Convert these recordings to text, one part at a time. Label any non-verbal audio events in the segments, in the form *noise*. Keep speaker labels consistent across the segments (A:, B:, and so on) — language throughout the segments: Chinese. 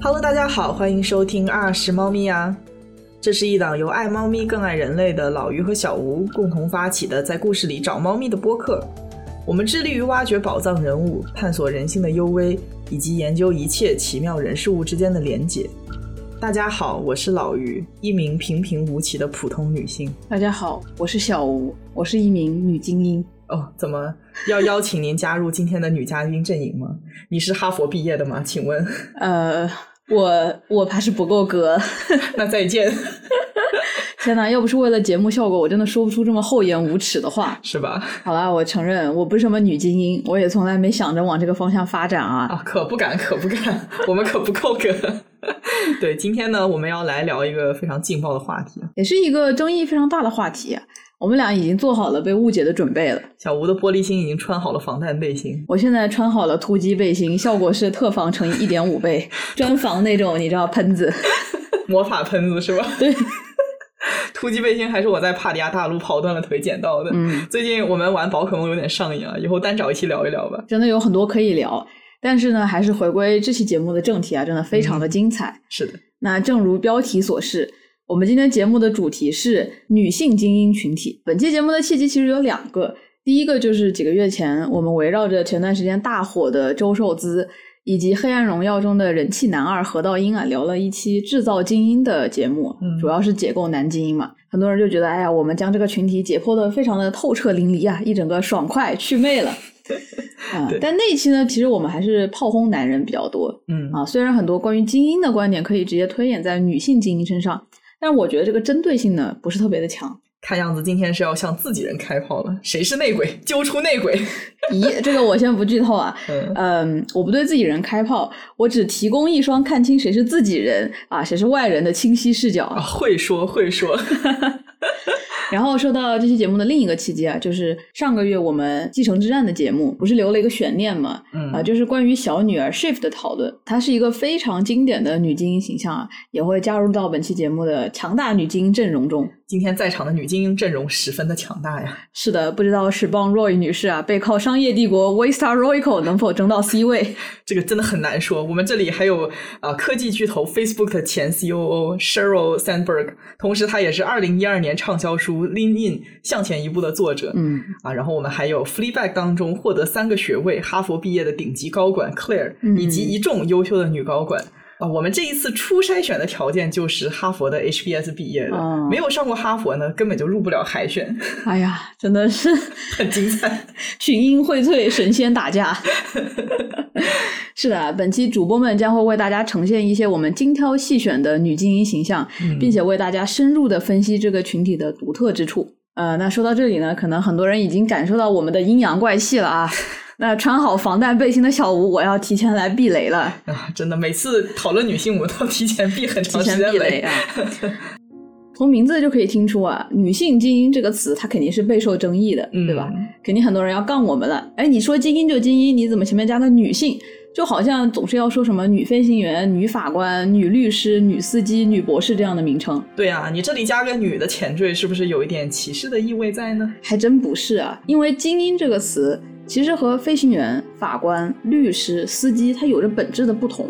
A: Hello，大家好，欢迎收听《二十猫咪呀》，这是一档由爱猫咪更爱人类的老于和小吴共同发起的，在故事里找猫咪的播客。我们致力于挖掘宝藏人物，探索人性的幽微，以及研究一切奇妙人事物之间的连结。大家好，我是老于，一名平平无奇的普通女性。
B: 大家好，我是小吴，我是一名女精英。
A: 哦，怎么要邀请您加入今天的女嘉宾阵营吗？你是哈佛毕业的吗？请问， *laughs*
B: 呃，我我怕是不够格。 *laughs*
A: 那再见，
B: 天呐，要不是为了节目效果，我真的说不出这么厚颜无耻的话。
A: 是吧？
B: 好啦，我承认我不是什么女精英，我也从来没想着往这个方向发展啊。
A: 啊，可不敢，可不敢，我们可不够格。 *laughs* 对，今天呢，我们要来聊一个非常劲爆的话题。啊
B: 也是一个争议非常大的话题、啊我们俩已经做好了被误解的准备了。
A: 小吴的玻璃心已经穿好了防弹背心，
B: 我现在穿好了突击背心，效果是特防乘以一点五倍，专防那种你知道喷子。
A: 魔法喷子是吧？ *laughs*
B: 对，
A: 突击背心还是我在帕迪亚大陆跑断了腿捡到的。
B: 嗯，
A: 最近我们玩宝可梦有点上瘾啊，以后单找一期聊一聊吧。
B: 真的有很多可以聊。但是呢，还是回归这期节目的正题啊，真的非常的精彩。
A: 是的，
B: 那正如标题所示，我们今天节目的主题是女性精英群体。本期节目的契机其实有两个，第一个就是几个月前我们围绕着前段时间大火的周受资以及《黑暗荣耀》中的人气男二何道英啊，聊了一期制造精英的节目，
A: 嗯
B: 主要是解构男精英嘛。很多人就觉得，哎呀，我们将这个群体解剖的非常的透彻淋漓啊，一整个爽快祛魅
A: *laughs*
B: 了。啊、
A: 对
B: 但那一期呢，其实我们还是炮轰男人比较多，
A: 嗯，
B: 啊，虽然很多关于精英的观点可以直接推演在女性精英身上，但我觉得这个针对性呢不是特别的强。
A: 看样子今天是要向自己人开炮了。谁是内鬼？揪出内鬼。
B: 咦，这个我先不剧透啊。 *laughs*
A: 嗯，
B: 嗯，我不对自己人开炮，我只提供一双看清谁是自己人啊，谁是外人的清晰视角。
A: 啊，会说会
B: *laughs*
A: 说。
B: 然后说到这期节目的另一个契机啊，就是上个月我们《继承之战》的节目不是留了一个悬念嘛，
A: 嗯
B: 啊，就是关于小女儿 Shift 的讨论，她是一个非常经典的女精英形象啊，也会加入到本期节目的强大女精英阵容中。
A: 今天在场的女精英阵容十分的强大呀！
B: 是的，不知道史邦 Roy 女士啊，背靠商业帝国 Waystar Royco 能否争到 C 位？
A: 这个真的很难说。我们这里还有啊、呃科技巨头 Facebook 的前 COO Sheryl Sandberg，同时她也是二零一二年畅销书《Lean In》向前一步的作者。
B: 嗯
A: 啊，然后我们还有 Fleabag 当中获得三个学位、哈佛毕业的顶级高管 Claire，
B: 嗯
A: 以及一众优秀的女高管。啊，我们这一次初筛选的条件就是哈佛的 HBS 毕业的，
B: 哦
A: 没有上过哈佛呢，根本就入不了海选，
B: *laughs*
A: *laughs*
B: 哎呀，真的是 *laughs*
A: 很精彩。
B: 群英荟萃，神仙打架。是的，本期主播们将会为大家呈现一些我们精挑细选的女精英形象，
A: 嗯
B: 并且为大家深入的分析这个群体的独特之处。呃，那说到这里呢，可能很多人已经感受到我们的阴阳怪气了啊。那穿好防弹背心的小吴，我要提前来避雷了。
A: 啊，真的，每次讨论女性，我们都提前避很
B: 提
A: 长时
B: 前
A: 间
B: 避雷
A: 雷。
B: 啊。 *laughs* 从名字就可以听出啊，女性精英这个词，它肯定是备受争议的，
A: 嗯，
B: 对吧？？肯定很多人要杠我们了。哎，你说精英就精英，你怎么前面加个女性？就好像总是要说什么女飞行员、女法官、女律师、女司机、女博士这样的名称，
A: 对啊，你这里加个女的前缀，是不是有一点歧视的意味在呢？
B: 还真不是啊。因为精英这个词其实和飞行员、法官、律师、司机它有着本质的不同。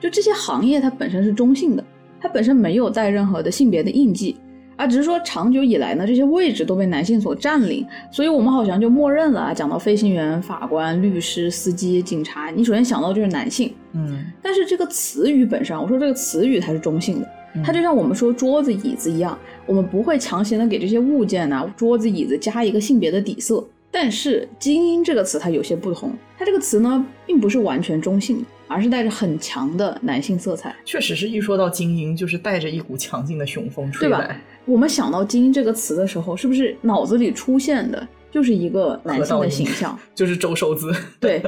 B: 就这些行业它本身是中性的，它本身没有带任何的性别的印记，而只是说长久以来呢，这些位置都被男性所占领，所以我们好像就默认了啊，讲到飞行员、法官、律师、司机、警察，你首先想到就是男性。
A: 嗯，
B: 但是这个词语本身，啊我说这个词语它是中性的，
A: 嗯
B: 它就像我们说桌子、椅子一样，我们不会强行的给这些物件呐、桌子、椅子加一个性别的底色。但是“精英”这个词它有些不同，它这个词呢，并不是完全中性的，而是带着很强的男性色彩。
A: 确实是一说到精英，就是带着一股强劲的雄风吹
B: 对吧
A: 来。
B: 我们想到“精英”这个词的时候，是不是脑子里出现的就是一个男性的形象？
A: 就是周受
B: *laughs*
A: 资，
B: 对，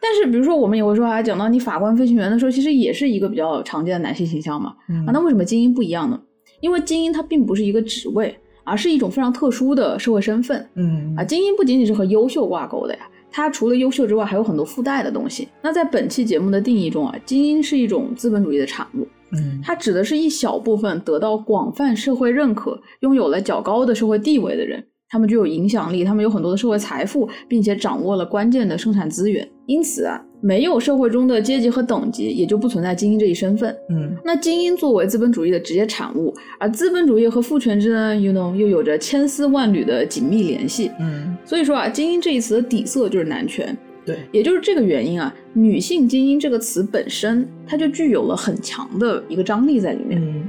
B: 但是比如说我们也会说，啊，讲到你法官、飞行员的时候，其实也是一个比较常见的男性形象嘛。
A: 嗯
B: 啊，那为什么精英不一样呢？因为精英它并不是一个职位，而是一种非常特殊的社会身份
A: 嗯
B: 啊。精英不仅仅是和优秀挂钩的呀，它除了优秀之外，还有很多附带的东西。那在本期节目的定义中啊，精英是一种资本主义的产物，
A: 嗯
B: 它指的是一小部分得到广泛社会认可、拥有了较高的社会地位的人。他们具有影响力，他们有很多的社会财富，并且掌握了关键的生产资源。因此啊，没有社会中的阶级和等级，也就不存在精英这一身份。
A: 嗯，
B: 那精英作为资本主义的直接产物，而资本主义和父权制呢，you know，又有着千丝万缕的紧密联系。
A: 嗯，
B: 所以说啊，精英这一词的底色就是男权，
A: 对，
B: 也就是这个原因啊，女性精英这个词本身，它就具有了很强的一个张力在里面。
A: 嗯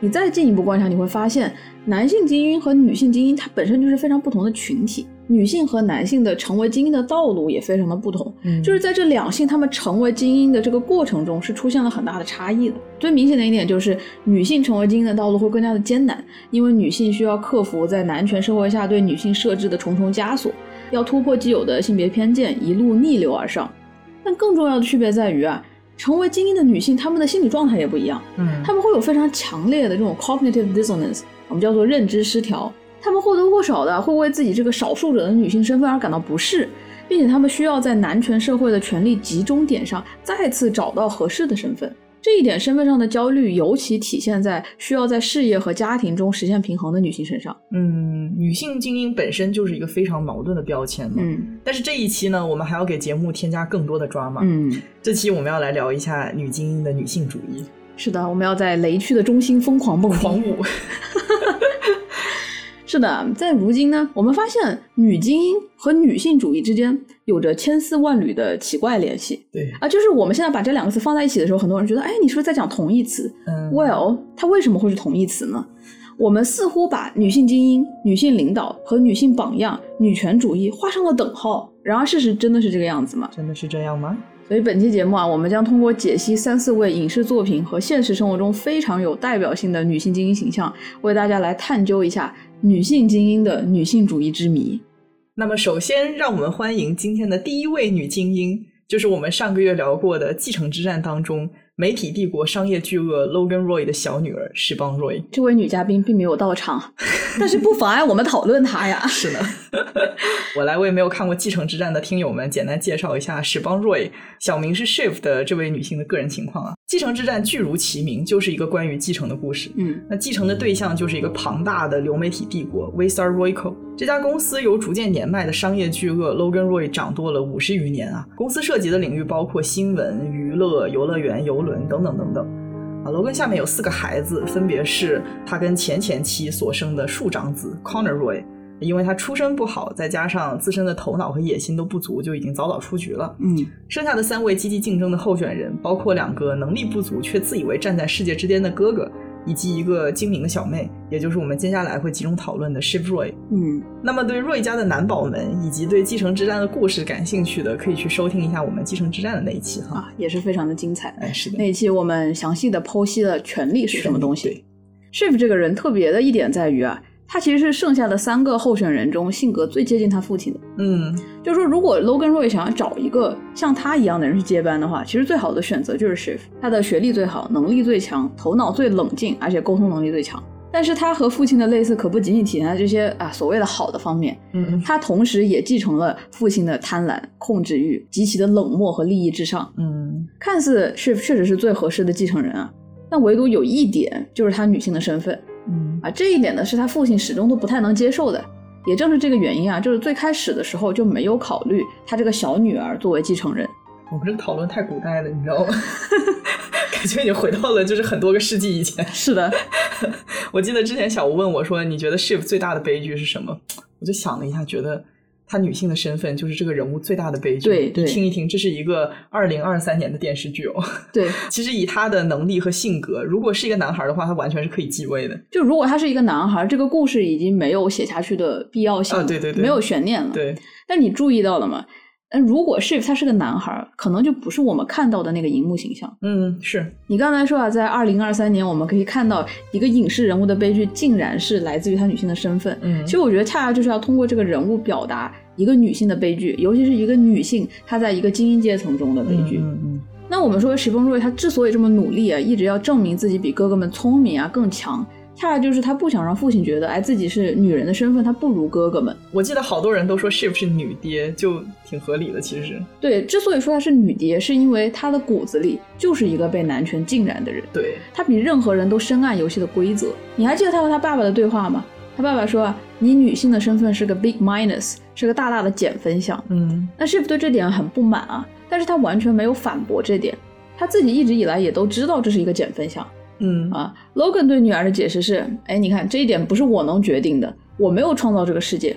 B: 你再进一步观察，你会发现，男性精英和女性精英它本身就是非常不同的群体，女性和男性的成为精英的道路也非常的不同。
A: 嗯，
B: 就是在这两性他们成为精英的这个过程中，是出现了很大的差异的。最明显的一点就是，女性成为精英的道路会更加的艰难，因为女性需要克服在男权社会下对女性设置的重重枷锁，要突破既有的性别偏见，一路逆流而上。但更重要的区别在于啊，成为精英的女性，她们的心理状态也不一样。
A: 嗯，
B: 他们会有非常强烈的这种 cognitive dissonance，我们叫做认知失调。他们或多或少的会为自己这个少数者的女性身份而感到不适，并且他们需要在男权社会的权力集中点上再次找到合适的身份。这一点身份上的焦虑，尤其体现在需要在事业和家庭中实现平衡的女性身上。
A: 嗯，女性精英本身就是一个非常矛盾的标签嘛。
B: 嗯
A: 但是这一期呢，我们还要给节目添加更多的抓马。
B: 嗯，
A: 这期我们要来聊一下女精英的女性主义
B: 是的，我们要在雷区的中心疯狂蹦迪
A: 狂
B: *laughs*
A: 舞。
B: 是的，在如今呢，我们发现女精英和女性主义之间有着千丝万缕的奇怪联系
A: 对，
B: 啊。就是我们现在把这两个词放在一起的时候，很多人觉得，哎，你是不是在讲同义词
A: 嗯，
B: ？Well，它为什么会是同义词呢？我们似乎把女性精英、女性领导和女性榜样、女权主义画上了等号。然而，事实真的是这个样子吗？
A: 真的是这样吗？
B: 所以本期节目啊，我们将通过解析三四位影视作品和现实生活中非常有代表性的女性精英形象，为大家来探究一下女性精英的女性主义之谜。
A: 那么首先，让我们欢迎今天的第一位女精英，就是我们上个月聊过的《继承之战》当中媒体帝国商业巨鳄 Logan Roy 的小女儿史邦 Roy。
B: 这位女嘉宾并没有到场， *laughs* 但是不妨碍我们讨论她呀。
A: 是呢， *laughs* 我来为没有看过《继承之战》的听友们简单介绍一下史邦瑞，小名是 Shift 的这位女性的个人情况啊。《继承之战》巨如其名，就是一个关于继承的故事。
B: 嗯
A: 那继承的对象就是一个庞大的流媒体帝国 Waystar Royco。这家公司由逐渐年迈的商业巨鳄 Logan Roy 掌舵了五十余年啊。公司涉及的领域包括新闻、娱乐、游乐园、游轮等等等等。啊，罗根下面有四个孩子，分别是他跟前前妻所生的庶长子 Connor Roy。因为他出身不好，再加上自身的头脑和野心都不足，就已经早早出局了。
B: 嗯，
A: 剩下的三位积极竞争的候选人，包括两个能力不足却自以为站在世界之巅的哥哥，以及一个精明的小妹，也就是我们接下来会集中讨论的 Shiv Roy。
B: 嗯，
A: 那么，对瑞家的男宝们以及对《继承之战》的故事感兴趣的，可以去收听一下我们《继承之战》的那一期哈。
B: 啊，也是非常的精彩。
A: 哎，是的
B: 那，一期我们详细的剖析了权力是什么东西。Shiv 这个人特别的一点在于啊，他其实是剩下的三个候选人中性格最接近他父亲的。
A: 嗯，
B: 就是说，如果 Logan Roy 想要找一个像他一样的人去接班的话，其实最好的选择就是 Shiv。他的学历最好，能力最强，头脑最冷静，而且沟通能力最强。但是他和父亲的类似，可不仅仅体现在这些啊所谓的好的方面，
A: 嗯嗯
B: 他同时也继承了父亲的贪婪、控制欲、极其的冷漠和利益至上。
A: 嗯
B: 看似 Shiv 确实是最合适的继承人啊，但唯独有一点就是他女性的身份。
A: 嗯
B: 啊，这一点呢是他父亲始终都不太能接受的。也正是这个原因啊，就是最开始的时候就没有考虑他这个小女儿作为继承人。
A: 我们这个讨论太古代了，你知道吗？ *laughs* 感觉已经回到了就是很多个世纪以前。
B: 是的，
A: *laughs* 我记得之前小吴问我说：“你觉得 Shiv 最大的悲剧是什么？”我就想了一下，觉得她女性的身份就是这个人物最大的悲剧。
B: 对对
A: 你听一听，这是一个二零二三年的电视剧哦。
B: *laughs*
A: *laughs*
B: 对，
A: 其实以他的能力和性格，如果是一个男孩的话，他完全是可以继位的。
B: 就如果他是一个男孩，这个故事已经没有写下去的必要性了，
A: 啊对对对
B: 没有悬念了。，
A: 对，
B: 但你注意到了吗？但如果 Shiv 他是个男孩，可能就不是我们看到的那个荧幕形象。
A: 嗯，是，
B: 你刚才说啊，在二零二三年，我们可以看到一个影视人物的悲剧，竟然是来自于她女性的身份。
A: 嗯
B: 其实我觉得恰恰就是要通过这个人物表达一个女性的悲剧，尤其是一个女性她在一个精英阶层中的悲剧。
A: 嗯嗯
B: 那我们说石峰瑞她之所以这么努力啊，一直要证明自己比哥哥们聪明啊更强，恰恰就是她不想让父亲觉得哎自己是女人的身份她不如哥哥们。
A: 嗯，我记得好多人都说 Shiv 是女爹，就挺合理的。其实，
B: 对，之所以说她是女爹，是因为她的骨子里就是一个被男权浸染的人。
A: 对，
B: 他比任何人都深谙游戏的规则。你还记得他和他爸爸的对话吗？他爸爸说啊，你女性的身份是个 big minus，是个大大的减分项。
A: 嗯
B: 那 Shiv 对这点很不满啊，但是他完全没有反驳这点，他自己一直以来也都知道这是一个减分项
A: 嗯
B: 啊。Logan 对女儿的解释是：哎，你看这一点不是我能决定的，我没有创造这个世界。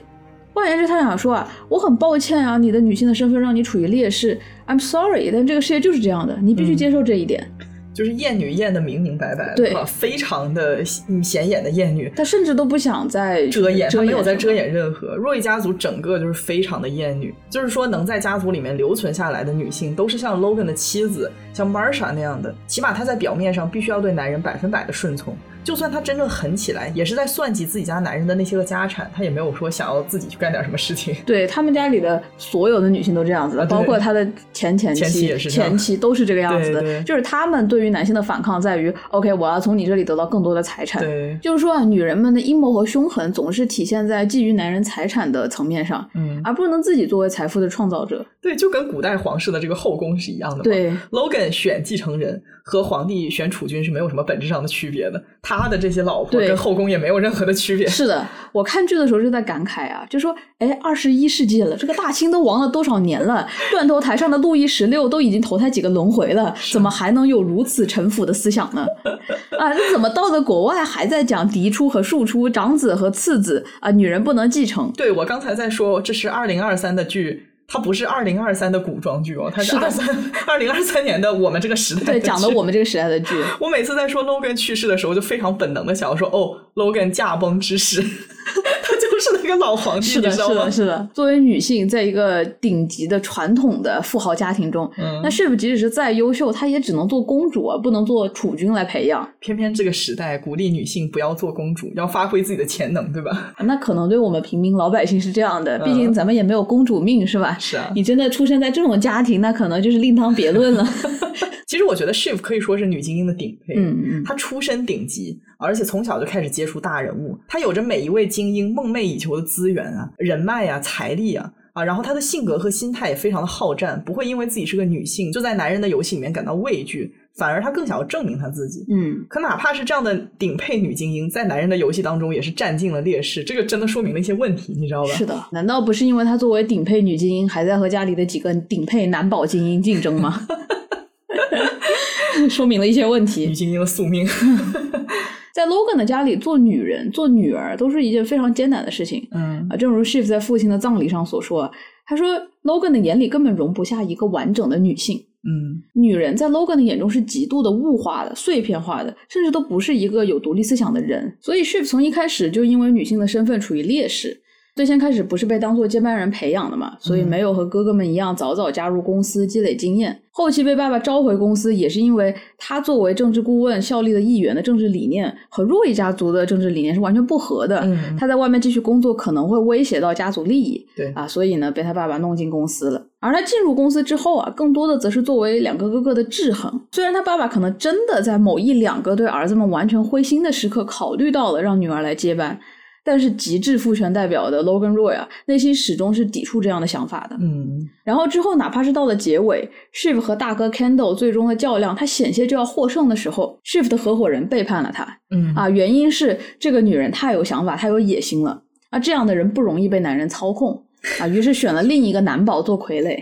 B: 换言之，他想说啊，我很抱歉啊，你的女性的身份让你处于劣势，I'm sorry，但这个世界就是这样的，你必须
A: 嗯
B: 接受这一点。
A: 就是艳女艳的明明白白的，
B: 对
A: 是吧非常的嗯显眼的艳女，
B: 他甚至都不想再
A: 遮掩，
B: 遮
A: 她
B: 掩
A: 没有在
B: 什
A: 遮
B: 么
A: 掩任何。若一家族整个就是非常的艳女，就是说能在家族里面留存下来的女性，都是像 Logan 的妻子，像 Marsha 那样的，起码她在表面上必须要对男人百分百的顺从。就算她真正狠起来，也是在算计自己家男人的那些个家产，她也没有说想要自己去干点什么事情。 *laughs*
B: 对他们家里的所有的女性都这样子的，
A: 啊对
B: 包括他的前前妻、
A: 前
B: 前
A: 妻也是这样
B: 妻都是这个样子的。
A: 对对
B: 就是他们对于男性的反抗在于，OK，我要从你这里得到更多的财产。
A: 对，
B: 就是说啊，女人们的阴谋和凶狠总是体现在觊觎男人财产的层面上，
A: 嗯，
B: 而不能自己作为财富的创造者。
A: 对，就跟古代皇室的这个后宫是一样的嘛。
B: 对，
A: Logan 选继承人和皇帝选储君是没有什么本质上的区别的，他的这些老婆
B: 对
A: 跟后宫也没有任何的区别。
B: 是的，我看剧的时候就在感慨啊，就说，哎，二十一世纪了，这个大清都亡了多少年了？断头台上的路易十六都已经投胎几个轮回了，怎么还能有如此陈腐的思想呢？ *laughs* 啊，这怎么到了国外还在讲嫡出和庶出、长子和次子啊，女人不能继承？
A: 对我刚才在说，这是二零二三的剧，它不是二零二三的古装剧哦，它是
B: 是的
A: 二三 *laughs* 二零二三年的我们这个时代 *laughs*
B: 对，
A: 剧
B: 讲的我。们这个时代
A: *laughs*
B: 的剧，
A: 我每次在说 Logan 去世的时候，就非常本能的想要说：“哦，Logan 驾崩之时， *laughs* 他就是那个老皇帝，
B: 是
A: 你
B: 的，
A: 知
B: 是
A: 道吗
B: 的，？”是的。作为女性，在一个顶级的传统的富豪家庭中，
A: 嗯
B: 那，是不即使是再优秀，她也只能做公主啊，不能做储君来培养。
A: 偏偏这个时代鼓励女性不要做公主，要发挥自己的潜能，对吧？ *laughs*
B: 那可能对我们平民老百姓是这样的，
A: 嗯
B: 毕竟咱们也没有公主命，是吧？ *laughs*
A: 是啊，
B: 你真的出生在这种家庭，那可能就是另当别论了。
A: 其实我觉得 Shiv 可以说是女精英的顶配，
B: 嗯嗯，
A: 她出身顶级，而且从小就开始接触大人物，她有着每一位精英梦寐以求的资源啊、人脉啊、财力啊。啊，然后她的性格和心态也非常的好战，不会因为自己是个女性就在男人的游戏里面感到畏惧，反而她更想要证明她自己。
B: 嗯，
A: 可哪怕是这样的顶配女精英，在男人的游戏当中也是占尽了劣势，这个真的说明了一些问题，你知道吧？
B: 是的。难道不是因为她作为顶配女精英，还在和家里的几个顶配男宝精英竞争吗？ *laughs* 说明了一些问
A: 女
B: 题。
A: 精英的宿命。
B: 在 Logan 的家里，做女人、做女儿都是一件非常艰难的事情
A: 嗯
B: 啊。正如 Shiv 在父亲的葬礼上所说，他说 Logan 的眼里根本容不下一个完整的女性。
A: 嗯，
B: 女人在 Logan 的眼中是极度的物化的、碎片化的，甚至都不是一个有独立思想的人。所以 Shiv 从一开始就因为女性的身份处于劣势。最先开始不是被当做接班人培养的嘛，所以没有和哥哥们一样早早加入公司积累经验。后期被爸爸召回公司，也是因为他作为政治顾问效力的议员的政治理念和若一家族的政治理念是完全不合的。
A: 嗯
B: 他在外面继续工作可能会威胁到家族利益，
A: 对
B: 啊，所以呢被他爸爸弄进公司了。而他进入公司之后啊，更多的则是作为两个哥哥的制衡。虽然他爸爸可能真的在某一两个对儿子们完全灰心的时刻考虑到了让女儿来接班，但是极致父权代表的 Logan Roy 啊，内心始终是抵触这样的想法的。
A: 嗯，
B: 然后之后，哪怕是到了结尾，Shiv 和大哥 Kendall 最终的较量，他险些就要获胜的时候，Shiv 的合伙人背叛了他，
A: 嗯
B: 啊，原因是这个女人太有想法，太有野心了啊，这样的人不容易被男人操控啊，于是选了另一个男宝做
A: *laughs*
B: 傀儡，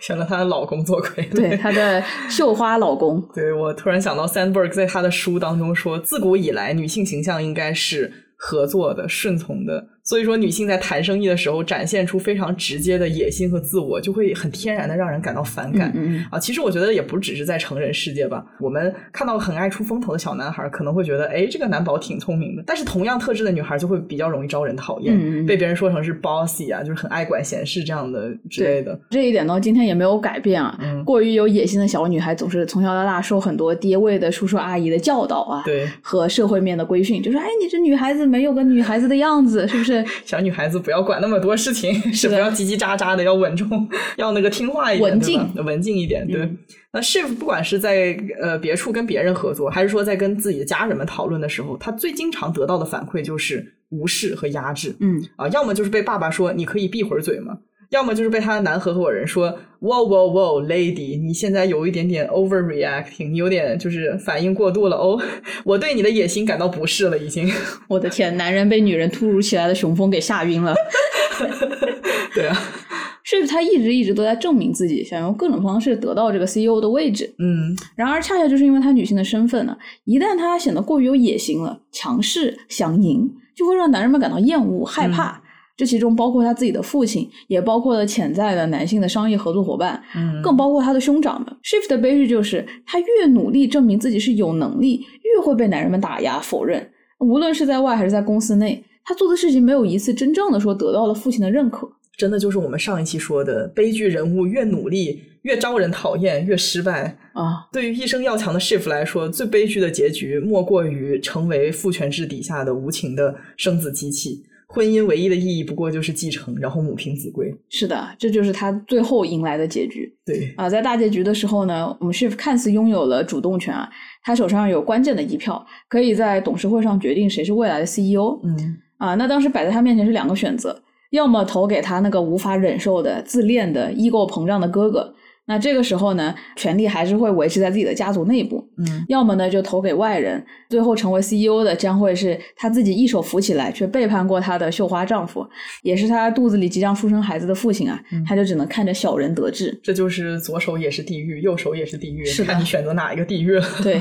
A: 选了她的老公做傀儡。
B: 对她的绣花老
A: *laughs*
B: 公。
A: 对我突然想到，Sandberg 在他的书当中说，自古以来女性形象应该是合作的、顺从的，所以说女性在谈生意的时候展现出非常直接的野心和自我，就会很天然的让人感到反感。
B: 嗯嗯，
A: 啊，其实我觉得也不只是在成人世界吧。我们看到很爱出风头的小男孩儿，可能会觉得，哎，这个男宝挺聪明的。但是同样特质的女孩儿就会比较容易招人讨厌，
B: 嗯嗯嗯
A: 被别人说成是 bossy 啊，就是很爱管闲事这样的之类的。
B: 这一点到今天也没有改变啊。
A: 嗯，
B: 过于有野心的小女孩总是从小到大受很多爹味的叔叔阿姨的教导啊，
A: 对，
B: 和社会面的规训，就说哎，你这女孩子没有个女孩子的样子，是不是？
A: 小女孩子不要管那么多事 *laughs* 情，是不要叽叽喳喳的，要稳重，要那个听话一点，
B: 文
A: 对吧文静一点。对，
B: 嗯
A: 那 Shiv 不管是在呃别处跟别人合作，还是说在跟自己的家人们讨论的时候，他最经常得到的反馈就是无视和压制
B: 嗯，
A: 啊，要么就是被爸爸说你可以闭会儿嘴吗？要么就是被他的男合伙人说哇哇哇 lady，你现在有一点点 overreacting，你有点就是反应过度了哦，我对你的野心感到不适了，已经。 *laughs*
B: 我的天，男人被女人突如其来的雄风给吓晕了。
A: 对啊，
B: 是他一直一直都在证明自己，想用各种方式得到这个 CEO 的位置。
A: 嗯，
B: 然而，恰恰就是因为她女性的身份呢，一旦她显得过于有野心了、强势、想赢，就会让男人们感到厌恶、害怕。这其中包括她自己的父亲，也包括了潜在的男性的商业合作伙伴，
A: 嗯
B: 更包括她的兄长们。Shift 的悲剧就是，她越努力证明自己是有能力，越会被男人们打压、否认。无论是在外还是在公司内，她做的事情没有一次真正的说得到了父亲的认可。
A: 真的就是我们上一期说的，悲剧人物越努力越招人讨厌，越失败。
B: 啊，
A: 对于一生要强的 Shift 来说，最悲剧的结局莫过于成为父权制底下的无情的生子机器。婚姻唯一的意义不过就是继承，然后母凭子归。
B: 是的，这就是她最后迎来的结局。
A: 对，
B: 啊，在大结局的时候呢，我们 Shift 看似拥有了主动权啊，他手上有关键的一票，可以在董事会上决定谁是未来的 CEO。
A: 嗯
B: 啊，那当时摆在他面前是两个选择，要么投给他那个无法忍受的自恋的 ego 膨胀的哥哥，那这个时候呢，权力还是会维持在自己的家族内部；
A: 嗯
B: 要么呢，就投给外人，最后成为 CEO 的将会是他自己一手扶起来却背叛过他的绣花丈夫，也是他肚子里即将出生孩子的父亲啊
A: 嗯，
B: 他就只能看着小人得志。
A: 这就是左手也是地狱，右手也是地狱，
B: 是的
A: 看你选择哪一个地狱了。
B: 对，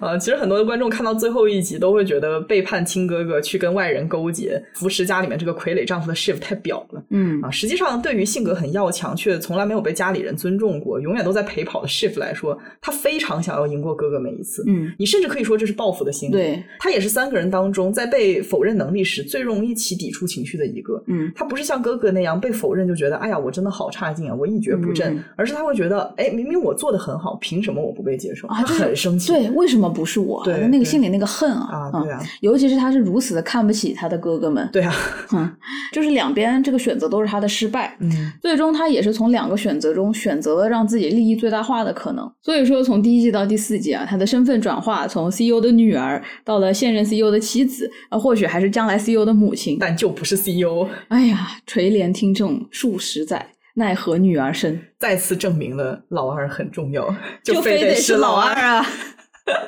A: 呃，其实很多的观众看到最后一集都会觉得背叛亲哥哥去跟外人勾结，扶持家里面这个傀儡丈夫的 Shift 太婊了。
B: 嗯
A: 啊，实际上对于性格很要强却从来没有被家里人尊重过，永远都在陪跑的 Shift 来说，他非常想要赢过哥哥每一次。
B: 嗯，
A: 你甚至可以说这是报复的心理。，
B: 对，
A: 他也是三个人当中在被否认能力时最容易起抵触情绪的一个。
B: 嗯
A: 他不是像哥哥那样被否认就觉得哎呀我真的好差劲啊，我一蹶不振，
B: 嗯
A: 而是他会觉得哎明明我做的很好，凭什么我不被接受？
B: 啊，
A: 他
B: 就是
A: 很生气。
B: 对，为什么不是我？啊
A: 对
B: 那个
A: 对
B: 心里那个恨
A: 啊
B: 啊，，
A: 对
B: 嗯，
A: 啊，
B: 尤其是他是如此的看不起他的哥哥们，
A: 对啊，
B: 嗯，就是两边这个选择都是他的失败。
A: 嗯
B: 最终，他也是从两个选择中选择了让自己利益最大化的可能。所以说，从第一季到第四季啊，他的身份转化从 CEO 的女儿到了现任 CEO 的妻子，啊，或许还是将来 CEO 的母亲。
A: *laughs* 但就不是 E CEO。
B: 哎呀，垂帘听政数十载，奈何女儿身，
A: 再次证明了老二很重要，
B: 非
A: 非得
B: 是
A: 老
B: 二。啊。 *laughs*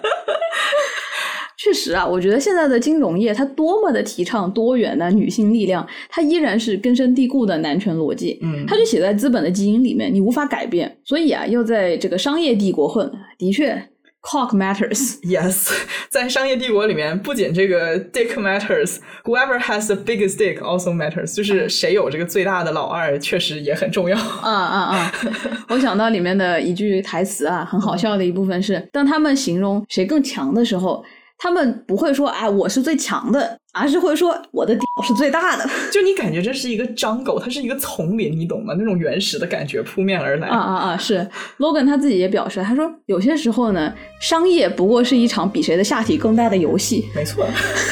B: 确实啊，我觉得现在的金融业它多么的提倡多元的女性力量，它依然是根深蒂固的男权逻辑。
A: 嗯，
B: 它就写在资本的基因里面，你无法改变。所以啊，要在这个商业帝国混，的确，cock matters。
A: Yes，在 *laughs* 商业帝国里面，不仅这个 dick matters，whoever has the biggest dick also matters，就是谁有这个最大的老二，确实也很重要。*laughs*
B: *laughs* 啊啊啊！ *laughs* 我想到里面的一句台词啊，很好笑的一部分是，当他们形容谁更强的时候，他们不会说“哎，我是最强的”，而是会说“我的屌是最大的”。
A: 就你感觉这是一个张狗，它是一个丛林，你懂吗？那种原始的感觉扑面而来。
B: 啊啊啊！是 Logan 他自己也表示，他说有些时候呢，商业不过是一场比谁的下体更大的游戏。
A: 没错，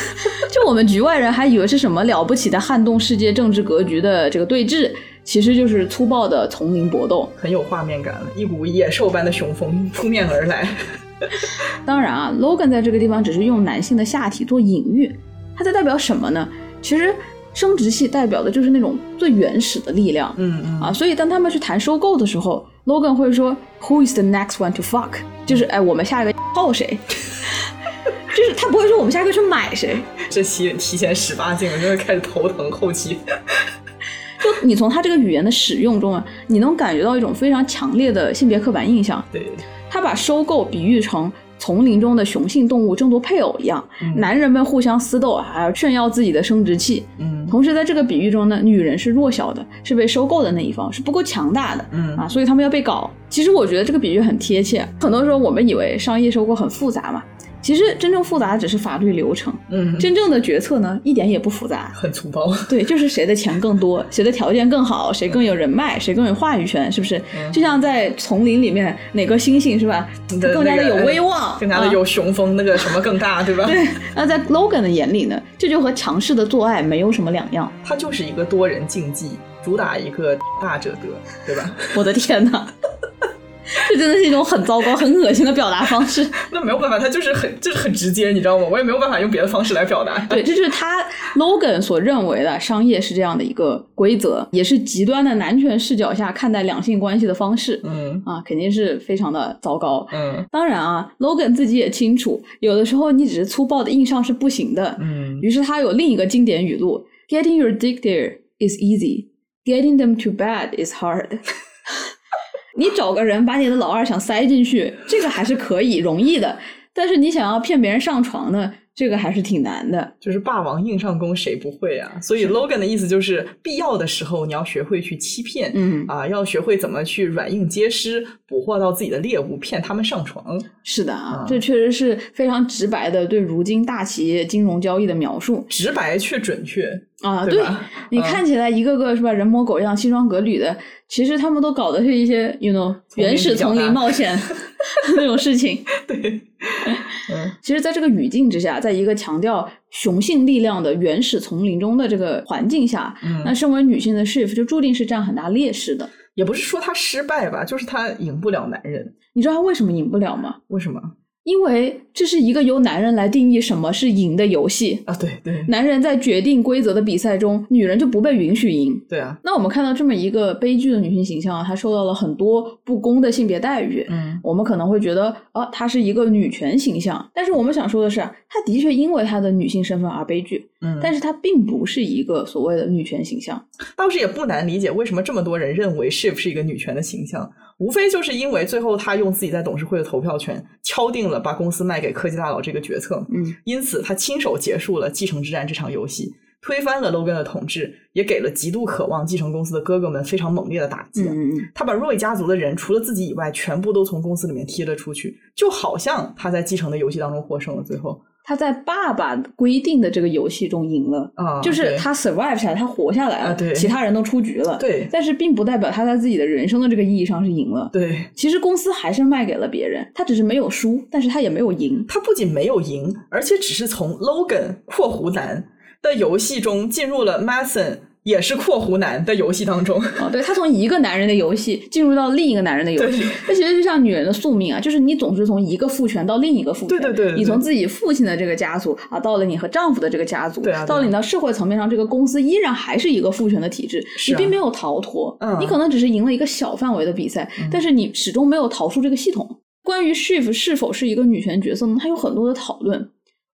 A: *laughs*
B: 就我们局外人还以为是什么了不起的撼动世界政治格局的这个对峙，其实就是粗暴的丛林搏斗。
A: 很有画面感了，一股野兽般的雄风扑面而来。
B: 当然啊，Logan 在这个地方只是用男性的下体做隐喻，它在代表什么呢？其实生殖器代表的就是那种最原始的力量。
A: 嗯嗯
B: 啊，所以当他们去谈收购的时候，Logan 会说 “Who is the next one to fuck？” 就是哎，我们下一个泡谁？就是他不会说我们下一个去买谁。
A: 这期提前十八禁，我就会开始头疼。后期，
B: 就你从他这个语言的使用中啊，你能感觉到一种非常强烈的性别刻板印象。
A: 对，
B: 他把收购比喻成丛林中的雄性动物争夺配偶一样，
A: 嗯
B: 男人们互相私斗，还要炫耀自己的生殖器。
A: 嗯
B: 同时，在这个比喻中呢，女人是弱小的，是被收购的那一方，是不够强大的。
A: 嗯
B: 啊，所以他们要被搞。其实我觉得这个比喻很贴切。很多时候我们以为商业收购很复杂嘛，其实真正复杂的只是法律流程，
A: 嗯，
B: 真正的决策呢一点也不
A: *laughs*
B: 复杂。
A: 很粗暴。
B: 对，就是谁的钱更多，谁的条件更好，谁更有人脉，谁更有话语权，是不是？
A: 嗯
B: 就像在丛林里面，哪个猩猩是吧，
A: 你的
B: 更加
A: 那
B: 的
A: 个
B: 有威望，
A: *laughs* 更加的
B: 啊
A: 有雄风，那个什么更大，对 *laughs* 吧？
B: 对，那在 Logan 的眼里呢，这就和强势的做爱没有什么两样。
A: 它就是一个多人竞技，主打一个大者得，对吧？
B: 我的天哪！ *laughs* 这真的是一种很糟糕、很恶心的表达方式。
A: 那没有办法，他就是很就是很直接，你知道吗？我也没有办法用别的方式来表达。 *laughs*
B: 对，这就是他 Logan 所认为的商业是这样的一个规则，也是极端的男权视角下看待两性关系的方式
A: 嗯
B: 啊，肯定是非常的糟糕。
A: 嗯
B: 当然啊，Logan 自己也清楚，有的时候你只是粗暴的硬上是不行的。
A: 嗯
B: 于是他有另一个经典语录：“Getting your dick there is easy, getting them to bed is hard。” *laughs* 你找个人把你的老二想塞进去，这个还是可以容易的，但是你想要骗别人上床呢，这个还是挺难的。
A: 就是霸王硬上弓，谁不会啊？所以 Logan 的意思就是，必要的时候你要学会去欺骗。
B: 嗯，
A: 啊，要学会怎么去软硬皆施，捕获到自己的猎物，骗他们上床。
B: 是的啊
A: 啊，
B: 这确实是非常直白的对如今大企业金融交易的描述
A: 直白却准确，
B: 啊。
A: 对
B: 对
A: 吧？
B: 你看起来一个个是吧，人模狗样、西装革履的，其实他们都搞的是一些，you know，
A: 丛林
B: 原始
A: 比较
B: 丛林
A: 大 *laughs*
B: 冒险那种事情。哎
A: 对，嗯
B: 其实，在这个语境之下，在一个强调雄性力量的原始丛林中的这个环境下，那
A: 嗯，
B: 身为女性的 shift 就注定是占很大劣势的。
A: 也不是说他失败吧，就是他赢不了男人。
B: 你知道她为什么赢不了吗？
A: 为什么
B: 因为这是一个由男人来定义什么是赢的游戏。
A: 啊？对对
B: 男人在决定规则的比赛中，女人就不被允许赢。
A: 对啊，
B: 那我们看到这么一个悲剧的女性形象啊，她受到了很多不公的性别待遇。
A: 嗯
B: 我们可能会觉得，哦、她是一个女权形象，但是我们想说的是，她的确因为她的女性身份而悲剧，
A: 嗯，
B: 但是她并不是一个所谓的女权形象。
A: 倒是也不难理解为什么这么多人认为 Shiv 是一个女权的形象，无非就是因为最后她用自己在董事会的投票权敲定了把公司卖给科技大佬这个决策，
B: 嗯，
A: 因此她亲手结束了继承之战这场游戏，推翻了 Logan 的统治，也给了极度渴望继承公司的哥哥们非常猛烈的打击。
B: 嗯嗯
A: 他把 Roy 家族的人除了自己以外，全部都从公司里面踢了出去，就好像他在继承的游戏当中获胜了。最后
B: 她在爸爸规定的这个游戏中赢了，
A: 啊，
B: 就是
A: 对
B: 她 survive 下来，她活下来了，
A: 啊对
B: 其他人都出局了。
A: 对
B: 但是并不代表她在自己的人生的这个意义上是赢了。
A: 对，
B: 其实公司还是卖给了别人，他只是没有输，但是他也没有赢。
A: 他不仅没有赢，而且只是从 Logan （括弧男）的游戏中进入了 Mason 也是（括弧男）的游戏当中。
B: 啊，对他从一个男人的游戏进入到另一个男人的游戏，这其实就像女人的宿命啊，就是你总是从一个父权到另一个父权，
A: 对对对对
B: 你从自己父亲的这个家族啊，到了你和丈夫的这个家族，
A: 对啊对啊
B: 到了你到社会层面上，这个公司依然还是一个父权的体制，
A: 是啊
B: 你并没有逃脱，
A: 嗯
B: 你可能只是赢了一个小范围的比赛，但是你始终没有逃出这个系统。关于 Shift 是否是一个女权角色呢？它有很多的讨论。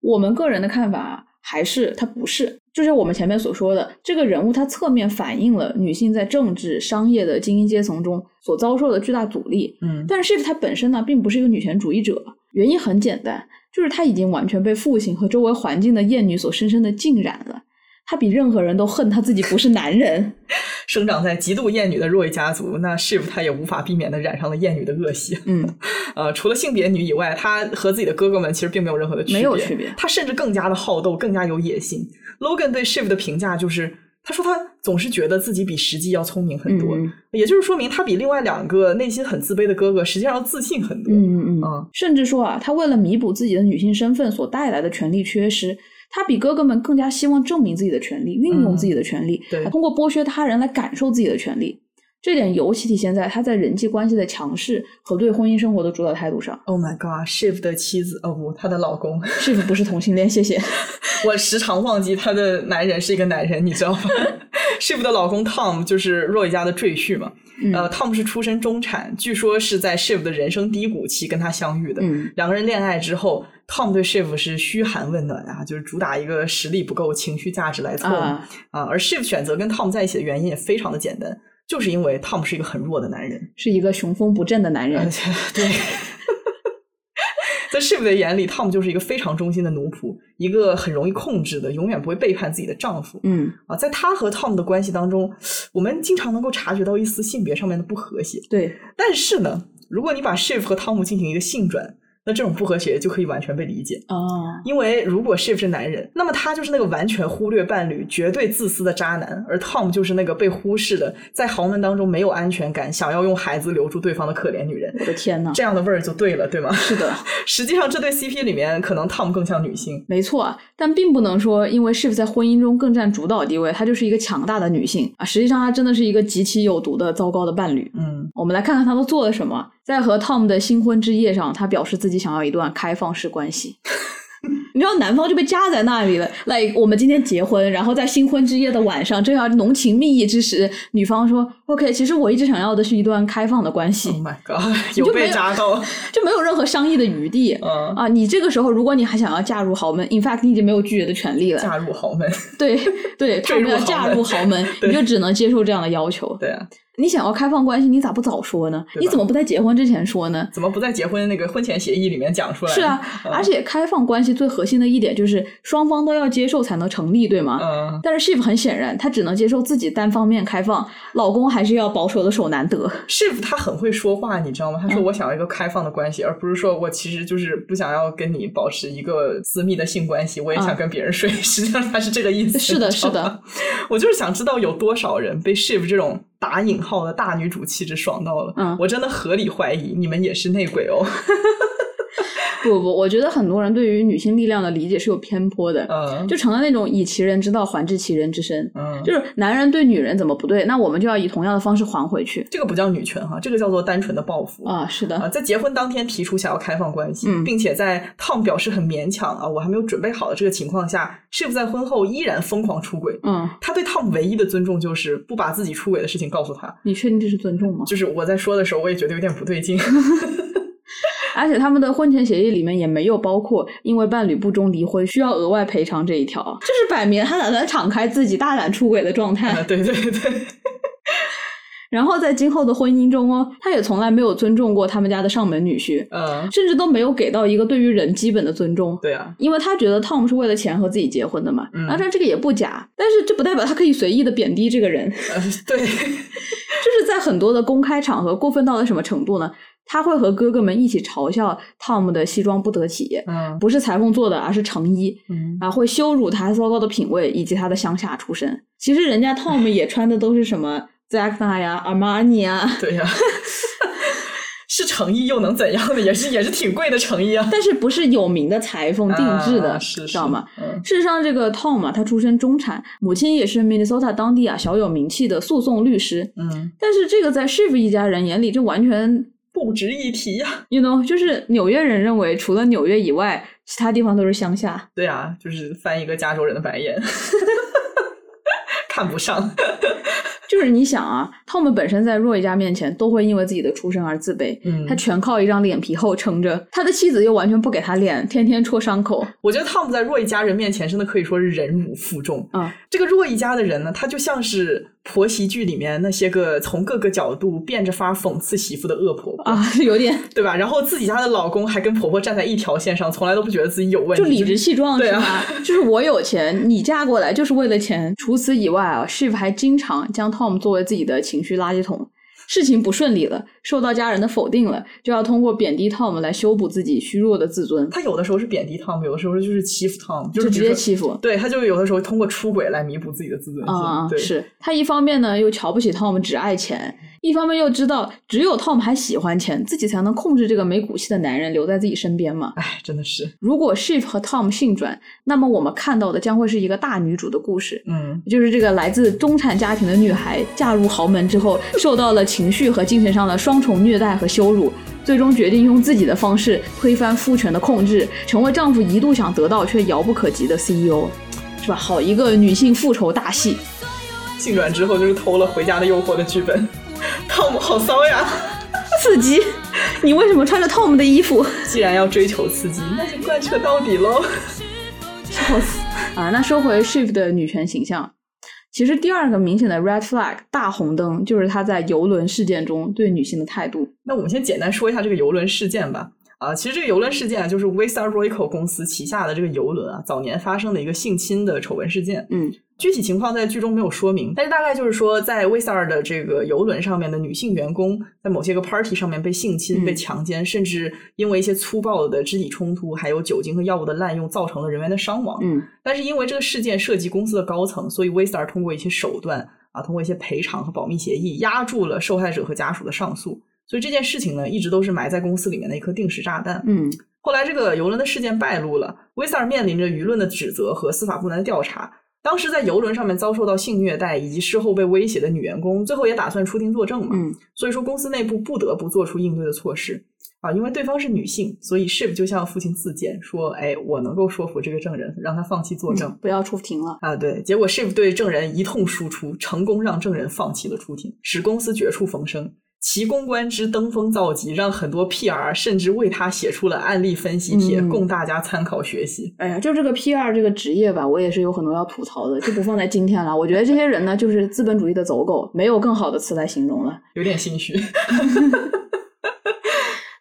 B: 我们个人的看法还是它不是，就像我们前面所说的，这个人物他侧面反映了女性在政治、商业的精英阶层中所遭受的巨大阻力。
A: 嗯，
B: 但是 Shift 他本身呢，并不是一个女权主义者，原因很简单，就是他已经完全被父亲和周围环境的厌女所深深的浸染了。他比任何人都恨他自己不是
A: *laughs*
B: 男人。
A: 生长在极度厌女的 Roy 家族，那 Shiv 他也无法避免的染上了厌女的恶习。
B: 嗯，
A: 呃，除了性别女以外，她和自己的哥哥们其实并没有任何的区别，
B: 没有区别
A: 她甚至更加的好斗，更加有野心。Logan 对 Shiv 的评价就是，他说他总是觉得自己比实际要聪明很多，
B: 嗯
A: 也就是说明他比另外两个内心很自卑的哥哥实际上要自信很多。
B: 嗯嗯
A: 嗯
B: 嗯，甚至说啊，她为了弥补自己的女性身份所带来的权利缺失，她比哥哥们更加希望证明自己的权利，运用自己的权利，
A: 嗯对
B: 通过剥削他人来感受自己的权利。这点尤其体现在她在人际关系的强势和对婚姻生活的主导态度上。
A: Oh my god，Shiv 的妻子哦不，她的老公，
B: 是不是同性恋？谢谢。
A: 我时常忘记她的男人是一个男人，你知道吗 *laughs* ？Shiv 的老公 Tom 就是 Roy 家的赘婿嘛。
B: 嗯
A: 呃，Tom 是出身中产，据说是在 Shiv 的人生低谷期跟他相遇的。
B: 嗯
A: 两个人恋爱之后，Tom 对 Shiv 是嘘寒问暖啊，就是主打一个实力不够、情绪价值来凑嘛
B: 啊，
A: 啊而 Shiv 选择跟 Tom 在一起的原因也非常的简单，就是因为 Tom 是一个很弱的男人，
B: 是一个雄风不振的男
A: 而
B: 人。
A: 且对，在 Shiv 的眼里，Tom 就是一个非常忠心的奴仆，一个很容易控制的、永远不会背叛自己的丈夫。
B: 嗯，
A: 啊，在她和 Tom 的关系当中，我们经常能够察觉到一丝性别上面的不和谐。
B: 对，
A: 但是呢，如果你把 Shiv 和汤姆进行一个性转，那这种不和谐就可以完全被理解。
B: 啊，
A: 因为如果 Shiv 是男人，那么他就是那个完全忽略伴侣、绝对自私的渣男，而 Tom 就是那个被忽视的，在豪门当中没有安全感，想要用孩子留住对方的可怜女人。
B: 我的天呐，
A: 这样的味儿就对了，对吗？
B: 是的。
A: *laughs* 实际上，这对 CP 里面，可能 Tom 更像女性。
B: 没错啊，但并不能说因为 Shiv 在婚姻中更占主导地位，她就是一个强大的女性啊。实际上，她真的是一个极其有毒的糟糕的伴侣。
A: 嗯，嗯
B: 我们来看看他都做了什么。在和 Tom 的新婚之夜上，他表示自己想要一段开放式关系。你知道男方就被夹在那里了，like 我们今天结婚，然后在新婚之夜的晚上，正要浓情蜜意之时，女方说：“OK，其实我一直想要的是一段开放的关系
A: ，Oh，my
B: *laughs*
A: god，
B: 就
A: 有
B: 没
A: 被
B: 有
A: 扎到，
B: 就没有任何商议的余地。”
A: 嗯，
B: 啊，你这个时候，如果你还想要嫁入豪门，in fact，你已经没有拒绝的权利了。
A: 嫁入豪门，
B: 对对，他
A: 坠入
B: 们要
A: 豪
B: 嫁
A: 门
B: 入豪门，你
A: 对
B: 就只能接受这样的要求。
A: 对啊，
B: 你想要开放关系，你咋不早说呢？
A: 对吧
B: 你怎么不在结婚之前说呢？
A: 怎么不在结婚那个婚前协议里面讲出来？
B: 是啊，而且开放关系最核心的一点就是双方都要接受才能成立，对吗？
A: 嗯，
B: 但是 Shiv 很显然，她只能接受自己单方面开放，老公还是要保守的手难得。
A: 师傅他很会说话，你知道吗？他
B: 嗯
A: 说我想要一个开放的关系，而不是说我其实就是不想要跟你保持一个私密的性关系，我也想
B: 嗯
A: 跟别人睡。 *laughs* 实际上他是这个意思。
B: 是的
A: 你知道
B: 是的
A: 吗， *laughs* 我就是想知道有多少人被 Shiv 这种打引号的大女主气质爽到了。
B: 嗯
A: 我真的合理怀疑你们也是内鬼哦。
B: *laughs*
A: *laughs*
B: 不不，我觉得很多人对于女性力量的理解是有偏颇的，
A: 嗯，
B: 就成了那种以其人之道还治其人之身。
A: 嗯，
B: 就是男人对女人怎么不对，那我们就要以同样的方式还回去
A: 这个不叫女权哈，这个叫做单纯的报复。
B: 啊！是的，
A: 啊，在结婚当天提出想要开放关系，
B: 嗯
A: 并且在 Tom 表示很勉强啊，我还没有准备好的这个情况下，是不在婚后依然疯狂出轨。
B: 嗯，
A: 他对 Tom 唯一的尊重就是不把自己出轨的事情告诉他。
B: 你确定这是尊重吗？
A: 就是我在说的时候，我也觉得有点不对
B: *laughs*
A: 劲。
B: 而且他们的婚前协议里面也没有包括因为伴侣不忠离婚需要额外赔偿这一条，就是摆明他打算敞开自己大胆出轨的状态
A: 啊。对对对，
B: 然后在今后的婚姻中哦，他也从来没有尊重过他们家的上门女婿，
A: 嗯，
B: 甚至都没有给到一个对于人基本的尊重。
A: 对啊，
B: 因为他觉得 Tom 是为了钱和自己结婚的嘛，
A: 嗯
B: 当然这个也不假，但是这不代表他可以随意的贬低这个人， *laughs*
A: 呃对，
B: 就是在很多的公开场合过分到了什么程度呢？他会和哥哥们一起嘲笑 Tom 的西装不得体，
A: 嗯
B: 不是裁缝做的，而是成衣，
A: 嗯，
B: 啊，会羞辱他糟糕的品味以及他的乡下出身。其实人家 Tom 也穿的都是什么 Zara 呀、Armani 啊，
A: 对呀、 *laughs* 是诚意又能怎样的？也是也是挺贵的诚意啊，
B: 但是不是有名的裁缝定制的，
A: 啊是
B: 知道吗？？
A: 是嗯
B: 事实上，这个 Tom 啊，他出身中产，母亲也是 Minnesota 当地啊小有名气的诉讼律师。
A: 嗯，
B: 但是这个在 Shiv 一家人眼里，这完全
A: 不值一提呀、
B: ，you know，就是纽约人认为，除了纽约以外，其他地方都是乡下。
A: 对啊，就是翻一个加州人的白眼， *laughs* 看不
B: *laughs*
A: 上。
B: 就是你想啊，Tom 本身在若一家面前都会因为自己的出身而自卑，
A: 嗯
B: 他全靠一张脸皮厚撑着，他的妻子又完全不给他脸，天天戳伤口
A: 我觉得汤姆在若一家人面前真的可以说是忍辱负重。
B: 啊、
A: 这个若一家的人呢，他就像是婆媳剧里面那些个从各个角度变着法儿讽刺媳妇的恶婆婆，
B: 啊，是有点
A: 对吧？然后自己家的老公还跟婆婆站在一条线上，从来都不觉得自己有问题，
B: 就理直气壮
A: 对
B: 是
A: 啊
B: 吧？
A: *laughs*
B: 就是我有钱，你嫁过来就是为了钱。除此以外啊，Shiv 还经常将 Tom 作为自己的情绪垃圾桶。事情不顺利了，受到家人的否定了，就要通过贬低 Tom 来修补自己虚弱的自尊，
A: 他有的时候是贬低汤姆，有的时候就是欺负汤姆，就
B: 就是直
A: 比
B: 接
A: 如说
B: 欺负。
A: 对，他就有的时候通过出轨来弥补自己的自尊心。
B: 啊、
A: 对，
B: 是他一方面呢又瞧不起 Tom 只爱钱，一方面又知道只有 Tom 还喜欢钱，自己才能控制这个没骨气的男人留在自己身边嘛。
A: 哎，真的是，
B: 如果 Shiv 和 Tom 性转，那么我们看到的将会是一个大女主的故事。
A: 嗯，
B: 就是这个来自中产家庭的女孩嫁入豪门之后，受到了情绪和精神上的双重虐待和羞辱，最终决定用自己的方式推翻父权的控制，成为丈夫一度想得到却遥不可及的 CEO，是吧？好一个女性复仇大戏！
A: 性转之后就是偷了《回家的诱惑》的剧本，汤姆好骚呀！
B: 刺激！你为什么穿着 Tom 的衣服？
A: 既然要追求刺激，那就贯彻到底喽。
B: 笑死啊！那说回 Shiv 的女权形象，其实第二个明显的 red flag 大红灯就是她在游轮事件中对女性的态度。
A: 那我们先简单说一下这个游轮事件吧。啊，其实这个游轮事件啊，就是 Visa Royco 公司旗下的这个游轮啊，早年发生的一个性侵的丑闻事件。
B: 嗯
A: 具体情况在剧中没有说明，但是大概就是说，在 Visa 的这个游轮上面的女性员工，在某些个 party 上面被性侵、
B: 嗯
A: 被强奸，甚至因为一些粗暴的肢体冲突，还有酒精和药物的滥用，造成了人员的伤亡。
B: 嗯
A: 但是因为这个事件涉及公司的高层，所以 Waystar 通过一些手段啊，通过一些赔偿和保密协议，压住了受害者和家属的上诉。所以这件事情呢，一直都是埋在公司里面的一颗定时炸弹。
B: 嗯
A: 后来这个游轮的事件败露了，Waystar 面临着舆论的指责和司法部门的调查。当时在游轮上面遭受到性虐待以及事后被威胁的女员工，最后也打算出庭作证嘛。
B: 嗯，
A: 所以说公司内部不得不做出应对的措施啊，因为对方是女性，所以 Ship 就向父亲自荐说：“哎，我能够说服这个证人，让他放弃作证。
B: 不要出庭了。
A: 啊，对，结果 Ship 对证人一通输出，成功让证人放弃了出庭，使公司绝处逢生。其公关之登峰造极，让很多 PR 甚至为他写出了案例分析帖，
B: 嗯
A: 供大家参考学习。
B: 哎呀，就这个 P 二这个职业吧，我也是有很多要吐槽的，就不放在今天了。我觉得这些人呢，就是资本主义的走狗，没有更好的词来形容了。
A: 有点心虚，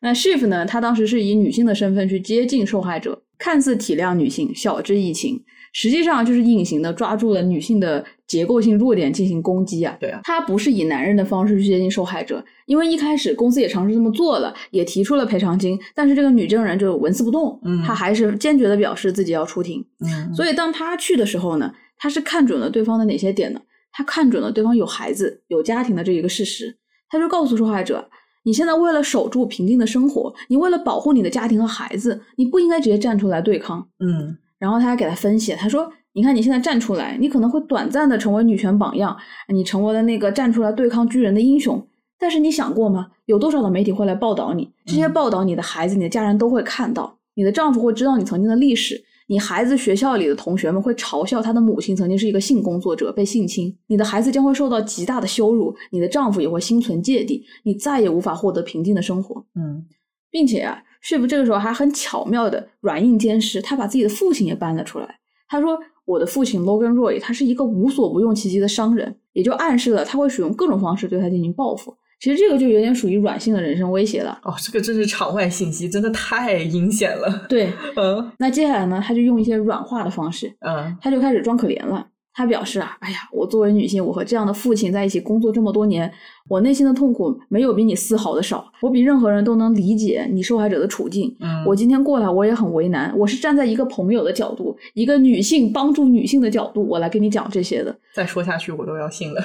B: 那 Shift 呢，他当时是以女性的身份去接近受害者，看似体谅女性，晓之以情，实际上就是隐形的抓住了女性的结构性弱点进行攻击啊。
A: 对啊，
B: 他不是以男人的方式去接近受害者，因为一开始公司也尝试这么做了，也提出了赔偿金，但是这个女证人就纹丝不动，
A: 嗯
B: 她还是坚决的表示自己要出庭。
A: 嗯
B: 所以当他去的时候呢，他是看准了对方的哪些点呢？他看准了对方有孩子、有家庭的这一个事实，他就告诉受害者：你现在为了守住平静的生活，你为了保护你的家庭和孩子，你不应该直接站出来对抗。
A: 嗯
B: 然后他还给他分析，他说：“你看你现在站出来，你可能会短暂的成为女权榜样，你成为了那个站出来对抗巨人的英雄。但是你想过吗？有多少的媒体会来报道你？这些
A: 嗯
B: 报道，你的孩子、你的家人都会看到，你的丈夫会知道你曾经的历史。”你孩子学校里的同学们会嘲笑他的母亲曾经是一个性工作者，被性侵。你的孩子将会受到极大的羞辱，你的丈夫也会心存芥蒂，你再也无法获得平静的生活。
A: 嗯
B: 并且啊，睡不这个时候还很巧妙的软硬兼施，他把自己的父亲也搬了出来。他说：“我的父亲 Logan Roy，他是一个无所不用其极的商人，也就暗示了他会使用各种方式对他进行报复。其实这个就有点属于软性的人身威胁了。
A: 哦，这个真是场外信息，真的太阴险了。
B: 对，
A: 嗯
B: 那接下来呢，他就用一些软化的方式，
A: *laughs* 嗯
B: 他就开始装可怜了。他表示啊，哎呀，我作为女性，我和这样的父亲在一起工作这么多年，我内心的痛苦没有比你丝毫的少，我比任何人都能理解你受害者的处境。
A: 嗯，
B: 我今天过来，我也很为难。我是站在一个朋友的角度，一个女性帮助女性的角度，我来跟你讲这些的。
A: 再说下去我都要信了。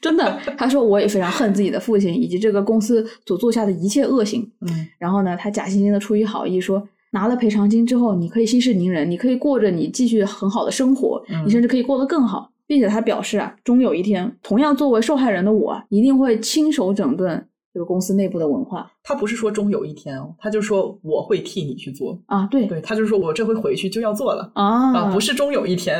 B: 真的，他说我也非常恨自己的父亲以及这个公司所做下的一切恶行。
A: 嗯
B: 然后呢，他假惺惺的出于好意说，拿了赔偿金之后，你可以息事宁人，你可以过着你继续很好的生活，
A: 嗯
B: 你甚至可以过得更好。并且他表示啊，终有一天，同样作为受害人的我啊，一定会亲手整顿这个公司内部的文化
A: 他不是说终有一天哦，他就说我会替你去做。
B: 啊。对
A: 对，他就说我这回回去就要做了
B: 啊
A: 啊，不是终有一天。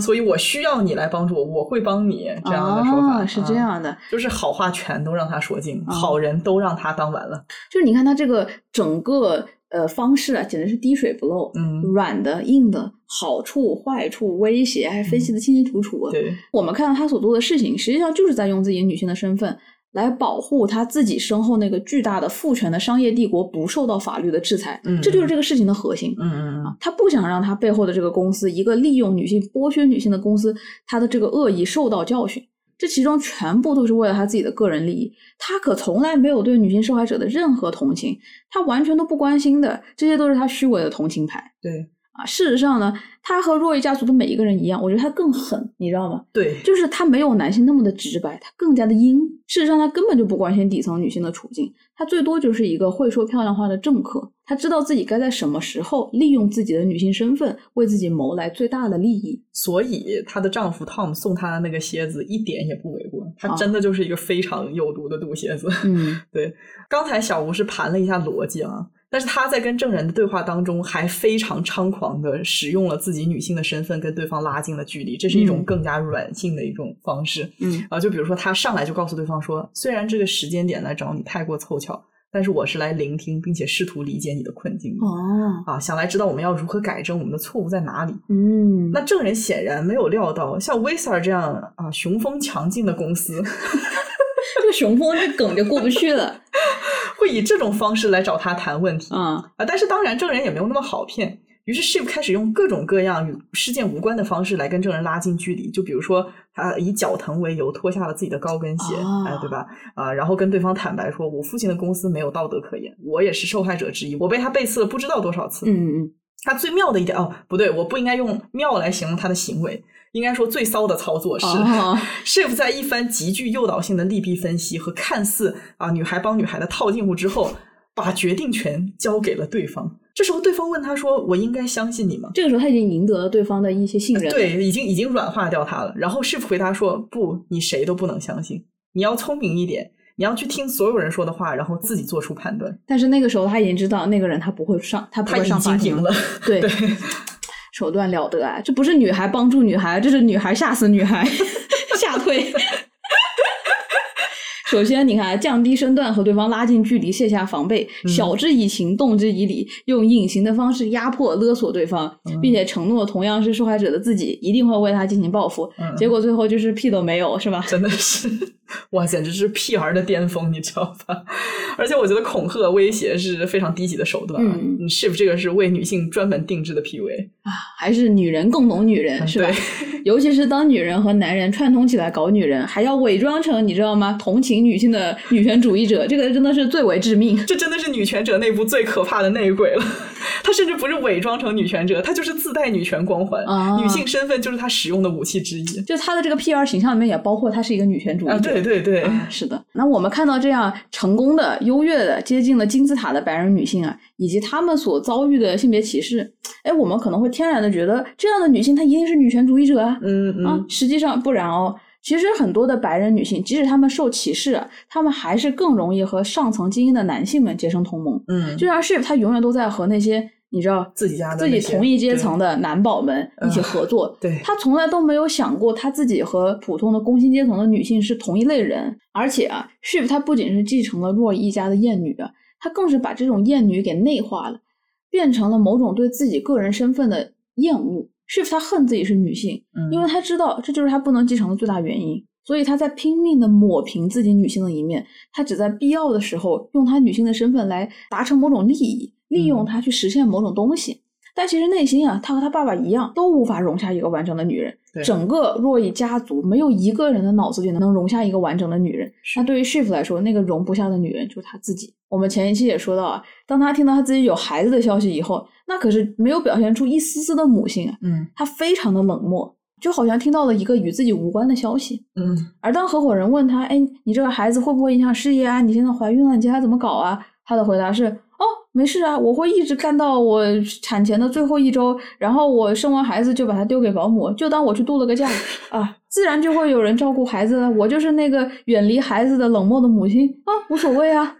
A: *laughs* 所以我需要你来帮助我，我会帮你这样的说法、
B: 啊、是这
A: 啊，
B: 样的。
A: 就是好话全都让他说尽，
B: 啊
A: 好人都让他当完了。
B: 就是你看他这个整个呃方式啊，简直是滴水不漏，
A: 嗯，
B: 软的、硬的，好处、坏处、威胁，还分析的清清楚楚。
A: 嗯对，
B: 我们看到他所做的事情，实际上就是在用自己女性的身份来保护他自己身后那个巨大的父权的商业帝国不受到法律的制裁。
A: 嗯
B: 这就是这个事情的核心。
A: 嗯嗯嗯，
B: 他不想让他背后的这个公司，一个利用女性、剥削女性的公司，他的这个恶意受到教训。这其中全部都是为了他自己的个人利益，他可从来没有对女性受害者的任何同情，他完全都不关心的，这些都是他虚伪的同情牌
A: 对
B: 啊！事实上呢，他和若伊家族的每一个人一样，我觉得他更狠，你知道吗？
A: 对，
B: 就是他没有男性那么的直白，他更加的阴。事实上，他根本就不关心底层女性的处境，他最多就是一个会说漂亮话的政客。他知道自己该在什么时候利用自己的女性身份，为自己谋来最大的利益。
A: 所以她的丈夫 Tom 送她那个蝎子一点也不为过，她
B: 啊
A: 真的就是一个非常有毒的毒蝎子。
B: 嗯，
A: *laughs* 刚才小吴是盘了一下逻辑啊，但是他在跟证人的对话当中还非常猖狂的使用了自己女性的身份跟对方拉近了距离，这是一种
B: 嗯
A: 更加软性的一种方式。
B: 嗯
A: 啊，就比如说他上来就告诉对方说，虽然这个时间点来找你太过凑巧，但是我是来聆听并且试图理解你的困境的。
B: 哦，
A: 啊，想来知道我们要如何改正我们的错误在哪里。
B: 嗯，
A: 那证人显然没有料到，像 w i s a r 这样啊雄风强劲的公司， *laughs*
B: 这个雄风这梗就过不去了
A: 会以这种方式来找他谈问题。
B: *laughs* 啊！
A: 啊，但是当然证人也没有那么好骗。于是 Ship 开始用各种各样与事件无关的方式来跟证人拉近距离，就比如说他以脚疼为由脱下了自己的高跟鞋，
B: 啊
A: 哎，对吧？啊，然后跟对方坦白说，我父亲的公司没有道德可言，我也是受害者之一，我被他背刺了不知道多少次。
B: 嗯嗯
A: 他最妙的一点，哦，不对，我不应该用妙来形容他的行为，应该说最骚的操作是。
B: 哦，
A: *laughs* Shift 在一番极具诱导性的利弊分析和看似啊女孩帮女孩的套近乎之后，把决定权交给了对方。这时候对方问他说：“我应该相信你吗
B: 这个时候他已经赢得了对方的一些信？”任，，
A: 对，已经已经软化掉他了。然后 Shift 回答说：“不，你谁都不能相信，你要聪明一点，你要去听所有人说的话，然后自己做出判断。
B: 但是那个时候他已经知道那个人他不会上，他”不
A: 他
B: 会
A: 已
B: 上法
A: 经
B: 庭
A: 赢了，，*laughs*
B: 对，
A: 对，
B: *laughs* 手段了得啊！这不是女孩帮助女孩，这是女孩吓死女孩， *laughs* 吓退。 *laughs* 首先，你看，降低身段和对方拉近距离，卸下防备，
A: 嗯
B: 晓之以情，动之以理，用隐形的方式压迫、勒索对方，
A: 嗯
B: 并且承诺同样是受害者的自己一定会为他进行报复。
A: 嗯
B: 结果最后就是屁都没有，是吧？
A: 真的是，哇，简直是 PR 的巅峰，你知道吧？而且我觉得恐吓、威胁是非常低级的手段啊。
B: 嗯
A: Shift 这个是为女性专门定制的 PUA，
B: 还是女人更懂女人，是吧？
A: 嗯对，
B: *laughs* 尤其是当女人和男人串通起来搞女人，还要伪装成你知道吗？同情女性的女权主义者，这个真的是最为致命。
A: 这真的是女权者内部最可怕的内鬼了。 *laughs* 她甚至不是伪装成女权者，她就是自带女权光环，
B: 啊
A: 女性身份就是她使用的武器之一。
B: 就她的这个 PR 形象里面也包括她是一个女权主义者。
A: 啊，对对对，
B: 啊是的。那我们看到这样成功的、优越的、接近了金字塔的白人女性啊，以及她们所遭遇的性别歧视，哎，我们可能会天然的觉得这样的女性她一定是女权主义者啊。
A: 嗯嗯，
B: 啊，实际上不然哦。其实很多的白人女性，即使她们受歧视啊，她们还是更容易和上层精英的男性们结成同盟。
A: 嗯，
B: 就像 Shiv，她永远都在和那些你知道
A: 自己家的
B: 自己
A: 那些
B: 同一阶层的男宝们一起
A: 嗯
B: 合作。
A: 对
B: 她从来都没有想过她自己和普通的工薪阶层的女性是同一类人。而且啊，Shiv 她不仅是继承了洛伊一家的艳女啊，她更是把这种艳女给内化了，变成了某种对自己个人身份的厌恶。Shiv 她恨自己是女性，因为
A: 嗯
B: 他知道这就是他不能继承的最大原因，所以他在拼命的抹平自己女性的一面，他只在必要的时候用他女性的身份来达成某种利益，利用
A: 嗯
B: 它去实现某种东西。但其实内心啊，他和他爸爸一样，都无法容下一个完整的女人。
A: 对
B: 整个若伊家族没有一个人的脑子里能容下一个完整的女人。
A: 是
B: 那对于 Shift 来说，那个容不下的女人就是他自己。我们前一期也说到啊，当他听到他自己有孩子的消息以后，那可是没有表现出一丝丝的母性啊。
A: 嗯
B: 他非常的冷漠，就好像听到了一个与自己无关的消息。
A: 嗯
B: 而当合伙人问他：“哎，你这个孩子会不会影响事业啊？你现在怀孕了，你接下来怎么搞啊？”他的回答是：“哦，没事啊，我会一直干到我产前的最后一周，然后我生完孩子就把它丢给保姆，就当我去度了个假啊，自然就会有人照顾孩子了。啊我就是那个远离孩子的冷漠的母亲啊，无所谓啊。”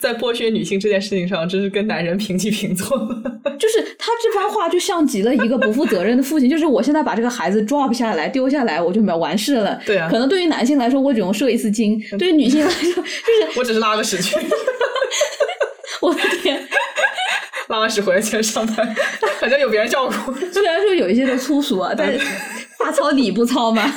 A: 在剥削女性这件事情上，真是跟男人平起平坐了。 *laughs*
B: 就是他这番话就像极了一个不负责任的父亲，就是我现在把这个孩子 drop 下来丢下来，我就没有完事了。
A: 对啊
B: 可能对于男性来说，我只用射一次精；对于女性来说，就是
A: 我只是拉个屎去，
B: 我的天，
A: 拉完屎回来接着上班， *laughs* 反正有别人
B: *laughs*
A: 照顾。
B: 虽然说有一些的粗俗啊，但话糙理不糙
A: *laughs*
B: 嘛。 *laughs*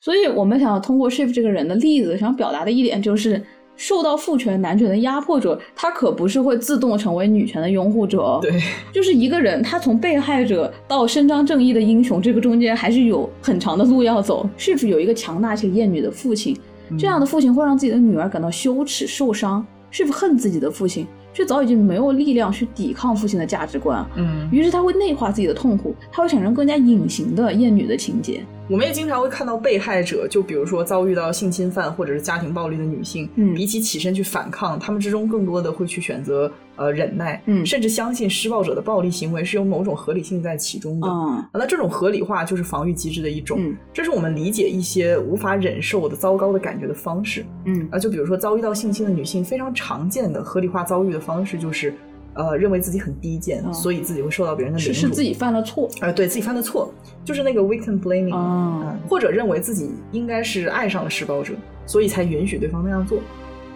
B: 所以我们想通过 Shift 这个人的例子，想表达的一点就是。受到父权、男权的压迫者，他可不是会自动成为女权的拥护者哦。
A: 对，
B: 就是一个人，他从被害者到伸张正义的英雄，这个中间还是有很长的路要走。是否有一个强大且厌女的父亲？这样的父亲会让自己的女儿感到羞耻、受伤。是否恨自己的父亲，却早已经没有力量去抵抗父亲的价值观。啊
A: 嗯，
B: 于是他会内化自己的痛苦，他会产生更加隐形的厌女的情节。
A: 我们也经常会看到被害者，就比如说遭遇到性侵犯或者是家庭暴力的女性，
B: 嗯
A: 比起起身去反抗，她们之中更多的会去选择呃忍耐，
B: 嗯
A: 甚至相信施暴者的暴力行为是有某种合理性在其中的。
B: 啊，
A: 那这种合理化就是防御机制的一种，
B: 嗯
A: 这是我们理解一些无法忍受的糟糕的感觉的方式。
B: 嗯
A: 啊，就比如说遭遇到性侵的女性，非常常见的合理化遭遇的方式就是，呃，认为自己很低贱，
B: 哦
A: 所以自己会受到别人的凌
B: 是
A: 辱，
B: 是自己犯了错
A: 呃，对自己犯的错，就是那个 victim blaming，、
B: 啊
A: 嗯，或者认为自己应该是爱上了施暴者，所以才允许对方那样做。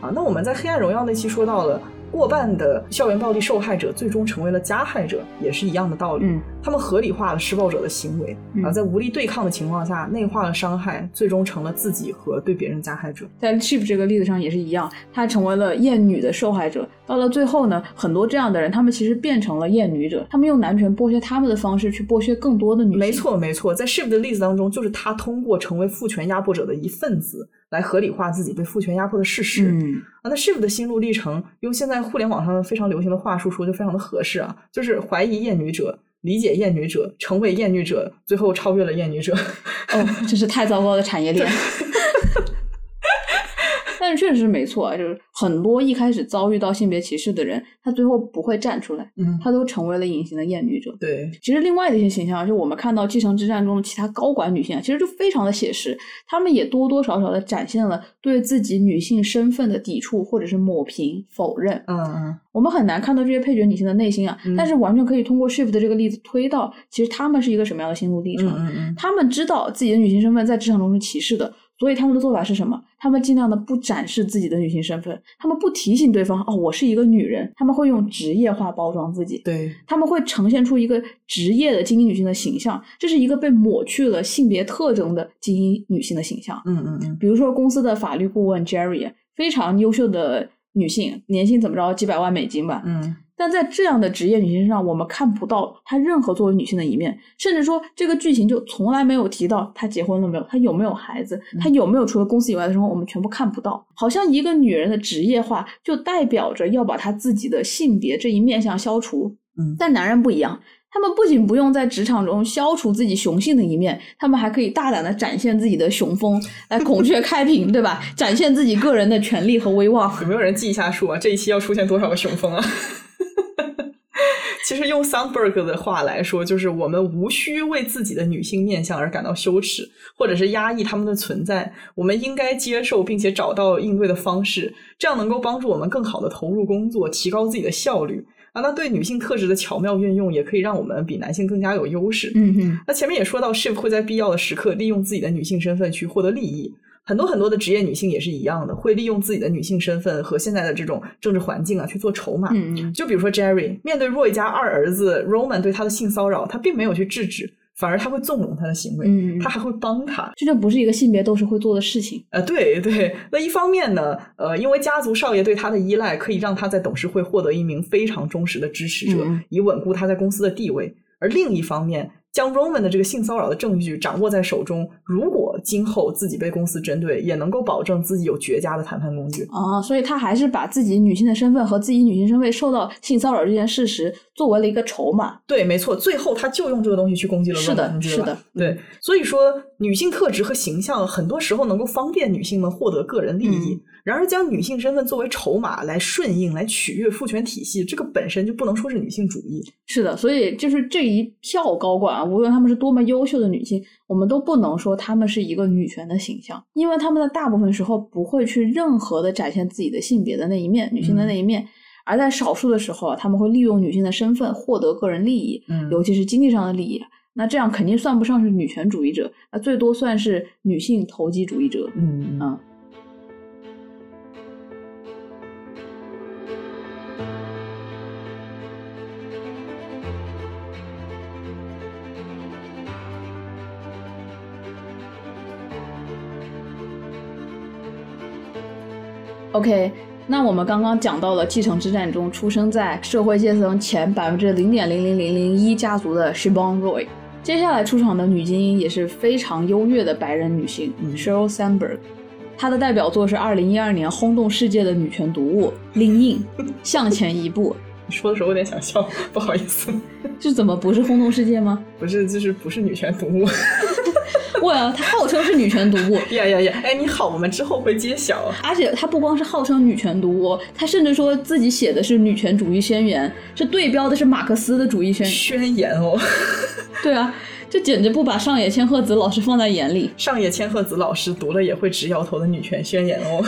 A: 啊，那我们在《黑暗荣耀》那期说到了，过半的校园暴力受害者最终成为了加害者，也是一样的道理。
B: 嗯
A: 他们合理化了施暴者的行为，啊，
B: 嗯
A: 在无力对抗的情况下，内化了伤害，最终成了自己和对别人的加害者。
B: 在 Chip 这个例子上也是一样，她成为了厌女的受害者。到了最后呢，很多这样的人，他们其实变成了厌女者，他们用男权剥削他们的方式去剥削更多的女性。
A: 没，错，没错，在 Shiv 的例子当中，就是他通过成为父权压迫者的一份子，来合理化自己被父权压迫的事实。
B: 嗯
A: 啊，那 Shiv 的心路历程用现在互联网上非常流行的话术说，就非常的合适啊，就是怀疑厌女者。理解厌女者，成为厌女者，最后超越了厌女者。
B: 哦， *laughs* 真是太糟糕的产业链。但是确实没错，就是很多一开始遭遇到性别歧视的人，他最后不会站出来，
A: 嗯，
B: 他都成为了隐形的厌女者。
A: *laughs* 对，
B: 其实另外的一些形象啊，就我们看到《继承之战》中的其他高管女性啊，其实就非常的写实，她们也多多少少的展现了对自己女性身份的抵触或者是抹平、否认。
A: 嗯嗯，
B: 我们很难看到这些配角女性的内心啊，
A: 嗯
B: 但是完全可以通过 Shift 的这个例子推到，其实她们是一个什么样的心路历程。
A: 嗯嗯嗯，
B: 她们知道自己的女性身份在职场中是歧视的，所以她们的做法是什么？她们尽量的不展示自己的女性身份，她们不提醒对方哦，我是一个女人，她们会用职业化包装自己。
A: 对，
B: 他们会呈现出一个职业的精英女性的形象，这是一个被抹去了性别特征的精英女性的形象。
A: 嗯嗯嗯，
B: 比如说，公司的法律顾问 Jerry，非常优秀的女性，年薪怎么着几百万美金吧。
A: 嗯
B: 但在这样的职业女性身上，我们看不到她任何作为女性的一面，甚至说这个剧情就从来没有提到她结婚了没有，她有没有孩子，她有没有除了公司以外的生活，我们全部看不到。好像一个女人的职业化，就代表着要把她自己的性别这一面向消除，
A: 嗯
B: 但男人不一样，他们不仅不用在职场中消除自己雄性的一面，他们还可以大胆的展现自己的雄风，来孔雀开屏，对吧？展现自己个人的权利和威望。
A: 有没有人记一下数啊？这一期要出现多少个雄风啊？ *laughs* 其实用 Sandberg 的话来说，就是我们无需为自己的女性面相而感到羞耻，或者是压抑她们的存在。我们应该接受并且找到应对的方式，这样能够帮助我们更好的投入工作，提高自己的效率啊。那对女性特质的巧妙运用，也可以让我们比男性更加有优势。
B: *laughs* 嗯哼，
A: 那前面也说到，Shiv 会在必要的时刻利用自己的女性身份去获得利益。很多很多的职业女性也是一样的，会利用自己的女性身份和现在的这种政治环境啊去做筹码。
B: 嗯嗯
A: 就比如说 Jerry 面对 Roy 家二儿子 Roman 对他的性骚扰，他并没有去制止，反而他会纵容他的行为，
B: 嗯，
A: 他还会帮他。
B: 这就不是一个性别斗士会做的事情。
A: 呃，对对，那一方面呢，呃，因为家族少爷对他的依赖，可以让他在董事会获得一名非常忠实的支持者，
B: 嗯
A: 以稳固他在公司的地位；而另一方面，将 Roman 的这个性骚扰的证据掌握在手中，如果今后自己被公司针对，也能够保证自己有绝佳的谈判工具。
B: 啊，所以他还是把自己女性的身份和自己女性身份受到性骚扰这件事实作为了一个筹码。
A: 对，没错，最后他就用这个东西去攻击了 Roman，
B: 是的
A: 你记得
B: 是
A: 吧
B: 的嗯
A: 对，所以说女性特质和形象很多时候能够方便女性们获得个人利益，
B: 嗯
A: 然而将女性身份作为筹码来顺应、来取悦父权体系，这个本身就不能说是女性主义。
B: 是的，所以就是这一票高管啊，无论她们是多么优秀的女性，我们都不能说她们是一个女权的形象，因为她们在大部分时候不会去任何的展现自己的性别的那一面，女
A: 嗯
B: 性的那一面，而在少数的时候啊，她们会利用女性的身份获得个人利益，
A: 嗯
B: 尤其是经济上的利益。那这样肯定算不上是女权主义者，那最多算是女性投机主义者。
A: 嗯
B: 嗯，OK，那我们刚刚讲到了《继承之战》中出生在社会阶层前百分之零点零零零零一家族的 Shibon Roy，接下来出场的女精英也是非常优越的白人女性、
A: 嗯
B: Sheryl Sandberg。她的代表作是二零一二年轰动世界的女权读物《林印》，向前一步， *laughs*
A: 你 *laughs* 说的时候有点想笑，不好意思，
B: 这怎么不是轰动世界吗？ *laughs*
A: 不是，就是不是女权读物。
B: 哇，她号称是女权读物，
A: 呀呀呀！哎，你好，我们之后会揭晓。啊
B: 而且她不光是号称女权读物，她甚至说自己写的是女权主义宣言，是对标的是马克思的主义宣言。
A: 宣言哦，
B: 对啊，这简直不把上野千鹤子老师放在眼里。
A: 上野千鹤子老师读了也会直摇头的女权宣言哦。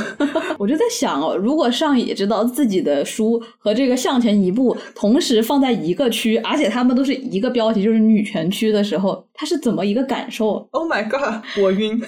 B: 我就在想哦，如果上野知道自己的书和这个向前一步同时放在一个区，而且他们都是一个标题，就是女权区的时候，他是怎么一个感受？
A: Oh my god，我晕。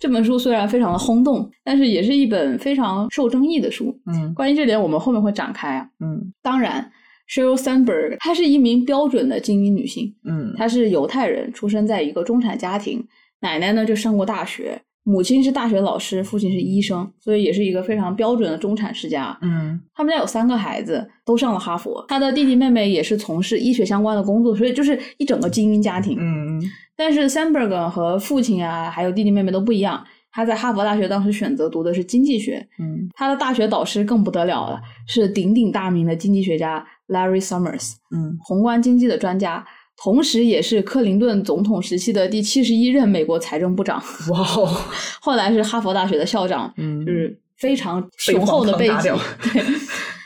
B: 这本书虽然非常的轰动，但是也是一本非常受争议的书。
A: 嗯
B: 关于这点，我们后面会展开啊。
A: 嗯
B: 当然，Sheryl Sandberg 她是一名标准的精英女性，
A: 嗯
B: 她是犹太人，出生在一个中产家庭，奶奶呢就上过大学，母亲是大学老师，父亲是医生，所以也是一个非常标准的中产世家。
A: 嗯
B: 他们家有三个孩子，都上了哈佛，他的弟弟妹妹也是从事医学相关的工作，所以就是一整个精英家庭。
A: 嗯
B: 但是 Sandberg 和父亲啊，还有弟弟妹妹都不一样。他在哈佛大学当时选择读的是经济学，
A: 嗯
B: 他的大学导师更不得了了，是鼎鼎大名的经济学家 Larry Summers。
A: 嗯
B: 宏观经济的专家，同时也是克林顿总统时期的第七十一任美国财政部长， *laughs*
A: 哇哦，
B: 后来是哈佛大学的校长，
A: 嗯
B: 就是非常雄厚的背
A: 被荒唐打
B: 景
A: 掉。
B: 对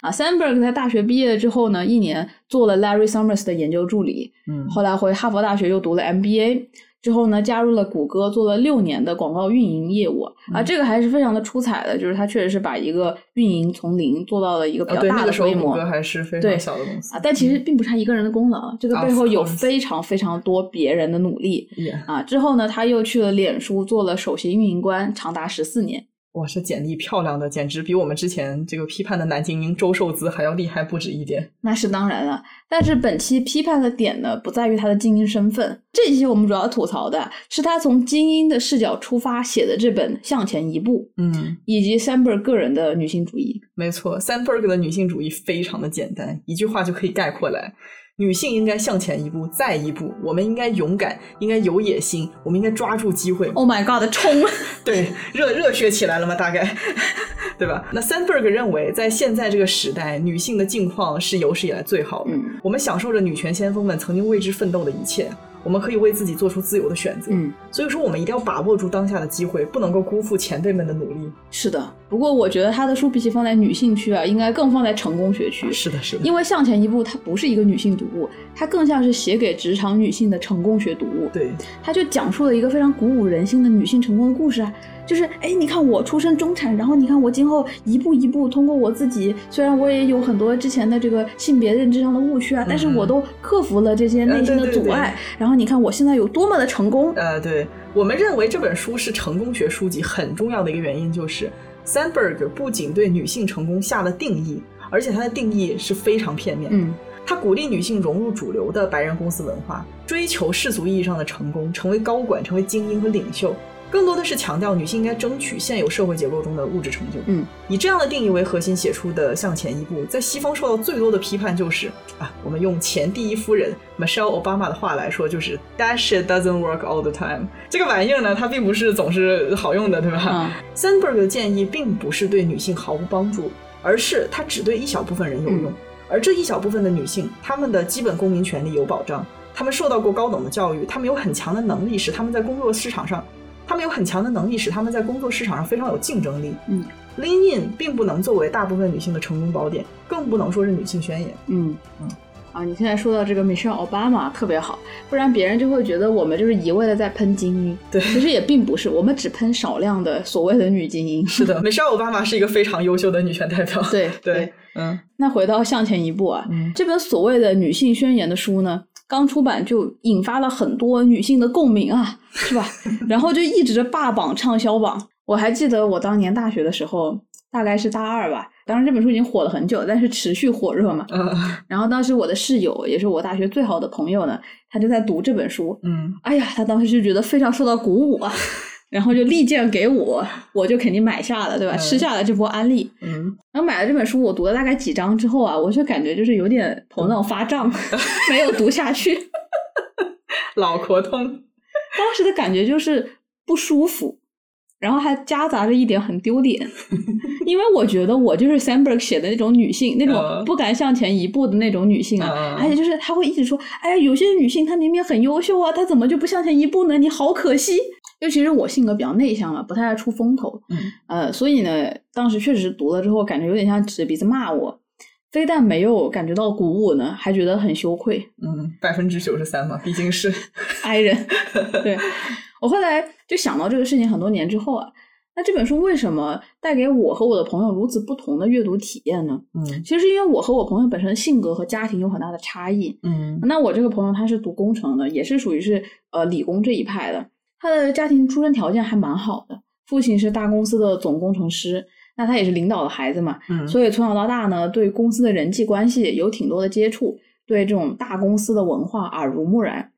B: 啊，Sandberg 在大学毕业之后呢，一年做了 Larry Summers 的研究助理，
A: 嗯
B: 后来回哈佛大学又读了 MBA，之后呢，加入了谷歌，做了六年的广告运营业务啊，
A: 嗯
B: 这个还是非常的出彩的，就是他确实是把一个运营从零做到了一个比
A: 啊，
B: 较
A: 对，
B: 大
A: 那个
B: 的
A: 时候
B: 规
A: 谷
B: 模。
A: 歌还是非
B: 对
A: 常小的公司
B: 啊，但其实并不是他一个人的功劳，这个
A: 啊 Of
B: 背后有
A: course
B: 非常非常多别人的努力
A: ，yeah,
B: 啊。之后呢，他又去了脸书，做了首席运营官，长达十四年。
A: 哇，这简历漂亮的，简直比我们之前这个批判的南京英周寿资还要厉害不止一点。
B: 那是当然了，但是本期批判的点呢，不在于他的精英身份，这一期我们主要吐槽的是他从精英的视角出发写的这本《向前一步》，
A: 嗯，
B: 以及 Sandberg 个人的女性主义。
A: 没错，Sandberg 的女性主义非常的简单，一句话就可以概括来：女性应该向前一步，再一步，我们应该勇敢，应该有野心，我们应该抓住机会。
B: Oh my god，冲！
A: *laughs* 对，热热血起来了吗？大概， *laughs* 对吧？那 Sandberg 认为，在现在这个时代，女性的境况是有史以来最好的。
B: 嗯
A: 我们享受着女权先锋们曾经为之奋斗的一切，我们可以为自己做出自由的选择。
B: 嗯，
A: 所以说，我们一定要把握住当下的机会，不能够辜负前辈们的努力。
B: 是的。不过我觉得他的书比起放在女性区啊，应该更放在成功学区。
A: 是的，是的，
B: 因为向前一步，它不是一个女性读物，它更像是写给职场女性的成功学读物。
A: 对，
B: 他就讲述了一个非常鼓舞人心的女性成功的故事啊。就是，哎，你看我出身中产，然后你看我今后一步一步通过我自己，虽然我也有很多之前的这个性别认知上的误区啊，但是我都克服了这些内心
A: 嗯
B: 的
A: 嗯对对
B: 阻碍。然后你看我现在有多么的成功，
A: 呃，对我们认为这本书是成功学书籍很重要的一个原因，就是 Sandberg 不仅对女性成功下了定义，而且它的定义是非常片面的。
B: 嗯，
A: 他鼓励女性融入主流的白人公司文化，追求世俗意义上的成功，成为高管，成为精英和领袖。更多的是强调女性应该争取现有社会结构中的物质成就。
B: 嗯，
A: 以这样的定义为核心写出的《向前一步》，在西方受到最多的批判就是啊，我们用前第一夫人 Michelle Obama 的话来说，就是 That shit doesn't work all the time。这个玩意儿呢，它并不是总是好用的，对吧？
B: 嗯
A: Sandberg 的建议并不是对女性毫无帮助，而是它只对一小部分人有用，
B: 嗯
A: 而这一小部分的女性，她们的基本公民权利有保障，她们受到过高等的教育，她们有很强的能力，使她们在工作市场上，她们有很强的能力，使她们在工作市场上非常有竞争力。
B: 嗯
A: ，Lean In 并不能作为大部分女性的成功宝典，更不能说是女性宣言。
B: 嗯，啊，你现在说到这个 Michelle Obama 特别好，不然别人就会觉得我们就是一味的在喷精英。
A: 对
B: 其实也并不是，我们只喷少量的所谓的女精英。 *laughs*
A: 是的，美莎奥巴马是一个非常优秀的女权代表。
B: 对
A: 对，嗯
B: 那回到向前一步啊，
A: 嗯，
B: 这本所谓的女性宣言的书呢，刚出版就引发了很多女性的共鸣啊，是吧？ *laughs* 然后就一直霸榜畅销榜。我还记得我当年大学的时候，大概是大二吧，当时这本书已经火了很久，但是持续火热嘛。
A: 呃
B: 然后当时我的室友，也是我大学最好的朋友呢，他就在读这本书，
A: 嗯。
B: 哎呀，他当时就觉得非常受到鼓舞啊， *laughs* 然后就力荐给我，我就肯定买下了，对吧？
A: 嗯
B: 吃下了这波安利。
A: 嗯，
B: 然后买了这本书，我读了大概几章之后啊，我就感觉就是有点头脑发胀， *laughs* 没有读下去。
A: 老国通，
B: 当时的感觉就是不舒服，然后还夹杂着一点很丢
A: *laughs*
B: 脸，因为我觉得我就是 Sandberg 写的那种女性，那种
A: 嗯
B: 不敢向前一步的那种女性啊
A: 嗯，
B: 而且就是她会一直说，哎，有些女性她明明很优秀啊，她怎么就不向前一步呢？你好可惜。尤其是我性格比较内向嘛，不太爱出风头，
A: 嗯，
B: 呃，所以呢，当时确实读了之后，感觉有点像指着鼻子骂我，非但没有感觉到鼓舞呢，还觉得很羞愧。
A: 嗯，百分之九十三嘛，毕竟是，
B: 哀人。 *laughs* 对我后来就想到这个事情很多年之后啊，那这本书为什么带给我和我的朋友如此不同的阅读体验呢？
A: 嗯
B: 其实是因为我和我朋友本身性格和家庭有很大的差异。
A: 嗯
B: 那我这个朋友他是读工程的，也是属于是呃理工这一派的，他的家庭出身条件还蛮好的，父亲是大公司的总工程师，那他也是领导的孩子嘛，
A: 嗯，
B: 所以从小到大呢，对公司的人际关系有挺多的接触，对这种大公司的文化耳濡目染。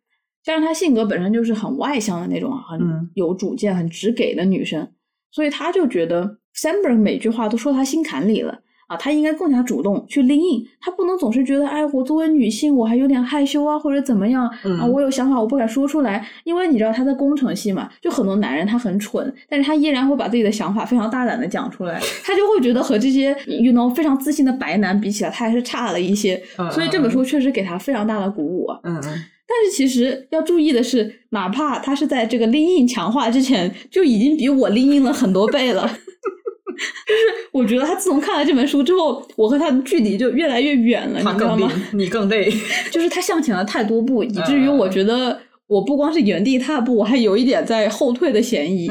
B: 加上她性格本身就是很外向的那种，啊很
A: 嗯
B: 有主见、很直给的女生，所以她就觉得 Sandberg 每句话都说她心坎里了啊，她应该更加主动去 lean in，她不能总是觉得，哎，我作为女性我还有点害羞啊，或者怎么样啊，
A: 嗯
B: 我有想法我不敢说出来，因为你知道她在工程系嘛，就很多男人他很蠢，但是他依然会把自己的想法非常大胆的讲
A: *laughs*
B: 出来，他就会觉得和这些 you know 非常自信的白男比起来，他还是差了一些，
A: 嗯
B: 所以这本书确实给他非常大的鼓舞啊。
A: 嗯嗯
B: 但是其实要注意的是，
A: *laughs*
B: 哪怕他是在这个拎印强化之前，就已经比我拎印了很多倍了。我觉得他自从看了这本书之后，我和他的距离就越来越远了，
A: 他
B: 你知道
A: 更累
B: *laughs* 吗？，
A: 嗯你更累。
B: 就是他向前了太多步，以至于
A: 嗯
B: 我觉得我不光是原地踏步，我还有一点在后退的
A: *laughs*
B: 嫌疑。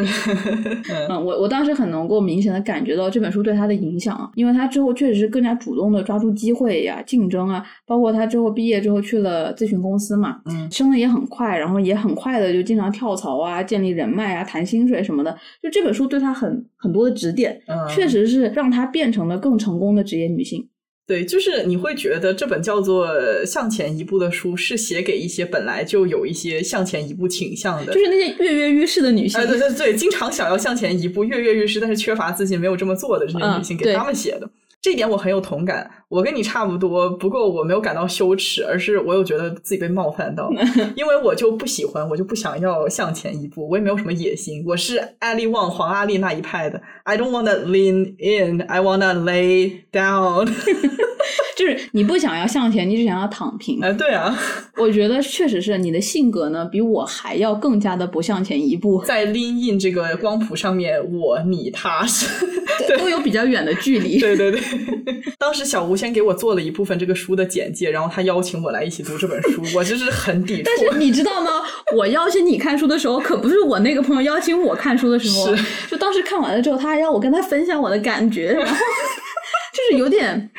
B: 嗯，我我当时很能够明显的感觉到这本书对他的影响啊，因为他之后确实是更加主动的抓住机会呀、竞争啊，包括他之后毕业之后去了咨询公司嘛，
A: 嗯
B: 升的也很快，然后也很快的就经常跳槽啊、建立人脉啊、谈薪水什么的，就这本书对他很很多的指点，
A: 嗯，
B: 确实是让他变成了更成功的职业女性。
A: 对，就是你会觉得这本叫做《向前一步》的书是写给一些本来就有一些向前一步倾向的，
B: 就是那些跃跃欲试的女性，
A: 哎，对对对，经常想要向前一步、跃跃欲试，但是缺乏自信、没有这么做的这些
B: 嗯
A: 女性，给
B: 对
A: 她们写的。这一点我很有同感，我跟你差不多，不过我没有感到羞耻，而是我有觉得自己被冒犯
B: *laughs*
A: 到，因为我就不喜欢，我就不想要向前一步，我也没有什么野心，我是艾利旺、黄阿丽那一派的，I don't wanna lean in, I wanna lay down 。 *laughs*
B: 就是你不想要向前，你只想要躺平。
A: 哎，对啊，
B: 我觉得确实是你的性格呢，比我还要更加的不向前一
A: *laughs*
B: 步，
A: 在 lean in 这个光谱上面，我、你、他是。
B: 都有比较远的距离。
A: 对对对， *laughs* 当时小吴先给我做了一部分这个书的简介，然后他邀请我来一起读这本书，我真是很抵触
B: 但。是你知道吗？我邀请你看书的时候，可不是我那个朋友邀请我看书的时候，就当时看完了之后，他还让我跟他分享我的感觉，然后 *laughs* 就是有点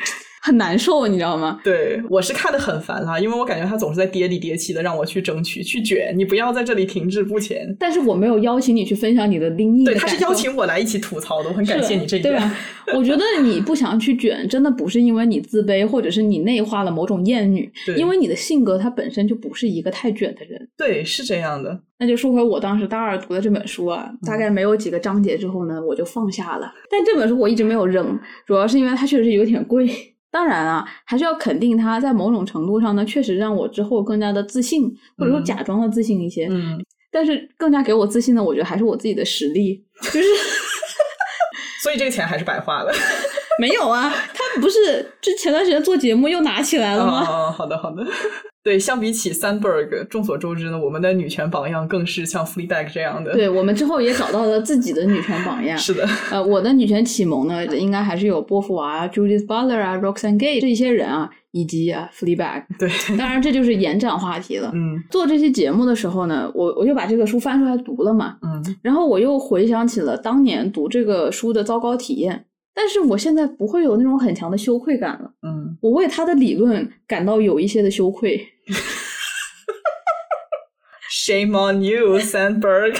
B: 很难受，你知道吗？
A: 对，我是看的很烦啦，因为我感觉他总是在跌里跌气的让我去争取、去卷，你不要在这里停滞不前。
B: 但是我没有邀请你去分享你的另一
A: 对，
B: 的
A: 他是
B: 感受
A: 邀请我来一起吐槽的，我很感
B: 是
A: 谢你这一
B: 对啊
A: 点。
B: 吧？ *laughs* 我觉得你不想去卷，真的不是因为你自卑，或者是你内化了某种厌女
A: 对，
B: 因为你的性格它本身就不是一个太卷的人。
A: 对，是这样的。
B: 那就说回我当时大二读的这本书啊，
A: 嗯
B: 大概没有几个章节之后呢，我就放下了。但这本书我一直没有扔，主要是因为它确实有点贵。当然啊，还是要肯定它在某种程度上呢，确实让我之后更加的自信，或者说
A: 嗯
B: 假装的自信一些。
A: 嗯，
B: 但是更加给我自信的，我觉得还是我自己的实力，就是。
A: 所以这个钱还是白花了。
B: *laughs* 没有啊，他不是这前段时间做节目又拿起来了吗？
A: *laughs* 哦，好的好的。对，相比起 Sandberg，众所周知呢，我们的女权榜样更是像 Fleabag 这样的。，
B: *laughs* 对我们之后也找到了自己的女权榜样。
A: 是的，
B: 呃，我的女权启蒙呢，应该还是有波伏娃、啊、Judith Butler 啊、Roxane Gay 这些人啊，以及啊 Fleabag。
A: 对，
B: *laughs* 当然，这就是延展话题了。
A: 嗯
B: 做这期节目的时候呢，我我就把这个书翻出来读了嘛，
A: 嗯。
B: 然后我又回想起了当年读这个书的糟糕体验，但是我现在不会有那种很强的羞愧感了，
A: 嗯，
B: 我为他的理论感到有一些的羞愧。
A: Shame on you, Sandberg。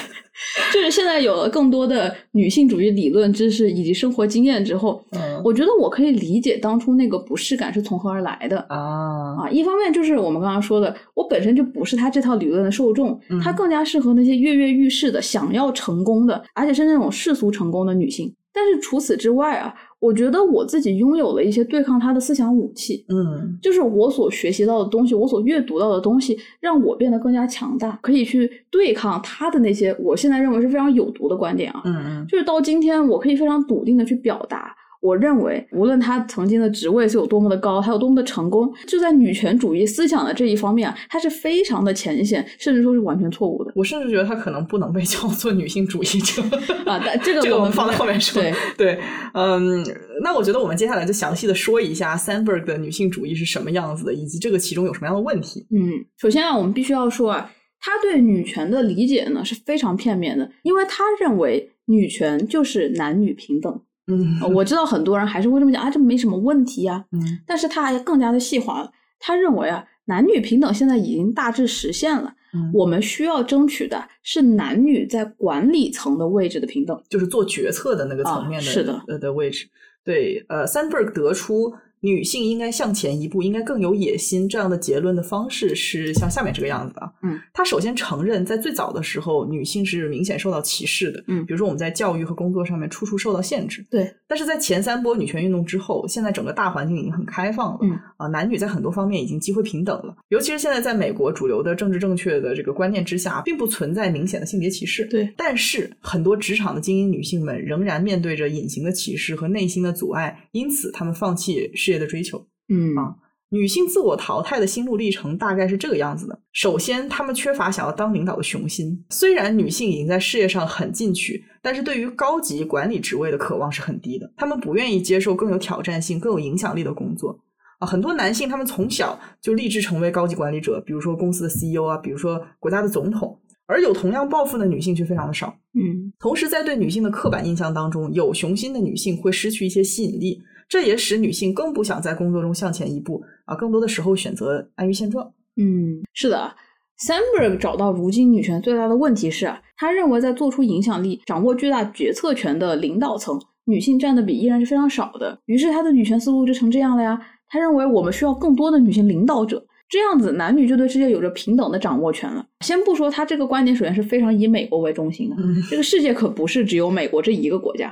B: 就是现在有了更多的女性主义理论知识以及生活经验之后，
A: 嗯
B: 我觉得我可以理解当初那个不适感是从何而来的。
A: 啊，
B: 啊，一方面就是我们刚刚说的，我本身就不是他这套理论的受众，
A: 嗯
B: 他更加适合那些跃跃欲试的、想要成功的，而且是那种世俗成功的女性。但是除此之外啊，我觉得我自己拥有了一些对抗他的思想武器，
A: 嗯
B: 就是我所学习到的东西，我所阅读到的东西，让我变得更加强大，可以去对抗他的那些我现在认为是非常有毒的观点啊。
A: 嗯
B: 就是到今天，我可以非常笃定的去表达，我认为无论他曾经的职位是有多么的高，他有多么的成功，就在女权主义思想的这一方面啊，他是非常的前线，甚至说是完全错误的
A: 我甚至觉得她可能不能被叫做女性主义者。
B: 啊。但 *laughs* 这个
A: 这个
B: 我
A: 我
B: 们
A: 们放
B: 不
A: 在后面说。
B: 对，
A: 对，嗯，那我觉得我们接下来就详细的说一下 Sandberg 的女性主义是什么样子的，以及这个其中有什么样的问题。
B: 嗯，首先啊，我们必须要说啊，他对女权的理解呢是非常片面的，因为他认为女权就是男女平等。
A: 嗯
B: 呃我知道很多人还是会这么讲啊，这没什么问题呀、
A: 嗯
B: 但是他还更加的细化了，他认为啊，男女平等现在已经大致实现了，
A: 嗯
B: 我们需要争取的是男女在管理层的位置的平等。
A: 就是做决策的那个层面的、
B: 啊是的
A: 呃的位置。对，呃，Sandberg 得出女性应该向前一步，应该更有野心这样的结论的方式是像下面这个样子的。
B: 嗯，
A: 他首先承认，在最早的时候，女性是明显受到歧视的。
B: 嗯
A: 比如说我们在教育和工作上面处处受到限制。
B: 对，
A: 但是在前三波女权运动之后，现在整个大环境已经很开放了，
B: 嗯
A: 啊，男女在很多方面已经机会平等了。尤其是现在在美国主流的政治正确的这个观念之下，并不存在明显的性别歧视。
B: 对，
A: 但是很多职场的精英女性们仍然面对着隐形的歧视和内心的阻碍，因此她们放弃事业的追求。
B: 嗯
A: 啊女性自我淘汰的心路历程大概是这个样子的：首先，她们缺乏想要当领导的雄心。虽然女性已经在事业上很进取，但是对于高级管理职位的渴望是很低的。她们不愿意接受更有挑战性、更有影响力的工作。啊，很多男性他们从小就立志成为高级管理者，比如说公司的 CEO 啊，比如说国家的总统。而有同样抱负的女性却非常的少。
B: 嗯，
A: 同时，在对女性的刻板印象当中，有雄心的女性会失去一些吸引力，这也使女性更不想在工作中向前一步啊，更多的时候选择安于现状。
B: 嗯，是的。Sandberg 找到如今女权最大的问题是啊，他认为在做出影响力、掌握巨大决策权的领导层，女性占的比依然是非常少的。于是他的女权思路就成这样了呀。他认为我们需要更多的女性领导者，这样子男女就对世界有着平等的掌握权了。先不说他这个观点首先是非常以美国为中心的，
A: 嗯
B: 这个世界可不是只有美国这一个国家。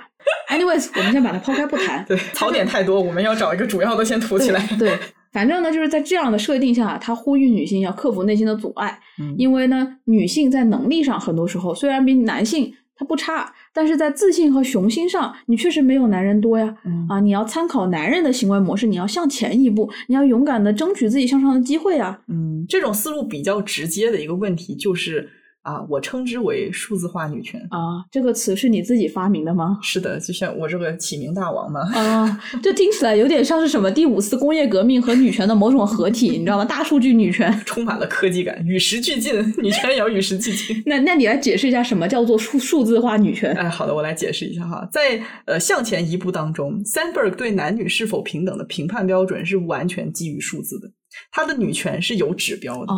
B: Anyways，我们先把它抛开不
A: *laughs*
B: 谈，
A: 对，槽点太多，我们要找一个主要的先吐起来。
B: 对，对反正呢，就是在这样的设定下，他呼吁女性要克服内心的阻碍，
A: 嗯
B: 因为呢，女性在能力上很多时候虽然比男性她不差，但是在自信和雄心上，你确实没有男人多呀。
A: 嗯
B: 啊，你要参考男人的行为模式，你要向前一步，你要勇敢的争取自己向上的机会啊。
A: 嗯，这种思路比较直接的一个问题就是啊，我称之为数字化女权。
B: 啊，这个词是你自己发明的吗？
A: 是的，就像我这个起名大王嘛， *laughs*
B: *laughs* 啊，这听起来有点像是什么第五次工业革命和女权的某种合 *laughs* 体，你知道吗？大数据女权。
A: 充满了科技感，与时俱进，女权也要与时俱进。
B: 那那你来解释一下什么叫做数数字化女权？
A: 哎，好的，我来解释一下哈，在呃向前一步当中，Sandberg 对男女是否平等的评判标准是完全基于数字的，他的女权是有指标的，
B: 哦，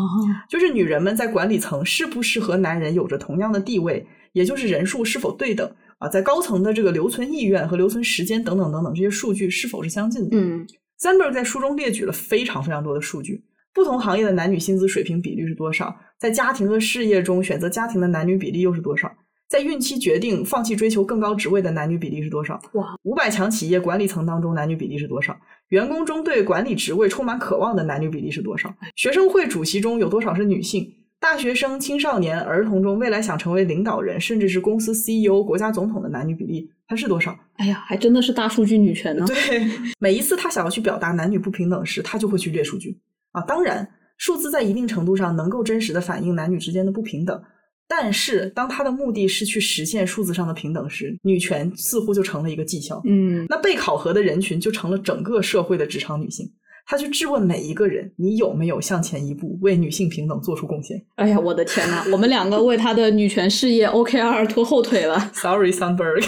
A: 就是女人们在管理层是不是和男人有着同样的地位，也就是人数是否对等啊，在高层的这个留存意愿和留存时间等等等等这些数据是否是相近的。
B: 嗯
A: Sandberg 在书中列举了非常非常多的数据，不同行业的男女薪资水平比率是多少，在家庭和事业中选择家庭的男女比例又是多少，在孕期决定放弃追求更高职位的男女比例是多少？
B: 哇！
A: 五百强企业管理层当中男女比例是多少？员工中对管理职位充满渴望的男女比例是多少？学生会主席中有多少是女性？大学生、青少年、儿童中未来想成为领导人，甚至是公司 CEO、国家总统的男女比例，它是多少？
B: 哎呀，还真的是大数据女权呢。
A: *laughs* 对，每一次他想要去表达男女不平等时，他就会去列数据啊。当然，数字在一定程度上能够真实的反映男女之间的不平等，但是当他的目的是去实现数字上的平等时，女权似乎就成了一个技巧。
B: 嗯，
A: 那被考核的人群就成了整个社会的职场女性。他去质问每一个人，你有没有向前一步，为女性平等做出贡献
B: 哎呀，我的天呐，我们两个为他的女权事业 OKR 拖后腿了。
A: ？Sorry, Sunberg。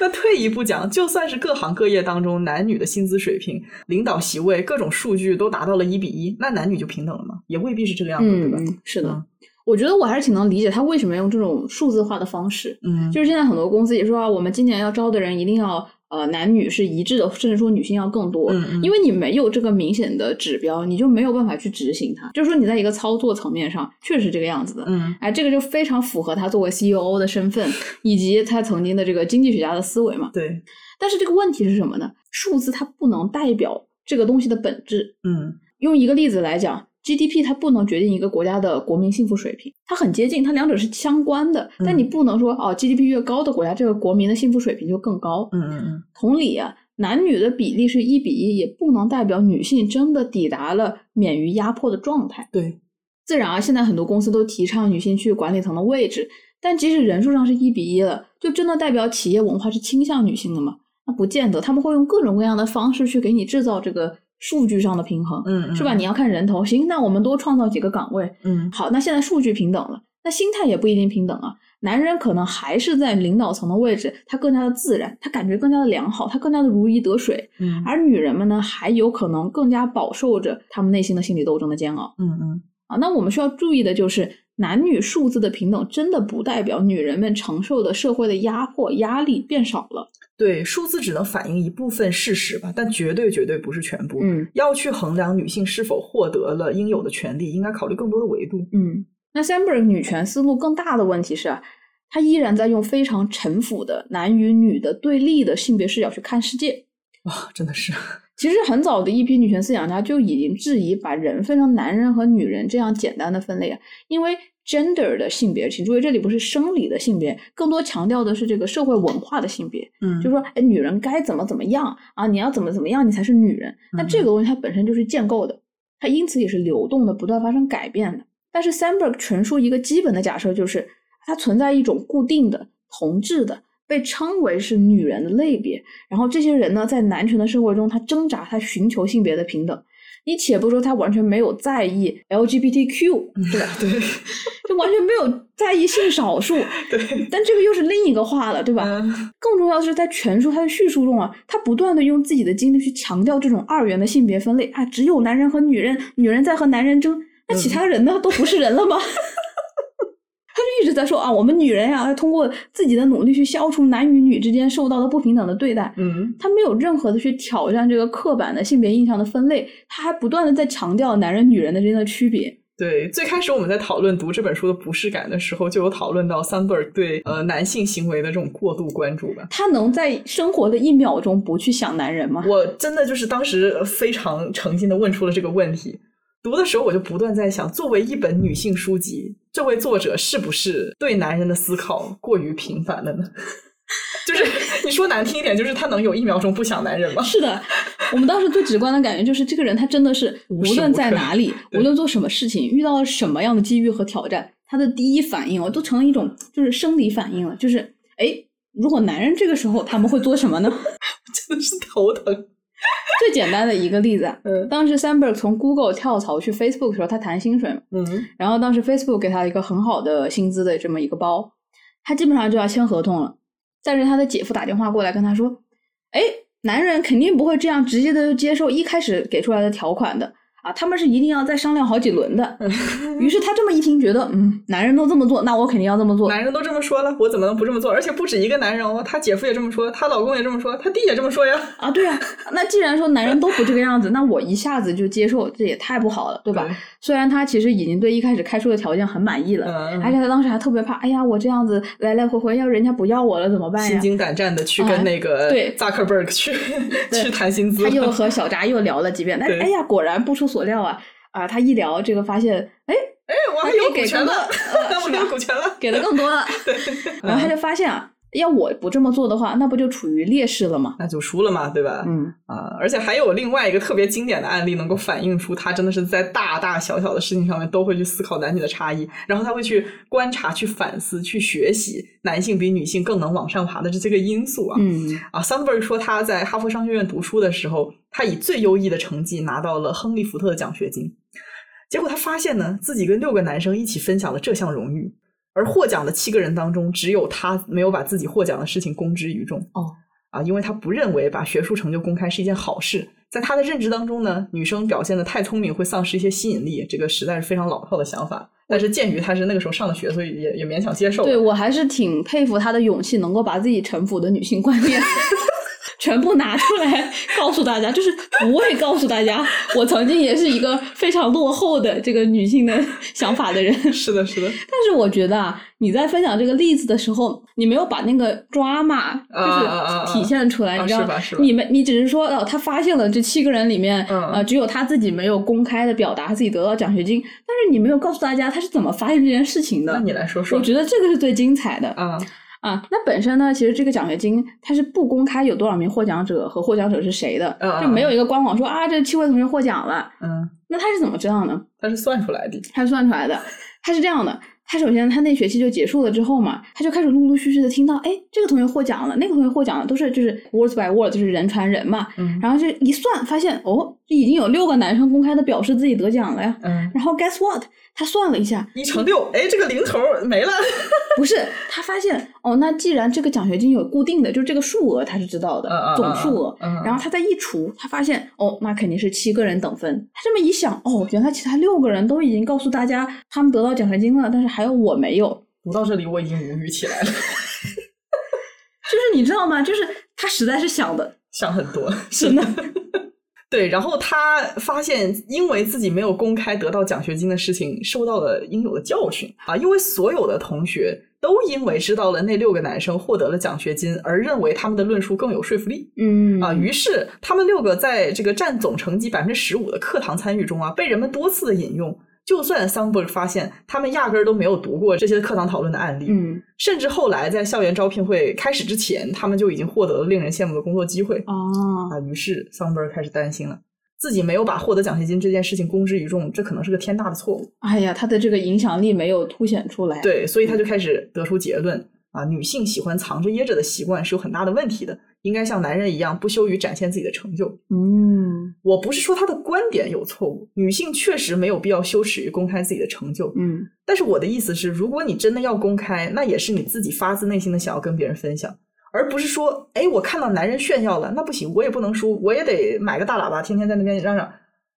A: 那退一步讲，就算是各行各业当中男女的薪资水平、领导席位、各种数据都达到了一比一，那男女就平等了吗？也未必是这个样子，对吧？
B: 嗯，是的，我觉得我还是挺能理解他为什么用这种数字化的方式。
A: 嗯，
B: 就是现在很多公司也说啊，我们今年要招的人一定要呃男女是一致的，甚至说女性要更多。
A: 嗯嗯
B: 因为你没有这个明显的指标，你就没有办法去执行它。就是说，你在一个操作层面上确实是这个样子的，
A: 嗯
B: 哎，这个就非常符合他作为 CEO 的身份，以及他曾经的这个经济学家的思维嘛。
A: 对，
B: 但是这个问题是什么呢？数字它不能代表这个东西的本质。
A: 嗯
B: 用一个例子来讲，GDP 它不能决定一个国家的国民幸福水平，它很接近，它两者是相关的。
A: 嗯
B: 但你不能说哦，GDP 越高的国家，这个国民的幸福水平就更高。
A: 嗯嗯嗯，
B: 同理啊，男女的比例是一比一，也不能代表女性真的抵达了免于压迫的状态。
A: 对，
B: 自然啊，现在很多公司都提倡女性去管理层的位置，但即使人数上是一比一了，就真的代表企业文化是倾向女性的吗？那不见得，他们会用各种各样的方式去给你制造这个数据上的平衡，
A: 嗯
B: 是吧？？你要看人头，行，那我们多创造几个岗位，
A: 嗯
B: 好，那现在数据平等了，那心态也不一定平等啊。男人可能还是在领导层的位置，他更加的自然，他感觉更加的良好，他更加的如鱼得水。
A: 嗯
B: 而女人们呢，还有可能更加饱受着他们内心的心理斗争的煎熬
A: 嗯嗯，
B: 啊。那我们需要注意的就是，男女数字的平等真的不代表女人们承受的社会的压迫压力变少了。
A: 对，数字只能反映一部分事实吧，但绝对绝对不是全部。
B: 嗯
A: 要去衡量女性是否获得了应有的权利，应该考虑更多的维度。
B: 嗯，那 Sandberg 女权思路更大的问题是啊，她依然在用非常陈腐的男与女的对立的性别视角去看世界。
A: 哇、真的是，
B: 其实很早的一批女权思想家就已经质疑把人分成男人和女人这样简单的分类啊，因为 gender 的性别，请注意，这里不是生理的性别，更多强调的是这个社会文化的性别，
A: 嗯，
B: 就是说，哎，女人该怎么怎么样啊，你要怎么怎么样，你才是女人。那这个东西它本身就是建构的，它因此也是流动的，不断发生改变的。但是 Sandberg 陈述一个基本的假设，就是它存在一种固定的、同质的，被称为是女人的类别。然后这些人呢，在男权的社会中，他挣扎，他寻求性别的平等。你且不说他完全没有在意 LGBTQ，对吧？
A: *laughs* 对
B: 就完全没有在意性少数， *laughs*
A: 对，
B: 但这个又是另一个话了，对吧？
A: 嗯
B: 更重要的是，在全书它的叙述中啊，他不断的用自己的经历去强调这种二元的性别分类啊，只有男人和女人，女人在和男人争，那其他人呢、都不是人了吗？ *laughs* 他就一直在说啊，我们女人呀、要通过自己的努力去消除男与女之间受到的不平等的对待。
A: 嗯
B: 他没有任何的去挑战这个刻板的性别印象的分类，他还不断的在强调男人女人的之间的区别。
A: 对。最开始我们在讨论读这本书的不适感的时候，就有讨论到 Sandberg 对呃男性行为的这种过度关注吧。
B: 他能在生活的一秒钟不去想男人吗？
A: 我真的就是当时呃非常诚心的问出了这个问题。读的时候，我就不断在想，作为一本女性书籍，这位作者是不是对男人的思考过于频繁了呢？ *laughs* 就是你说难听一点，就是他能有一秒钟不想男人吗？ *laughs*
B: 是的，我们当时最直观的感觉就是，这个人他真的是无
A: 无时
B: 论
A: 无
B: 在
A: 刻
B: 哪里，无
A: 对
B: 论做什么事情，遇到了什么样的机遇和挑战，他的第一反应哦，都成了一种就是生理反应了，就是哎，诶如果男人这个时候他们会做什么呢？ *laughs*
A: 真的是头疼。
B: 最简单的一个例子啊，
A: 嗯
B: 当时 Sandberg 从 Google 跳槽去 Facebook 的时候，他谈薪水嘛，
A: 嗯
B: 然后当时 Facebook 给他一个很好的薪资的这么一个包，他基本上就要签合同了。但是他的姐夫打电话过来跟他说：“哎，男人肯定不会这样直接的就接受一开始给出来的条款的啊，他们是一定要再商量好几
A: *laughs*
B: 轮的。”于是他这么一听，觉得嗯，男人都这么做，那我肯定要这么做。
A: 男人都这么说了，我怎么能不这么做？而且不止一个男人哦，她姐夫也这么说，她老公也这么说，她弟也这么说呀。
B: 啊，对啊，那既然说男人都不这个样子，那我一下子就接受，这也太不好了，对吧？虽然他其实已经对一开始开出的条件很满意了，
A: 嗯，
B: 而且他当时还特别怕，哎呀，我这样子来来回回，要人家不要我了怎么办
A: 心
B: 呀？
A: 惊胆战的去
B: 啊
A: 跟那个
B: 对
A: 扎克伯格去
B: 对
A: 去谈薪资
B: 他
A: 了。
B: 又和小扎又聊了几遍，但是
A: 对
B: 哎呀，果然不出所料啊啊！他一聊这个发现，哎，
A: 哎，我还
B: 还
A: 有
B: 给
A: 股权
B: 更多
A: 了， *laughs*
B: 呃
A: 我
B: 是
A: 有
B: 吧？
A: 股权了。
B: 给的更多了，然后他就发现啊，要我不这么做的话，那不就处于劣势了吗？
A: 那就输了嘛，对吧？
B: 嗯，
A: 啊，而且还有另外一个特别经典的案例，能够反映出他真的是在大大小小的事情上面都会去思考男女的差异，然后他会去观察、去反思、去学习男性比女性更能往上爬的这这个因素啊。
B: 嗯，
A: 啊，Sandberg 说他在哈佛商学院读书的时候，他以最优异的成绩拿到了亨利·福特的奖学金。结果他发现呢，自己跟六个男生一起分享了这项荣誉，而获奖的七个人当中，只有他没有把自己获奖的事情公之于众。
B: 哦，
A: 啊，因为他不认为把学术成就公开是一件好事。在他的认知当中呢，女生表现的太聪明会丧失一些吸引力，这个实在是非常老套的想法。但是鉴于他是那个时候上的学，所以也也勉强接受了。
B: 对我还是挺佩服他的勇气，能够把自己臣服的女性观
A: *laughs*
B: 念。全部拿出来告诉大家，就是不会告诉大家，我曾经也是一个非常落后的这个女性的想法的人。
A: 是的，是的，
B: 但是我觉得啊，你在分享这个例子的时候，你没有把那个 drama
A: 啊啊啊
B: 就是体现出来，
A: 啊
B: 你知道
A: 是吧是吧
B: 你们你只是说哦，他发现了这七个人里面，
A: 嗯
B: 呃，只有他自己没有公开的表达他自己得到奖学金，但是你没有告诉大家他是怎么发现这件事情
A: 那
B: 的。
A: 你来说
B: 我
A: 说。
B: 觉得这个是最精彩的
A: 啊，
B: 啊！那本身呢，其实这个奖学金它是不公开有多少名获奖者和获奖者是谁的
A: 嗯，嗯
B: 就没有一个官网说啊，这七位同学获奖了。
A: 嗯，
B: 那他是怎么知道呢？
A: 他是算出来的。
B: 他算出来的。他是这样的，他首先他那学期就结束了之后嘛，他就开始陆陆续续的听到，哎，这个同学获奖了，那个同学获奖了，都是就是 words by word，就是人传人嘛。
A: 嗯
B: 然后就一算，发现哦，已经有六个男生公开的表示自己得奖了呀。
A: 嗯，
B: 然后 guess what？他算了一下，
A: 一乘六，哎，这个零头没了。
B: 不是，他发现哦，那既然这个奖学金有固定的，就这个数额他是知道的，
A: 嗯嗯
B: 总数额。
A: 嗯嗯
B: 然后他再一除，他发现哦，那肯定是七个人等分。他这么一想，哦，原来其他六个人都已经告诉大家他们得到奖学金了，但是还有我没有。
A: 读到这里，我已经无语起来了， *laughs*
B: 就是你知道吗？就是他实在是想的，
A: 想很多。
B: 真的。
A: *laughs* 对，然后他发现，因为自己没有公开得到奖学金的事情，受到了应有的教训啊！因为所有的同学都因为知道了那六个男生获得了奖学金，而认为他们的论述更有说服力
B: 嗯
A: 啊！于是，他们六个在这个占总成绩百分之十五的课堂参与中啊，被人们多次的引用。就算桑伯发现他们压根儿都没有读过这些课堂讨论的案例，
B: 嗯，
A: 甚至后来在校园招聘会开始之前，他们就已经获得了令人羡慕的工作机会
B: 哦，
A: 啊。于是桑伯开始担心了，自己没有把获得奖学金这件事情公之于众，这可能是个天大的错误。
B: 哎呀，他的这个影响力没有凸显出来。，
A: 对，所以他就开始得出结论啊，女性喜欢藏着掖着的习惯是有很大的问题的，应该像男人一样不羞于展现自己的成就。
B: 嗯
A: 我不是说他的观点有错误，女性确实没有必要羞耻于公开自己的成就。
B: 嗯
A: 但是我的意思是，如果你真的要公开，那也是你自己发自内心的想要跟别人分享，而不是说，哎，我看到男人炫耀了，那不行，我也不能输，我也得买个大喇叭，天天在那边嚷嚷。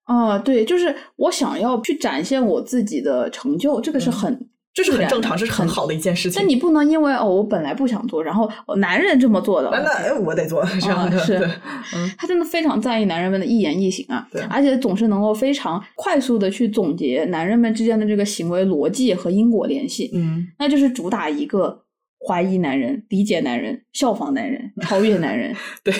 B: 啊，对，就是我想要去展现我自己的成就，这个是
A: 嗯
B: 很。
A: 这是
B: 自
A: 很
B: 然
A: 正
B: 的
A: 常，这是很好的一件事情。
B: 但啊你不能因为哦，我本来不想做，然后哦男人这么做的，
A: 啊，那哎，我得做这样的，
B: 哦是
A: 对
B: 他真的非常在意男人们的一言一行啊
A: 对，
B: 而且总是能够非常快速的去总结男人们之间的这个行为逻辑和因果联系，
A: 嗯，
B: 那就是主打一个怀疑男人、理解男人、效仿男人、超越
A: *laughs*
B: 男人。
A: 对。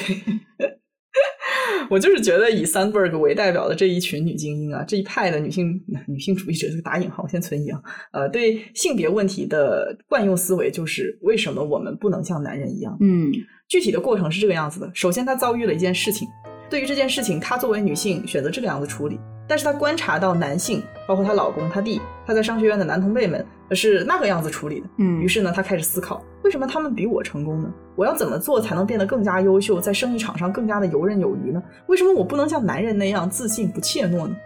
A: 我就是觉得以 Sandberg 为代表的这一群女精英啊，这一派的女性女性主义者，这个打引号，我先存疑啊。呃，对性别问题的惯用思维就是为什么我们不能像男人一样？
B: 嗯
A: 具体的过程是这个样子的：首先，她遭遇了一件事情，对于这件事情，她作为女性选择这个样子处理，但是她观察到男性，包括她老公、她弟，她在商学院的男同辈们呃是那个样子处理的。
B: 嗯，
A: 于是呢，她开始思考，为什么他们比我成功呢？我要怎么做才能变得更加优秀，在生意场上更加的游刃有余呢？为什么我不能像男人那样自信不怯懦呢？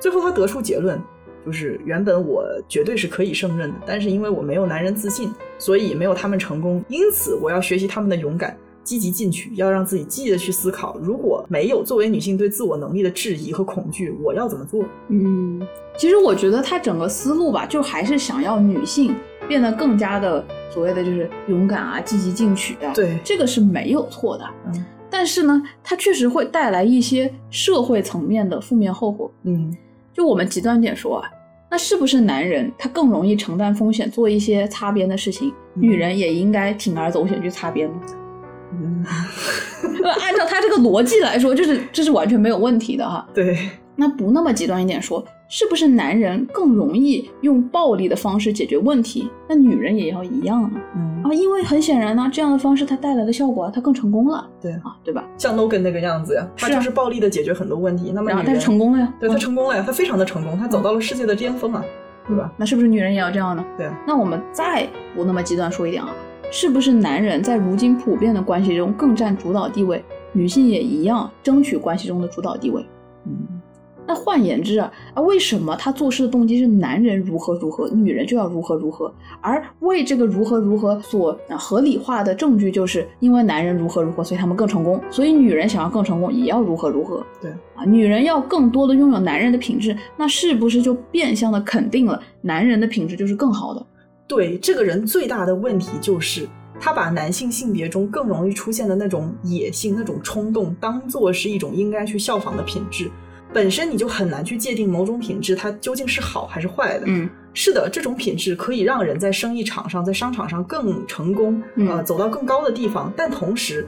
A: 最后，她得出结论，就是原本我绝对是可以胜任的，但是因为我没有男人自信，所以没有他们成功。因此，我要学习他们的勇敢，积极进取，要让自己积极的去思考，如果没有作为女性对自我能力的质疑和恐惧，我要怎么做？
B: 嗯，其实我觉得他整个思路吧，就还是想要女性变得更加的所谓的就是勇敢啊、积极进取啊，
A: 对
B: 这个是没有错的。
A: 嗯
B: 但是呢，它确实会带来一些社会层面的负面后果。
A: 嗯
B: 就我们极端点说啊，那是不是男人他更容易承担风险，做一些擦边的事情？
A: 嗯
B: 女人也应该铤而走险去擦边呢？ *laughs*
A: 嗯，
B: 呃按照他这个逻辑来说，就是这是完全没有问题的哈。
A: 对，
B: 那不那么极端一点说，是不是男人更容易用暴力的方式解决问题？那女人也要一样啊
A: 嗯
B: 啊！因为很显然呢、这样的方式它带来的效果啊，它更成功了，
A: 对
B: 啊，对吧？
A: 像 Logan 那个样子呀，他
B: 是啊
A: 就是暴力的解决很多问题。那么
B: 然后
A: 女
B: 他
A: 人
B: 成，功了呀，
A: 对
B: 啊
A: 他成功了呀，他非常的成功，他走到了世界的巅峰啊，对吧？
B: 那是不是女人也要这样呢？
A: 对啊
B: 那我们再不那么极端说一点啊，是不是男人在如今普遍的关系中更占主导地位，女性也一样争取关系中的主导地位？
A: 嗯，
B: 那换言之啊，啊，为什么他做事的动机是男人如何如何，女人就要如何如何，而为这个如何如何所啊合理化的证据，就是因为男人如何如何，所以他们更成功，所以女人想要更成功，也要如何如何。
A: 对
B: 啊，女人要更多的拥有男人的品质，那是不是就变相的肯定了男人的品质就是更好的？
A: 对，这个人最大的问题就是。他把男性性别中更容易出现的那种野性、那种冲动，当做是一种应该去效仿的品质，本身你就很难去界定某种品质它究竟是好还是坏的。
B: 嗯
A: 是的，这种品质可以让人在生意场上、在商场上更成功，
B: 嗯
A: 呃，走到更高的地方，但同时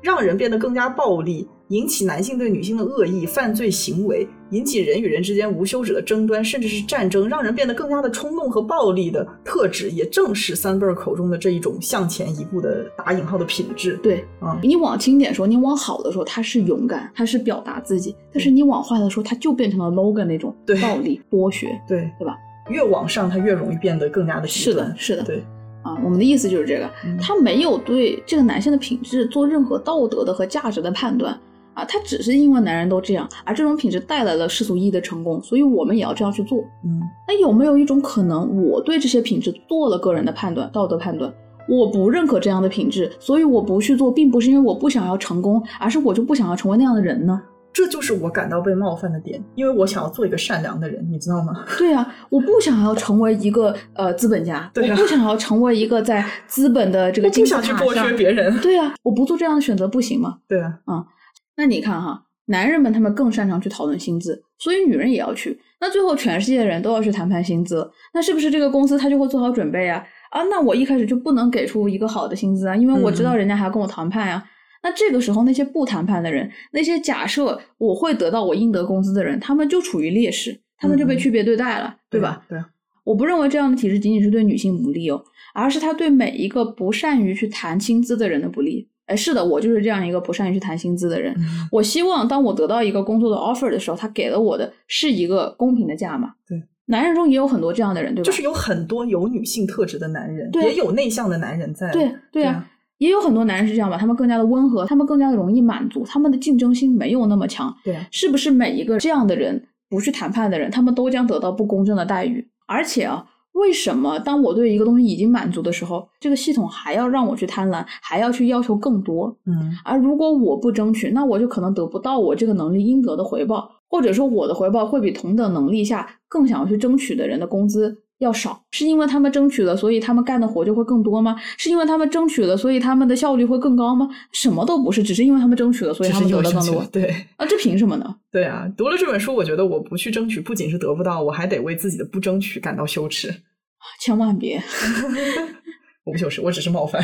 A: 让人变得更加暴力，引起男性对女性的恶意、犯罪行为，引起人与人之间无休止的争端，甚至是战争，让人变得更加的冲动和暴力的特质，也正是三贝尔口中的这一种向前一步的打引号的品质。
B: 对，
A: 啊
B: 你往轻点说，你往好的说，他是勇敢，他是表达自己；但是你往坏的说，他就变成了 Logan 那种
A: 对
B: 暴力剥削。
A: 对，
B: 对吧？
A: 越往上，它越容易变得更加的极
B: 是
A: 端
B: 的，。是的，
A: 对，
B: 啊，我们的意思就是这个，
A: 嗯
B: 他没有对这个男性的品质做任何道德的和价值的判断啊，他只是因为男人都这样，而这种品质带来了世俗意义的成功，所以我们也要这样去做。
A: 嗯
B: 那有没有一种可能，我对这些品质做了个人的判断、道德判断？我不认可这样的品质，所以我不去做，并不是因为我不想要成功，而是我就不想要成为那样的人呢？ *laughs*
A: 这就是我感到被冒犯的点，因为我想要做一个善良的人，你知道吗？
B: 对啊，我不想要成为一个呃资本家，
A: 对啊
B: 我不想要成为一个在资本的这
A: 我
B: 个金
A: 不
B: 字塔
A: 想去
B: 上，
A: 剥削别人。
B: 对啊，我不做这样的选择不行吗？
A: 对啊，
B: 那你看哈，男人们他们更擅长去讨论薪资，所以女人也要去。那最后全世界的人都要去谈判薪资了，那是不是这个公司他就会做好准备啊？啊，那我一开始就不能给出一个好的薪资啊，因为我知道人家还要跟我谈判呀、啊那这个时候，那些不谈判的人，那些假设我会得到我应得工资的人，他们就处于劣势。他们就被区别对待了，对嗯吧？？
A: 对，
B: 我不认为这样的体制仅仅是对女性不利哦，而是它对每一个不善于去谈薪资的人的不利。哎，是的，我就是这样一个不善于去谈薪资的人。
A: 嗯
B: 我希望当我得到一个工作的 offer 的时候，他给了我的是一个公平的价码。
A: 对，
B: 男人中也有很多这样的人，对吧？
A: 就是有很多有女性特质的男人，
B: 对
A: 也有内向的男人在。
B: 对对
A: 对
B: 啊，，也有很多男人是这样吧，他们更加的温和，他们更加的容易满足，他们的竞争心没有那么强。
A: 对啊，
B: 是不是每一个这样的人不去谈判的人，他们都将得到不公正的待遇？而且啊，为什么当我对一个东西已经满足的时候，这个系统还要让我去贪婪，还要去要求更多？
A: 嗯，
B: 而如果我不争取，那我就可能得不到我这个能力应得的回报，或者说我的回报会比同等能力下更想要去争取的人的工资要少。是因为他们争取了，所以他们干的活就会更多吗？是因为他们争取了，所以他们的效率会更高吗？什么都不是，只是因为他们争取了，所以
A: 只
B: 他
A: 是
B: 们得
A: 优
B: 到
A: 秀
B: 更
A: 群
B: 多
A: 体。对
B: 啊，这凭什么呢？
A: 对啊，读了这本书，我觉得我不去争取，不仅是得不到，我还得为自己的不争取感到羞耻。
B: 千万别。
A: 我不羞耻，我只是冒犯。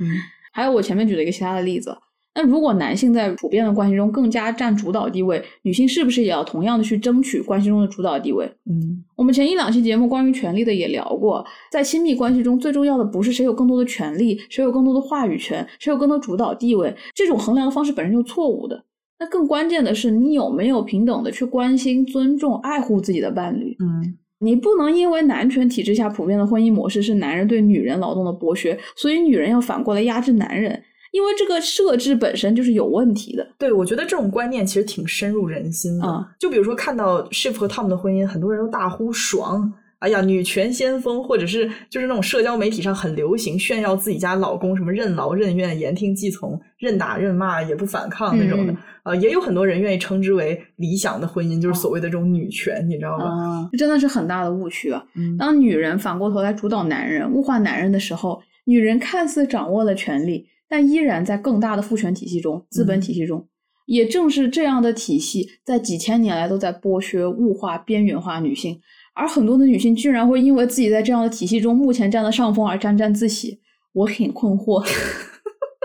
A: 嗯
B: 还有我前面举了一个其他的例子，那如果男性在普遍的关系中更加占主导地位，女性是不是也要同样的去争取关系中的主导地位？
A: 嗯
B: 我们前一两期节目关于权利的也聊过，在亲密关系中最重要的不是谁有更多的权利，谁有更多的话语权，谁有更多主导地位，这种衡量的方式本身就是错误的。那更关键的是，你有没有平等的去关心、尊重、爱护自己的伴侣？
A: 嗯，
B: 你不能因为男权体制下普遍的婚姻模式是男人对女人劳动的剥削，所以女人要反过来压制男人，因为这个设置本身就是有问题的。
A: 对，我觉得这种观念其实挺深入人心的。
B: 啊
A: 就比如说看到 Shift 和 Tom 的婚姻，很多人都大呼爽。哎呀，女权先锋，或者是就是那种社交媒体上很流行炫耀自己家老公什么任劳任怨、言听计从、任打任骂也不反抗那种的，
B: 嗯
A: 呃，也有很多人愿意称之为理想的婚姻，就是所谓的这种女权，你知道吧？
B: 啊，这真的是很大的误区啊！
A: 嗯
B: 当女人反过头来主导男人、物化男人的时候，女人看似掌握了权力，但依然在更大的父权体系中、资本体系中。也正是这样的体系，在几千年来都在剥削、物化、边缘化女性，而很多的女性居然会因为自己在这样的体系中目前占了上风而沾沾自喜，我挺困惑。
A: *laughs*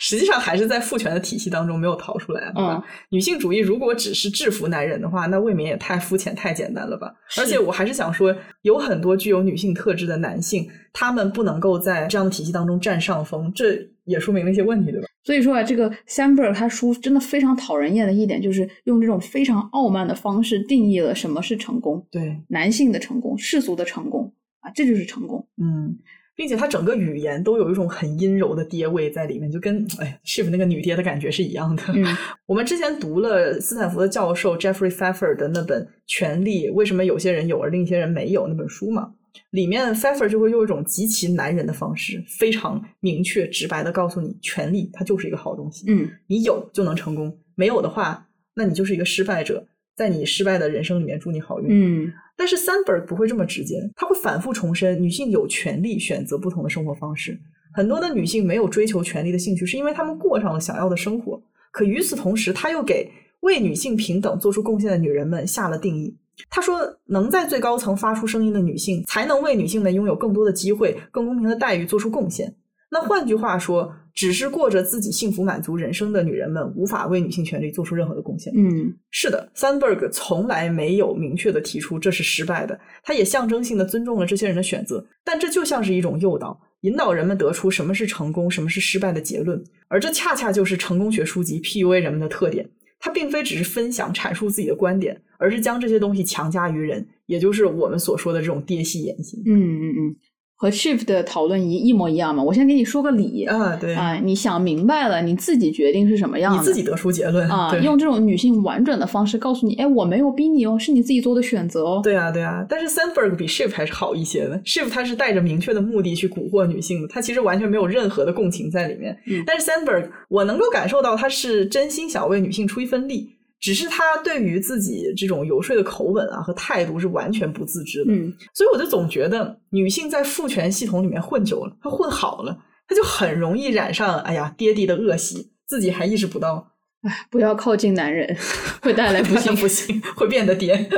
A: 实际上还是在父权的体系当中没有逃出来，对啊
B: 嗯
A: 吧？女性主义如果只是制服男人的话，那未免也太肤浅、太简单了吧？
B: 是
A: 而且我还是想说，有很多具有女性特质的男性，他们不能够在这样的体系当中占上风，这也说明了一些问题，对吧？
B: 所以说啊，这个 Sandberg 他书真的非常讨人厌的一点，就是用这种非常傲慢的方式定义了什么是成功，
A: 对，
B: 男性的成功、世俗的成功啊，这就是成功。
A: 嗯，并且他整个语言都有一种很阴柔的爹味在里面，就跟哎 Shift 那个女爹的感觉是一样的。
B: 嗯，
A: 我们之前读了斯坦福的教授 Jeffrey Pfeffer 的那本《权力：为什么有些人有而另一些人没有》那本书嘛，里面 Pfeffer 就会用一种极其男人的方式，非常明确直白的告诉你，权力它就是一个好东西，
B: 嗯，
A: 你有就能成功，没有的话，那你就是一个失败者，在你失败的人生里面祝你好运。
B: 嗯，
A: 但是 Sandberg 不会这么直接，他会反复重申，女性有权利选择不同的生活方式。很多的女性没有追求权利的兴趣，是因为她们过上了想要的生活。可与此同时，他又给为女性平等做出贡献的女人们下了定义。他说，能在最高层发出声音的女性，才能为女性们拥有更多的机会、更公平的待遇做出贡献。那换句话说，只是过着自己幸福满足人生的女人们，无法为女性权利做出任何的贡献。
B: 嗯，
A: 是的，Sandberg 从来没有明确的提出这是失败的，他也象征性的尊重了这些人的选择，但这就像是一种诱导，引导人们得出什么是成功、什么是失败的结论，而这恰恰就是成功学书籍 PUA 人们的特点。它并非只是分享、阐述自己的观点，而是将这些东西强加于人，也就是我们所说的这种爹系言行
B: 嗯，。嗯，嗯，和 Shift 的讨论一一模一样嘛。我先给你说个理啊、
A: 啊，对，
B: 你想明白了，你自己决定是什么样的。
A: 你自己得出结论
B: 啊、
A: 对
B: 用这种女性婉转的方式告诉你，哎，我没有逼你哦，是你自己做的选择哦。
A: 对啊，对啊，但是 Sandberg 比 Shift 还是好一些的。Shift 他是带着明确的目的去蛊惑女性的，他其实完全没有任何的共情在里面。
B: 嗯
A: 但是 Sandberg，我能够感受到他是真心想为女性出一份力，只是他对于自己这种游说的口吻啊和态度是完全不自知的。
B: 嗯，
A: 所以我就总觉得女性在父权系统里面混久了，她混好了，她就很容易染上哎呀爹地的恶习，自己还意识不到， *laughs*
B: 不要靠近男人，会带来不幸。
A: 不行，会变得爹。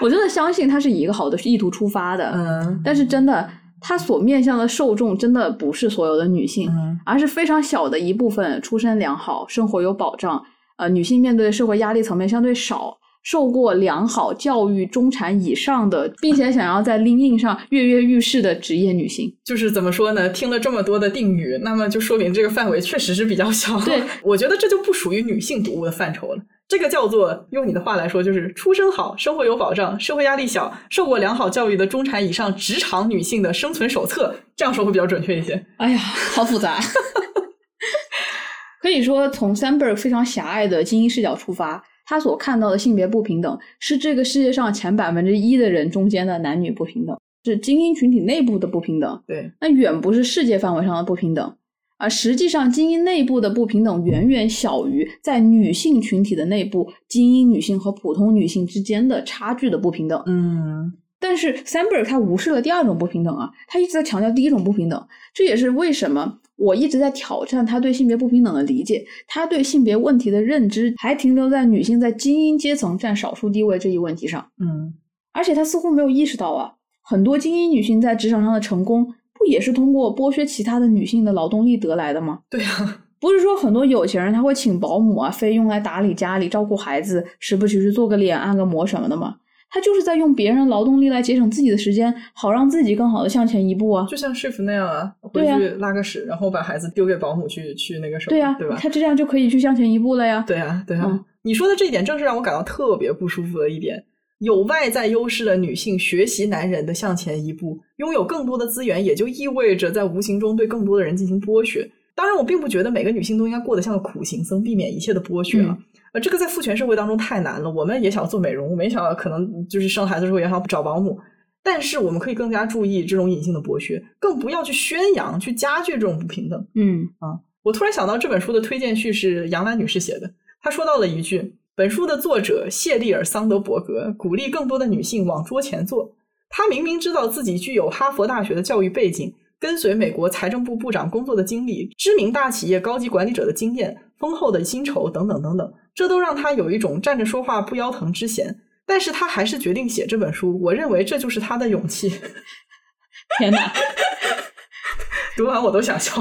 B: 我真的相信他是以一个好的意图出发的，
A: 嗯
B: 但是真的，他所面向的受众真的不是所有的女性，
A: 嗯。
B: 而是非常小的一部分出身良好、生活有保障，呃，女性面对社会压力层面相对少，受过良好教育、中产以上的，并且想要在 LinkedIn 上跃跃欲试的职业女性。
A: 就是怎么说呢？听了这么多的定语，那么就说明这个范围确实是比较小。
B: 对，
A: 我觉得这就不属于女性读物的范畴了。这个叫做用你的话来说，就是出身好，生活有保障，社会压力小，受过良好教育的中产以上职场女性的生存手册。这样说会比较准确一些。
B: 哎呀，好复 *laughs* 杂。可以说，从 Sandberg 非常狭隘的精英视角出发，他所看到的性别不平等是这个世界上前百分之一的人中间的男女不平等，是精英群体内部的不平等，
A: 对，
B: 那远不是世界范围上的不平等。而实际上，精英内部的不平等远远小于在女性群体的内部，精英女性和普通女性之间的差距的不平等。
A: 嗯，
B: 但是 Sandberg 他无视了第二种不平等啊，他一直在强调第一种不平等，这也是为什么我一直在挑战他对性别不平等的理解。他对性别问题的认知还停留在女性在精英阶层占少数地位这一问题上，
A: 嗯，
B: 而且他似乎没有意识到啊，很多精英女性在职场上的成功，不也是通过剥削其他的女性的劳动力得来的吗？
A: 对啊， *laughs*
B: 不是说很多有钱人他会请保姆啊，非用来打理家里、照顾孩子，时不时去做个脸、按个摩什么的吗？他就是在用别人劳动力来节省自己的时间，好让自己更好的向前一步啊。
A: 就像 shift 那样啊，回
B: 对啊
A: 去拉个屎，然后把孩子丢给保姆去去那个什么，
B: 对呀、
A: 对吧？
B: 他这样就可以去向前一步了呀。
A: 对啊，对啊，
B: 嗯
A: 你说的这一点正是让我感到特别不舒服的一点。有外在优势的女性学习男人的向前一步，拥有更多的资源，也就意味着在无形中对更多的人进行剥削。当然，我并不觉得每个女性都应该过得像个苦行僧，避免一切的剥削啊。呃，这个在父权社会当中太难了。我们也想做美容，我们也想可能就是生孩子之后也想找保姆，但是我们可以更加注意这种隐性的剥削，更不要去宣扬、去加剧这种不平等。
B: 嗯
A: 我突然想到这本书的推荐序是杨澜女士写的，她说到了一句：“本书的作者谢丽尔·桑德伯格鼓励更多的女性往桌前坐。她明明知道自己具有哈佛大学的教育背景，跟随美国财政部部长工作的经历，知名大企业高级管理者的经验，丰厚的薪酬等等等等，这都让她有一种站着说话不腰疼之嫌。但是她还是决定写这本书。我认为这就是她的勇气。 *laughs*
B: 天哪，
A: 读完我都想笑。”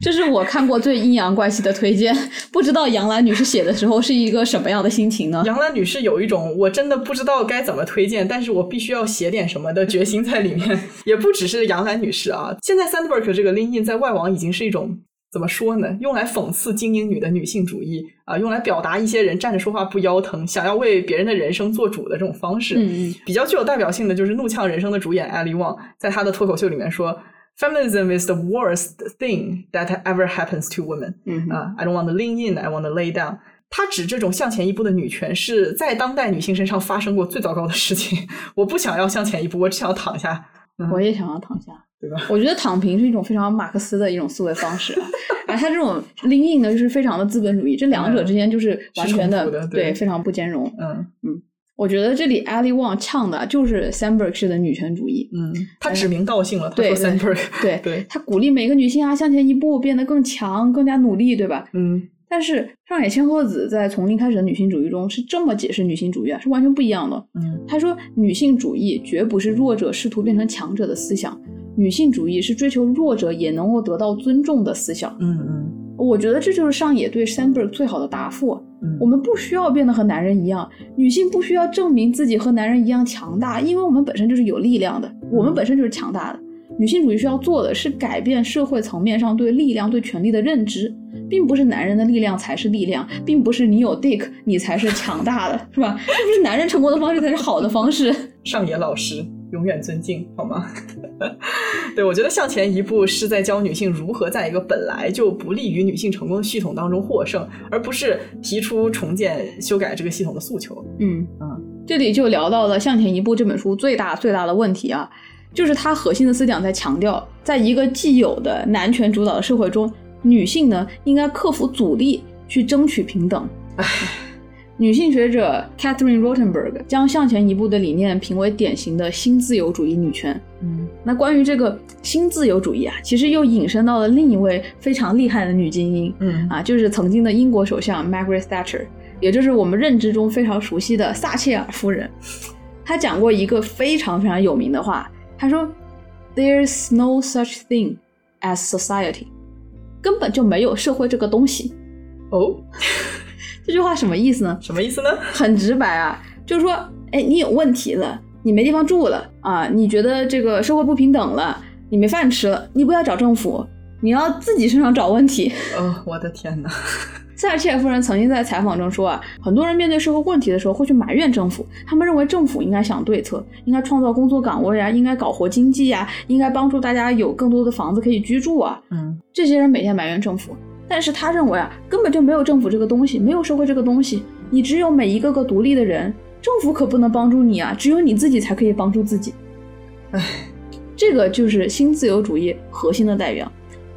B: 这是我看过最阴阳怪气的推荐，不知道杨澜女士写的时候是一个什么样的心情呢？
A: 杨澜女士有一种我真的不知道该怎么推荐，但是我必须要写点什么的决心在里面。 *laughs* 也不只是杨澜女士啊，现在 Sandberg 这个 LinkedIn 在外网已经是一种怎么说呢？用来讽刺精英女的女性主义啊、用来表达一些人站着说话不腰疼，想要为别人的人生做主的这种方式。
B: 嗯嗯，
A: 比较具有代表性的就是《怒呛人生》的主演艾利旺，在他的脱口秀里面说：“Feminism is the worst thing that ever happens to women。”
B: 嗯哼
A: 啊、i don't want to lean in, I want to lay down。她指这种向前一步的女权是在当代女性身上发生过最糟糕的事情。我不想要向前一步，我只想要躺下。
B: 我也想要躺下。
A: 对吧？
B: 我觉得躺平是一种非常马克思的一种思维方式啊，而他这种 lean in 呢，就是非常的资本主义，这两者之间就是完全
A: 嗯是
B: 的
A: 冲突的对
B: 对非常不兼容。
A: 嗯
B: 我觉得这里 Ali Wong 呛的就是 Sandberg 式的女权主义，
A: 嗯，她指名道姓了，她说
B: 对对
A: Sandberg。
B: 对，
A: 对，
B: 他鼓励每个女性啊向前一步，变得更强，更加努力，对吧？
A: 嗯，
B: 但是上野千鹤子在从零开始的女性主义中是这么解释女性主义啊，是完全不一样的。
A: 嗯
B: 他说，女性主义绝不是弱者试图变成强者的思想，女性主义是追求弱者也能够得到尊重的思想。
A: 嗯嗯
B: 我觉得这就是上野对 Sandberg 最好的答复。啊
A: 嗯，
B: 我们不需要变得和男人一样，女性不需要证明自己和男人一样强大，因为我们本身就是有力量的，我们本身就是强大的。女性主义需要做的是改变社会层面上对力量、对权力的认知，并不是男人的力量才是力量，并不是你有 dick 你才是强大的，是吧？并不是男人成功的方式才是好的方式。
A: 上野老师永远尊敬，好吗？ *laughs* 对，我觉得向前一步是在教女性如何在一个本来就不利于女性成功的系统当中获胜，而不是提出重建、修改这个系统的诉求。
B: 嗯
A: 嗯，
B: 这里就聊到了《向前一步》这本书最大最大的问题啊，就是它核心的思想在强调，在一个既有的男权主导的社会中，女性呢应该克服阻力去争取平等。女性学者 Catherine Rottenberg 将《向前一步》的理念评为典型的新自由主义女权。
A: 嗯
B: 那关于这个新自由主义啊，其实又引申到了另一位非常厉害的女精英，
A: 嗯
B: 啊，就是曾经的英国首相 Margaret Thatcher，也就是我们认知中非常熟悉的撒切尔夫人。她讲过一个非常非常有名的话，她说：“There's no such thing as society，根本就没有社会这个东西。
A: 哦，”
B: 这句话什么意思呢？
A: 什么意思呢？
B: 很直白啊，就是说，哎，你有问题了，你没地方住了啊，你觉得这个社会不平等了，你没饭吃了，你不要找政府，你要自己身上找问题。
A: 哦，我的天哪！
B: 塞尔切夫人曾经在采访中说啊，很多人面对社会问题的时候会去埋怨政府，他们认为政府应该想对策，应该创造工作岗位啊，应该搞活经济啊，应该帮助大家有更多的房子可以居住啊。
A: 嗯，
B: 这些人每天埋怨政府，但是他认为啊，根本就没有政府这个东西，没有社会这个东西，你只有每一个个独立的人，政府可不能帮助你啊，只有你自己才可以帮助自己。
A: 唉，
B: 这个就是新自由主义核心的代表。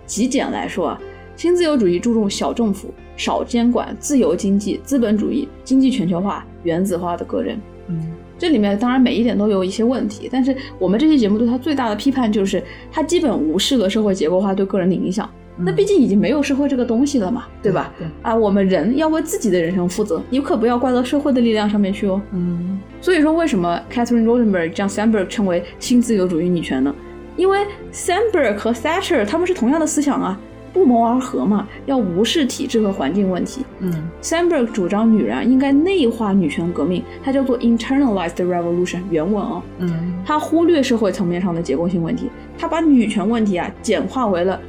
B: 极简来说啊，新自由主义注重小政府、少监管、自由经济、资本主义、经济全球化、原子化的个人。
A: 嗯，
B: 这里面当然每一点都有一些问题，但是我们这期节目对它最大的批判就是，它基本无视了社会结构化对个人的影响。那毕竟已经没有社会这个东西了嘛，对吧？？
A: 嗯对，
B: 啊，我们人要为自己的人生负责，你可不要怪到社会的力量上面去哦。
A: 嗯
B: 所以说，为什么 Catherine Rosenberg、将 Sandberg 称为新自由主义女权呢？因为 Sandberg 和 Thatcher 他们是同样的思想啊，不谋而合嘛，要无视体制和环境问题。
A: 嗯
B: Sandberg 主张女人啊应该内化女权革命，它叫做 internalized revolution，原文哦。
A: 嗯
B: 他忽略社会层面上的结构性问题，他把女权问题啊简化为了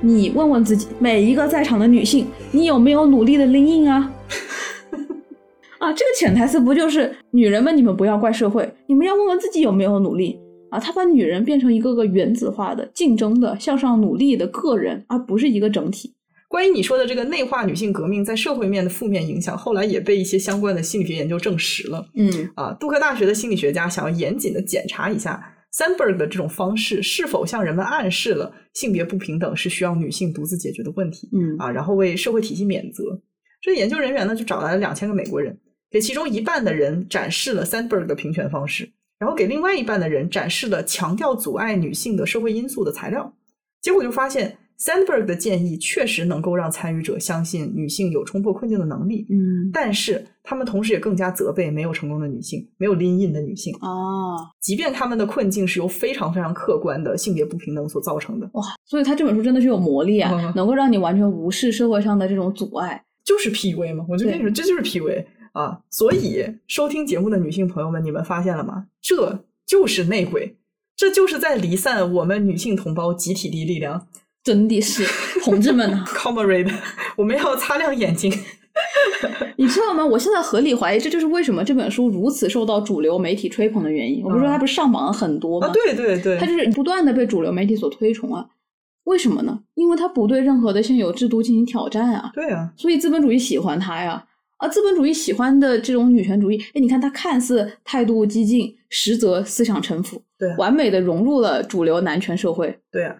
B: 你问问自己，每一个在场的女性，你有没有努力的 lean in 啊？ *laughs* 啊，这个潜台词不就是女人们，你们不要怪社会，你们要问问自己有没有努力啊？他把女人变成一个个原子化的、竞争的、向上努力的个人，而不是一个整体。
A: 关于你说的这个内化女性革命在社会面的负面影响，后来也被一些相关的心理学研究证实了。
B: 嗯，
A: 啊，杜克大学的心理学家想要严谨的检查一下 Sandberg 的这种方式是否向人们暗示了性别不平等是需要女性独自解决的问题
B: 嗯
A: 啊，然后为社会体系免责。这研究人员呢就找来了两千个美国人，给其中一半的人展示了 Sandberg 的平权方式，然后给另外一半的人展示了强调阻碍女性的社会因素的材料。结果就发现，Sandberg 的建议确实能够让参与者相信女性有冲破困境的能力，
B: 嗯
A: 但是他们同时也更加责备没有成功的女性，没有 lean in 的女性，
B: 啊，
A: 即便她们的困境是由非常非常客观的性别不平等所造成的，
B: 哇！所以他这本书真的是有魔力啊，
A: 嗯
B: 能够让你完全无视社会上的这种阻碍。
A: 就是 PUA 嘛。我就跟你说，这就是 PUA 啊！所以收听节目的女性朋友们，你们发现了吗？这就是内鬼，这就是在离散我们女性同胞集体的力量。
B: 真的是，同志
A: *laughs*
B: 们啊，
A: Comrade，我们要擦亮眼睛。
B: 你知道吗？我现在合理怀疑，这就是为什么这本书如此受到主流媒体吹捧的原因。我不是说它不是上榜了很多吗？
A: 嗯啊，对对对
B: 它，就是不断的被主流媒体所推崇啊。为什么呢？因为它不对任何的现有制度进行挑战啊，
A: 对啊，
B: 所以资本主义喜欢它呀。啊，资本主义喜欢的这种女权主义，哎，你看它看似态度激进，实则思想城府，
A: 对啊，
B: 完美的融入了主流男权社会。
A: 对啊，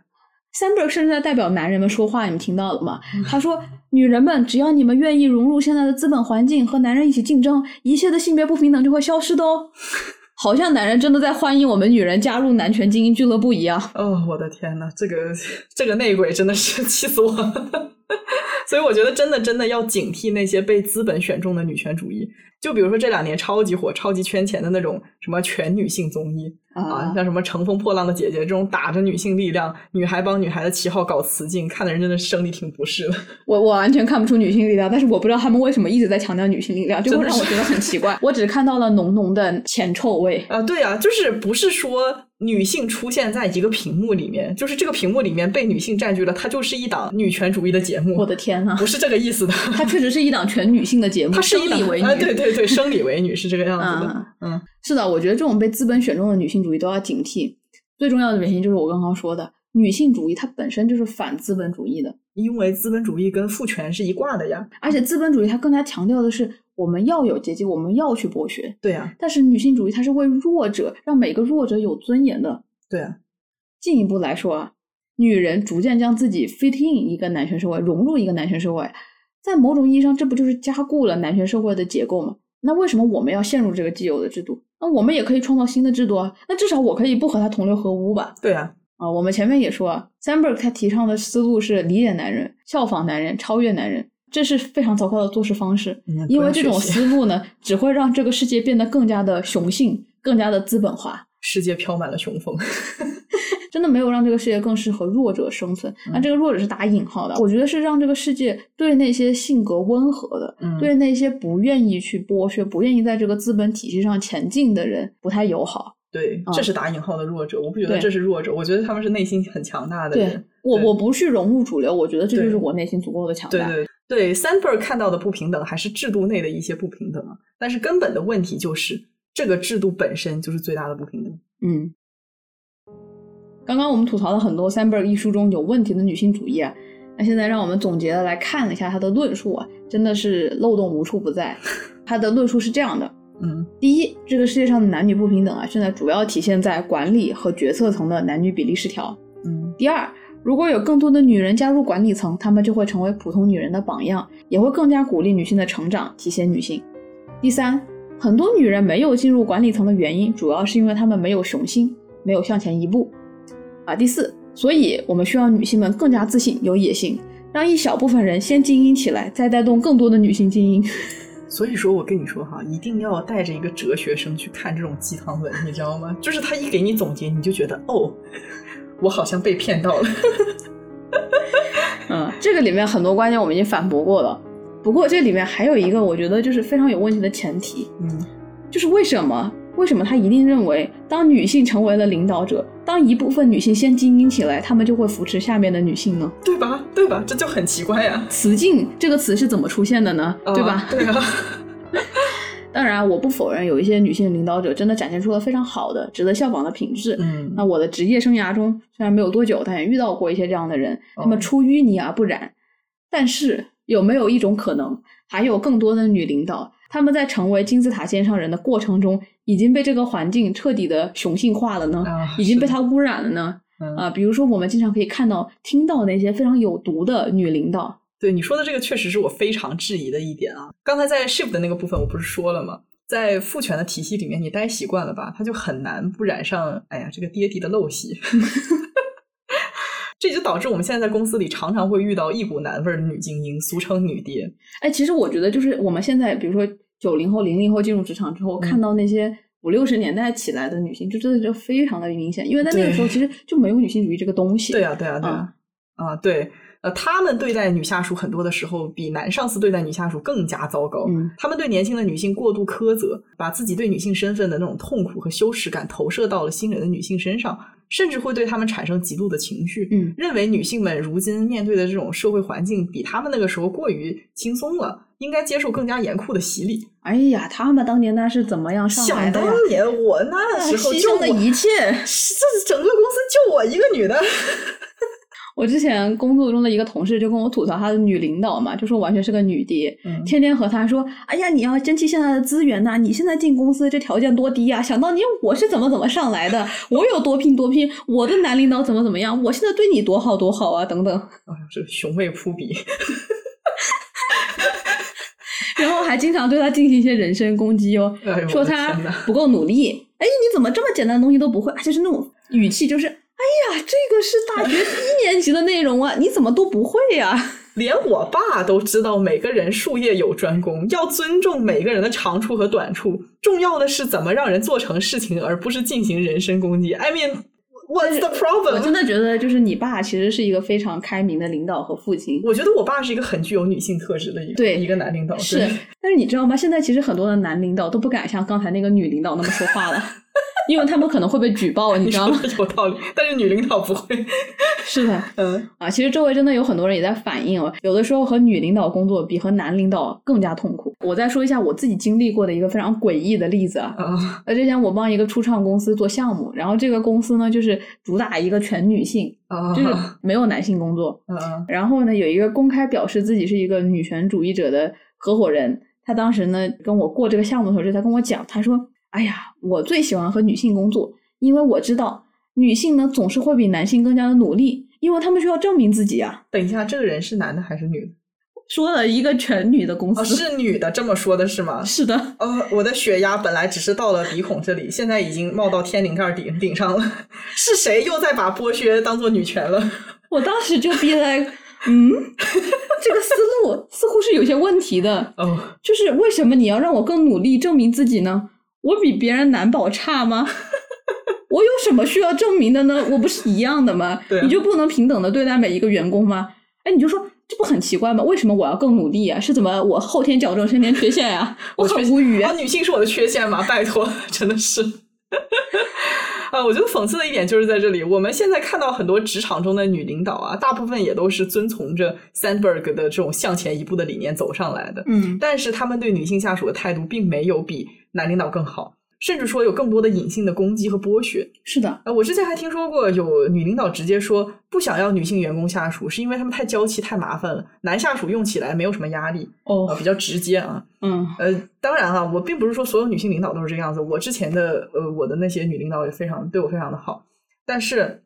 B: 三 e 甚至在代表男人们说话，你们听到了吗？
A: 嗯
B: 他说：“女人们，只要你们愿意融入现在的资本环境，和男人一起竞争，一切的性别不平等就会消失的哦。” *laughs* 好像男人真的在欢迎我们女人加入男权精英俱乐部一样。
A: 哦，我的天呐，这个这个内鬼真的是气死我了。 *laughs* 所以我觉得真的真的要警惕那些被资本选中的女权主义，就比如说这两年超级火、超级圈钱的那种什么全女性综艺啊，
B: 嗯
A: 像什么《乘风破浪的姐姐》这种打着女性力量、女孩帮女孩的旗号搞雌竞，看的人真的生理挺不适的。
B: 我我完全看不出女性力量，但是我不知道他们为什么一直在强调女性力量，就会
A: 真的
B: 让
A: 是
B: 我觉得很奇怪。 *laughs* 我只看到了浓浓的钱臭味。
A: 啊，对啊，就是不是说女性出现在一个屏幕里面，就是这个屏幕里面被女性占据了，它就是一档女权主义的节
B: 我
A: 目，
B: 的天呐，
A: 不是这个意思的。
B: *laughs* 它确实是一档全女性的节目，
A: 她是一
B: 生理
A: 档
B: 为女。
A: 啊，对对对，生理为女是这个样子的。
B: 嗯，
A: 嗯
B: 是的，我觉得这种被资本选中的女性主义都要警惕。最重要的原因就是我刚刚说的，女性主义它本身就是反资本主义的，
A: 因为资本主义跟父权是一挂的呀。
B: 而且资本主义它更加强调的是我们要有阶级，我们要去剥削。
A: 对啊呀、
B: 但是女性主义它是为弱者，让每个弱者有尊严的。
A: 对啊呀、
B: 进一步来说啊，女人逐渐将自己 fit in 一个男权社会，融入一个男权社会，在某种意义上，这不就是加固了男权社会的结构吗？那为什么我们要陷入这个既有的制度？那我们也可以创造新的制度啊。那至少我可以不和他同流合污吧？
A: 对呀、
B: 啊，我们前面也说啊，Sandberg 他提倡的思路是理解男人、效仿男人、超越男人，这是非常糟糕的做事方式。
A: 嗯
B: 因
A: 不
B: 为
A: 要
B: 这
A: 学
B: 种
A: 习
B: 思路呢，只会让这个世界变得更加的雄性、更加的资本化。
A: 世界飘满了雄风。
B: 真的没有让这个世界更适合弱者生存。那、这个弱者是打引号的，我觉得是让这个世界对那些性格温和的、
A: *laughs* 嗯
B: 对那些不愿意去剥削、不愿意在这个资本体系上前进的人不太友好。
A: 对，
B: 啊
A: 这是打引号的弱者，我不觉得
B: 对
A: 这是弱者，我觉得他们是内心很强大的人。
B: 我，
A: 对
B: 我不去融入主流，我觉得这就
A: 对
B: 是我内心足够的强
A: 对
B: 大。
A: 对对，Sandberg 看到的不平等还是制度内的一些不平等啊，但是根本的问题就是这个制度本身就是最大的不平等。
B: 嗯，刚刚我们吐槽了很多 Sandberg 一书中有问题的女性主义啊，那现在让我们总结的来看一下她的论述啊，真的是漏洞无处不在。她的论述是这样的：
A: 嗯
B: 第一，这个世界上的男女不平等啊，现在主要体现在管理和决策层的男女比例失调。
A: 嗯
B: 第二，如果有更多的女人加入管理层，她们就会成为普通女人的榜样，也会更加鼓励女性的成长，体现女性。第三，很多女人没有进入管理层的原因，主要是因为她们没有雄心，没有向前一步。啊，第四，所以我们需要女性们更加自信，有野心，让一小部分人先精英起来，再带动更多的女性精英。
A: 所以说我跟你说哈，一定要带着一个哲学生去看这种鸡汤文，你知道吗？就是他一给你总结，你就觉得哦，我好像被骗到了。
B: 嗯，这个里面很多观点我们已经反驳过了，不过这里面还有一个我觉得就是非常有问题的前提，
A: 嗯
B: 就是为什么？为什么他一定认为，当女性成为了领导者，当一部分女性先精英起来，她们就会扶持下面的女性呢？
A: 对吧？对吧？这就很奇怪呀、
B: 雌竞这个词是怎么出现的呢？
A: 啊
B: 对吧？
A: 对啊，
B: 当然，我不否认有一些女性领导者真的展现出了非常好的、值得效仿的品质。
A: 嗯
B: 那我的职业生涯中虽然没有多久，但也遇到过一些这样的人，他们
A: 哦
B: 出淤泥而不染。但是有没有一种可能，还有更多的女领导，她们在成为金字塔尖上人的过程中，已经被这个环境彻底的雄性化了呢？
A: 啊
B: *laughs* 已经被
A: 是
B: 它污染了呢？
A: 嗯
B: 啊，比如说我们经常可以看到、听到那些非常有毒的女领导，
A: 对你说的这个，确实是我非常质疑的一点啊。刚才在 shift 的那个部分，我不是说了吗？在父权的体系里面，你待习惯了吧，他就很难不染上哎呀这个爹地的陋习。 *laughs* 这就导致我们现在在公司里常常会遇到一股男味儿的女精英，俗称女爹。
B: 哎，其实我觉得就是我们现在，比如说九零后、零零后进入职场之后，
A: 嗯
B: 看到那些五六十年代起来的女性，就真的就非常的明显，因为在那个时候
A: 对
B: 其实就没有女性主义这个东西。
A: 对呀、对呀、对呀、
B: 啊
A: 啊，对，呃，他们对待女下属很多的时候，比男上司对待女下属更加糟糕。
B: 嗯
A: 他们对年轻的女性过度苛责，把自己对女性身份的那种痛苦和羞耻感投射到了新人的女性身上，甚至会对她们产生极度的情绪，
B: 嗯
A: 认为女性们如今面对的这种社会环境比她们那个时候过于轻松了，应该接受更加严酷的洗礼。
B: 哎呀，他们当年那是怎么样上来
A: 想
B: 的
A: 当
B: 呀？
A: 年我那
B: 哎
A: 时候
B: 牺
A: 就
B: 牲的
A: 我
B: 一切。
A: 这整个公司就我一个女的，
B: 我之前工作中的一个同事就跟我吐槽她的女领导嘛，就说完全是个女爹，天天和她说：“哎呀，你要珍惜现在的资源呐、你现在进公司这条件多低啊！想当年我是怎么怎么上来的，我有多拼多拼，我的男领导怎么怎么样，我现在对你多好多好啊，等
A: *laughs*
B: 等。”
A: 哎呀，这雄伟扑鼻。
B: 然后还经常对他进行一些人身攻击哦，
A: 哎呦
B: 说
A: 我的
B: 他
A: 天哪
B: 不够努力，哎，你怎么这么简单的东西都不会？啊就是那种语气，就是哎呀，这个是
A: *laughs*
B: 大学一年级的内容啊，你怎么都不会呀、
A: 连我爸都知道，每个人术业有专攻，要尊重每个人的长处和短处。重要的是怎么让人做成事情，而不是进行人身攻击。I mean, what's the
B: *laughs* 我真
A: problem？
B: 的觉得，就是你爸其实是一个非常开明的领导和父亲。
A: 我觉得我爸是一个很具有女性特质的一个
B: 对
A: 一个男领导，
B: 是
A: 对，
B: 但是你知道吗？现在其实很多的男领导都不敢像刚才那个女领导那么说话了， *laughs* 因为他们可能会被举报，你
A: 你
B: 知
A: 说
B: 道吗？ *laughs*
A: 的有道理，但是女领导不会。
B: 是的，
A: 嗯，
B: 啊，其实周围真的有很多人也在反映哦，有的时候和女领导工作比和男领导更加痛苦。我再说一下我自己经历过的一个非常诡异的例子啊。
A: 啊，
B: 呃，之前我帮一个初创公司做项目，然后这个公司呢就是主打一个全女性，
A: 啊， *laughs*
B: 就是没有男性工作。
A: 啊，
B: 然后呢，有一个公开表示自己是一个女权主义者的合伙人，他当时呢跟我过这个项目的时候，就在跟我讲，他说：“哎呀，我最喜欢和女性工作，因为我知道女性呢总是会比男性更加的努力，因为他们需要证明自己啊。
A: 等一下，这个人是男的还是女的？”
B: 说了一个全女的 *laughs* 公司，
A: 哦，是女的，这么说的是吗？
B: 是的，
A: 哦，我的血压本来只是到了鼻孔这里，现在已经冒到天灵盖顶顶上了。 *laughs* 是谁又在把剥削当做女权了？
B: 我当时就憋在，嗯，这个思路似乎是有些问题的。
A: 哦，
B: 就是为什么你要让我更努力证明自己呢？我比别人难保差吗？我有什么需要证明的呢？我不是一样的吗？
A: 对啊
B: 你就不能平等的对待每一个员工吗？哎，你就说这不很奇怪吗？为什么我要更努力啊？是怎么我后天矫正先天缺陷呀、 *laughs* 我
A: 缺
B: 很无语
A: 啊，
B: 啊！
A: 女性是我的缺陷吗？拜托，真的是。 *laughs* 啊，我觉得讽刺的一点就是在这里，我们现在看到很多职场中的女领导啊，大部分也都是遵从着 Sandberg 的这种向前一步的理念走上来的，
B: 嗯，
A: 但是他们对女性下属的态度并没有比男领导更好，甚至说有更多的隐性的攻击和剥削。
B: 是的，
A: 呃，我之前还听说过有女领导直接说不想要女性员工下属，是因为他们太娇气、太麻烦了，男下属用起来没有什么压力，呃，
B: 哦，
A: 比较直接啊。
B: 嗯，
A: 呃，当然啊，我并不是说所有女性领导都是这个样子。我之前的呃，我的那些女领导也非常对我非常的好，但是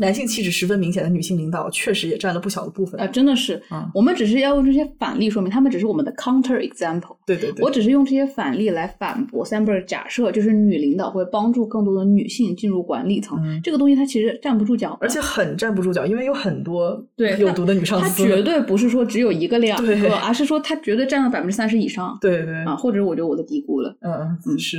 A: 男性气质十分明显的女性领导确实也占了不小的部分。
B: 啊，真的是，
A: 嗯
B: 我们只是要用这些反例说明，他们只是我们的 counter example。
A: 对对对，
B: 我只是用这些反例来反驳 Sandberg 假设，就是女领导会帮助更多的女性进入管理层，
A: 嗯
B: 这个东西它其实站不住脚的，
A: 而且很站不住脚，因为有很多
B: 对
A: 有
B: 他
A: 毒的女上
B: 它
A: 司。
B: 绝对不是说只有一个两
A: 对
B: 个，而是说它绝对占了百分之三十以上
A: 对对，
B: 啊，或者我觉得我的低估了。
A: 嗯嗯
B: 嗯
A: 是，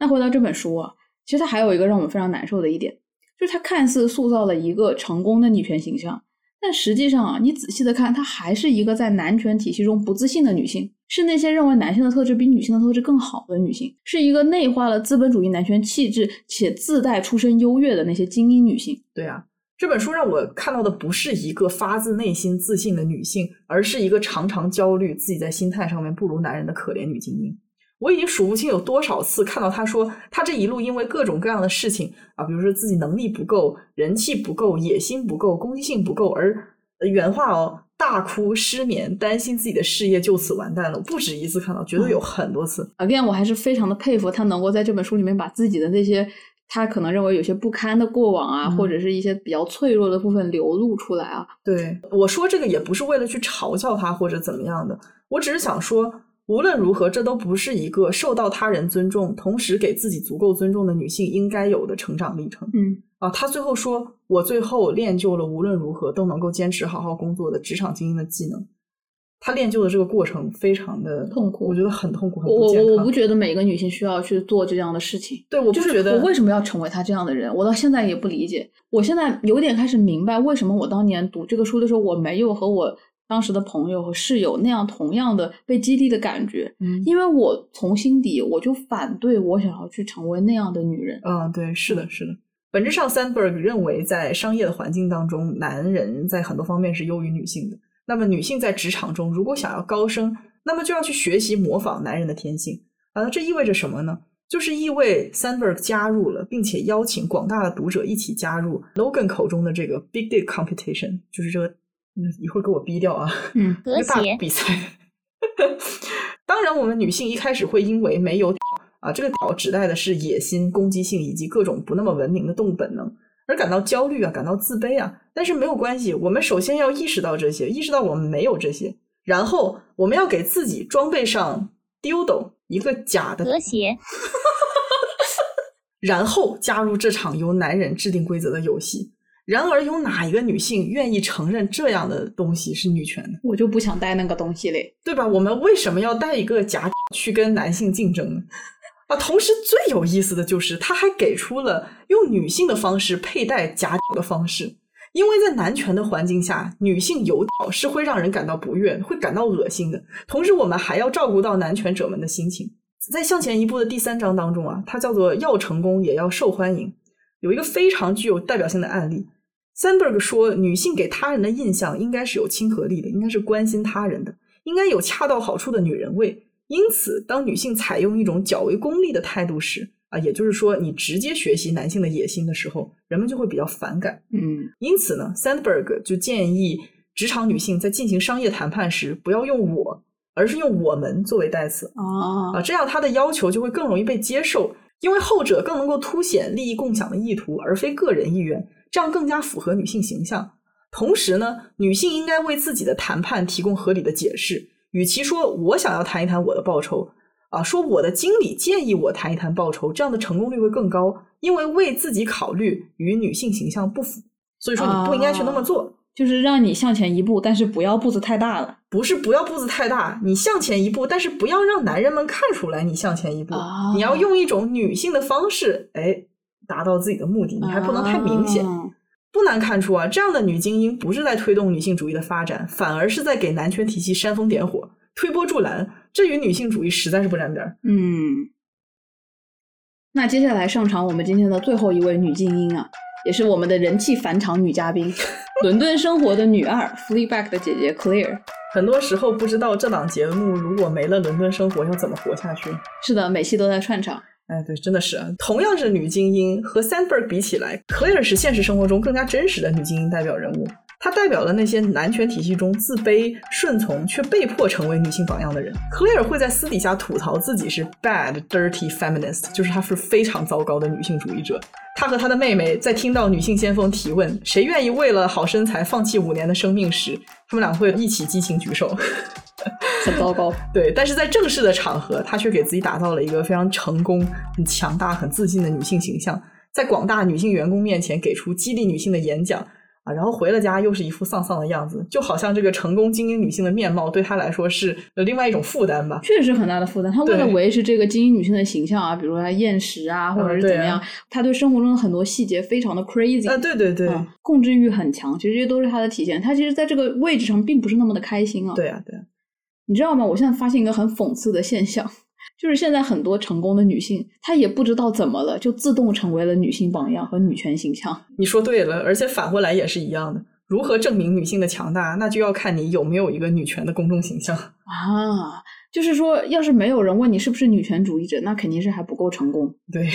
B: 那回到这本书啊，其实它还有一个让我们非常难受的一点，就是它看似塑造了一个成功的女权形象，但实际上啊，你仔细的看，她还是一个在男权体系中不自信的女性，是那些认为男性的特质比女性的特质更好的女性，是一个内化了资本主义男权气质且自带出身优越的那些精英女性。
A: 对啊。这本书让我看到的不是一个发自内心自信的女性，而是一个常常焦虑自己在心态上面不如男人的可怜女精英。我已经数不清有多少次看到他说，他这一路因为各种各样的事情啊，比如说自己能力不够、人气不够、野心不够、攻击性不够，而呃原话哦，大哭、失眠，担心自己的事业就此完蛋了。我不止一次看到，绝对有很多次。
B: again，我还是非常的佩服他能够在这本书里面把自己的那些他可能认为有些不堪的过往啊，
A: 嗯
B: 或者是一些比较脆弱的部分流露出来啊。
A: 对，我说这个也不是为了去嘲笑他或者怎么样的，我只是想说，无论如何，这都不是一个受到他人尊重，同时给自己足够尊重的女性应该有的成长历程。
B: 嗯，
A: 啊，他最后说：“我最后练就了无论如何都能够坚持好好工作的职场精英的技能。”他练就的这个过程非常的
B: 痛苦
A: 我觉得很痛苦，很
B: 我我
A: 不健
B: 我我
A: 康
B: 不。觉得每一个女性需要去做这样的事情。
A: 对，我不
B: 就是
A: 觉得
B: 我为什么要成为他这样的人？我到现在也不理解。我现在有点开始明白，为什么我当年读这个书的时候，我没有和我当时的朋友和室友那样同样的被激励的感觉，
A: 嗯
B: 因为我从心底我就反对我想要去成为那样的女人。
A: 啊，对，是的，是的。本质上，Sandberg 认为，在商业的环境当中，男人在很多方面是优于女性的。那么，女性在职场中如果想要高升，那么就要去学习模仿男人的天性啊。那这意味着什么呢？就是意味 Sandberg 加入了，并且邀请广大的读者一起加入 Logan 口中的这个 Big Dick Competition，就是这个，嗯，一会儿给我逼掉啊。
B: 嗯，
A: 一
C: 和
A: 个大
C: 谐、
A: 比赛。 *laughs* 当然，我们女性一开始会因为没有啊，这个“屌”指代的是野心、攻击性以及各种不那么文明的动物本能，而感到焦虑啊，感到自卑啊。但是没有关系，我们首先要意识到这些，意识到我们没有这些，然后我们要给自己装备上 dildo 一个假的
C: 和谐、
A: 然后加入这场由男人制定规则的游戏。然而，有哪一个女性愿意承认这样的东西是女权呢？
B: *laughs* 我就不想带那个东西嘞。
A: 对吧？我们为什么要带一个假去跟男性竞争呢？啊，同时最有意思的就是，他还给出了用女性的方式佩戴假的方式，因为在男权的环境下，女性有屌是会让人感到不悦、会感到恶心的。同时，我们还要照顾到男权者们的心情。在向前一步的第三章当中啊，它叫做“要成功也要受欢迎”，有一个非常具有代表性的案例。Sandberg 说，女性给他人的印象应该是有亲和力的，应该是关心他人的。应该有恰到好处的女人味。因此，当女性采用一种较为功利的态度时，啊，也就是说，你直接学习男性的野心的时候，人们就会比较反感。
B: 嗯
A: 因此呢，Sandberg 就建议职场女性在进行商业谈判时，不要用“我”，而是用“我们”作为代词
B: 啊
A: 啊，，这样她的要求就会更容易被接受，因为后者更能够凸显利益共享的意图，而非个人意愿，这样更加符合女性形象。同时呢，女性应该为自己的谈判提供合理的解释。与其说我想要谈一谈我的报酬，啊，说我的经理建议我谈一谈报酬，这样的成功率会更高，因为为自己考虑与女性形象不符，所以说你不应该去那么做。
B: 就是让你向前一步，但是不要步子太大了
A: 不是不要步子太大，你向前一步，但是不要让男人们看出来你向前一步。
B: 啊
A: 你要用一种女性的方式，哎，达到自己的目的，你还不能太明显。
B: 啊
A: 不难看出啊，这样的女精英不是在推动女性主义的发展，反而是在给男权体系煽风点火、推波助澜，这与女性主义实在是不沾边儿。
B: 嗯，那接下来上场我们今天的最后一位女精英啊，也是我们的人气返场女嘉宾，伦敦生活的女二 Fleabag 的姐姐 Claire。
A: 很多时候不知道这档节目如果没了伦敦生活要怎么活下去。
B: 是的，每期都在串场。
A: 哎，对，真的是啊。同样是女精英，和 Sandberg 比起来，Claire 是现实生活中更加真实的女精英代表人物。她代表了那些男权体系中自卑、顺从却被迫成为女性榜样的人。Claire 会在私底下吐槽自己是 bad, dirty feminist，就是她是非常糟糕的女性主义者。她和她的妹妹在听到女性先锋提问谁愿意为了好身材放弃五年的生命时，她们俩会一起激情举手。
B: 很糟糕，
A: 对，但是在正式的场合，她却给自己打造了一个非常成功、很强大、很自信的女性形象，在广大女性员工面前给出激励女性的演讲啊，然后回了家又是一副丧丧的样子，就好像这个成功精英女性的面貌对她来说是呃另外一种负担吧。
B: 确实很大的负担。她为了
A: 对
B: 维持这个精英女性的形象啊，比如她厌食啊，或者是
A: 对
B: 怎么样，她对生活中的很多细节非常的 crazy，、
A: 啊，对对对、
B: 嗯控制欲很强。其实这些都是她的体现。她其实在这个位置上并不是那么的开心啊。
A: 对啊对啊，
B: 你知道吗？我现在发现一个很讽刺的现象，就是现在很多成功的女性，她也不知道怎么了，就自动成为了女性榜样和女权形象。
A: 你说对了，而且反过来也是一样的。如何证明女性的强大，那就要看你有没有一个女权的公众形象。 *laughs*
B: 啊，就是说，要是没有人问你是不是女权主义者，那肯定是还不够成功。
A: 对，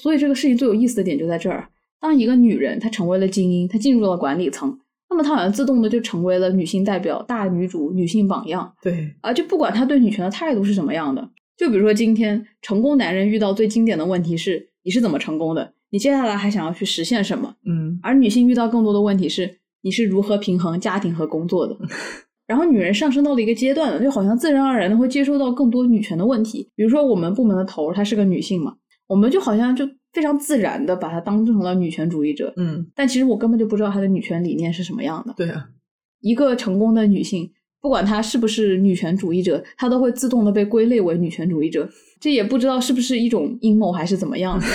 B: 所以这个事情最有意思的点就在这儿：当一个女人她成为了精英，她进入了管理层，那么她好像自动的就成为了女性代表、大女主、女性榜样。
A: 对，
B: 啊，就不管他对女权的态度是什么样的。就比如说，今天成功男人遇到最经典的问题是：你是怎么成功的？你接下来还想要去实现什么？
A: 嗯，
B: 而女性遇到更多的问题是：你是如何平衡家庭和工作的？然后，女人上升到了一个阶段了，就好像自然而然的会接收到更多女权的问题。比如说，我们部门的头儿她是个女性嘛，我们就好像就非常自然的把她当成了女权主义者，
A: 嗯，
B: 但其实我根本就不知道她的女权理念是什么样的。
A: 对啊，
B: 一个成功的女性，不管她是不是女权主义者，她都会自动的被归类为女权主义者。这也不知道是不是一种阴谋还是怎么
A: *laughs*
B: 样的，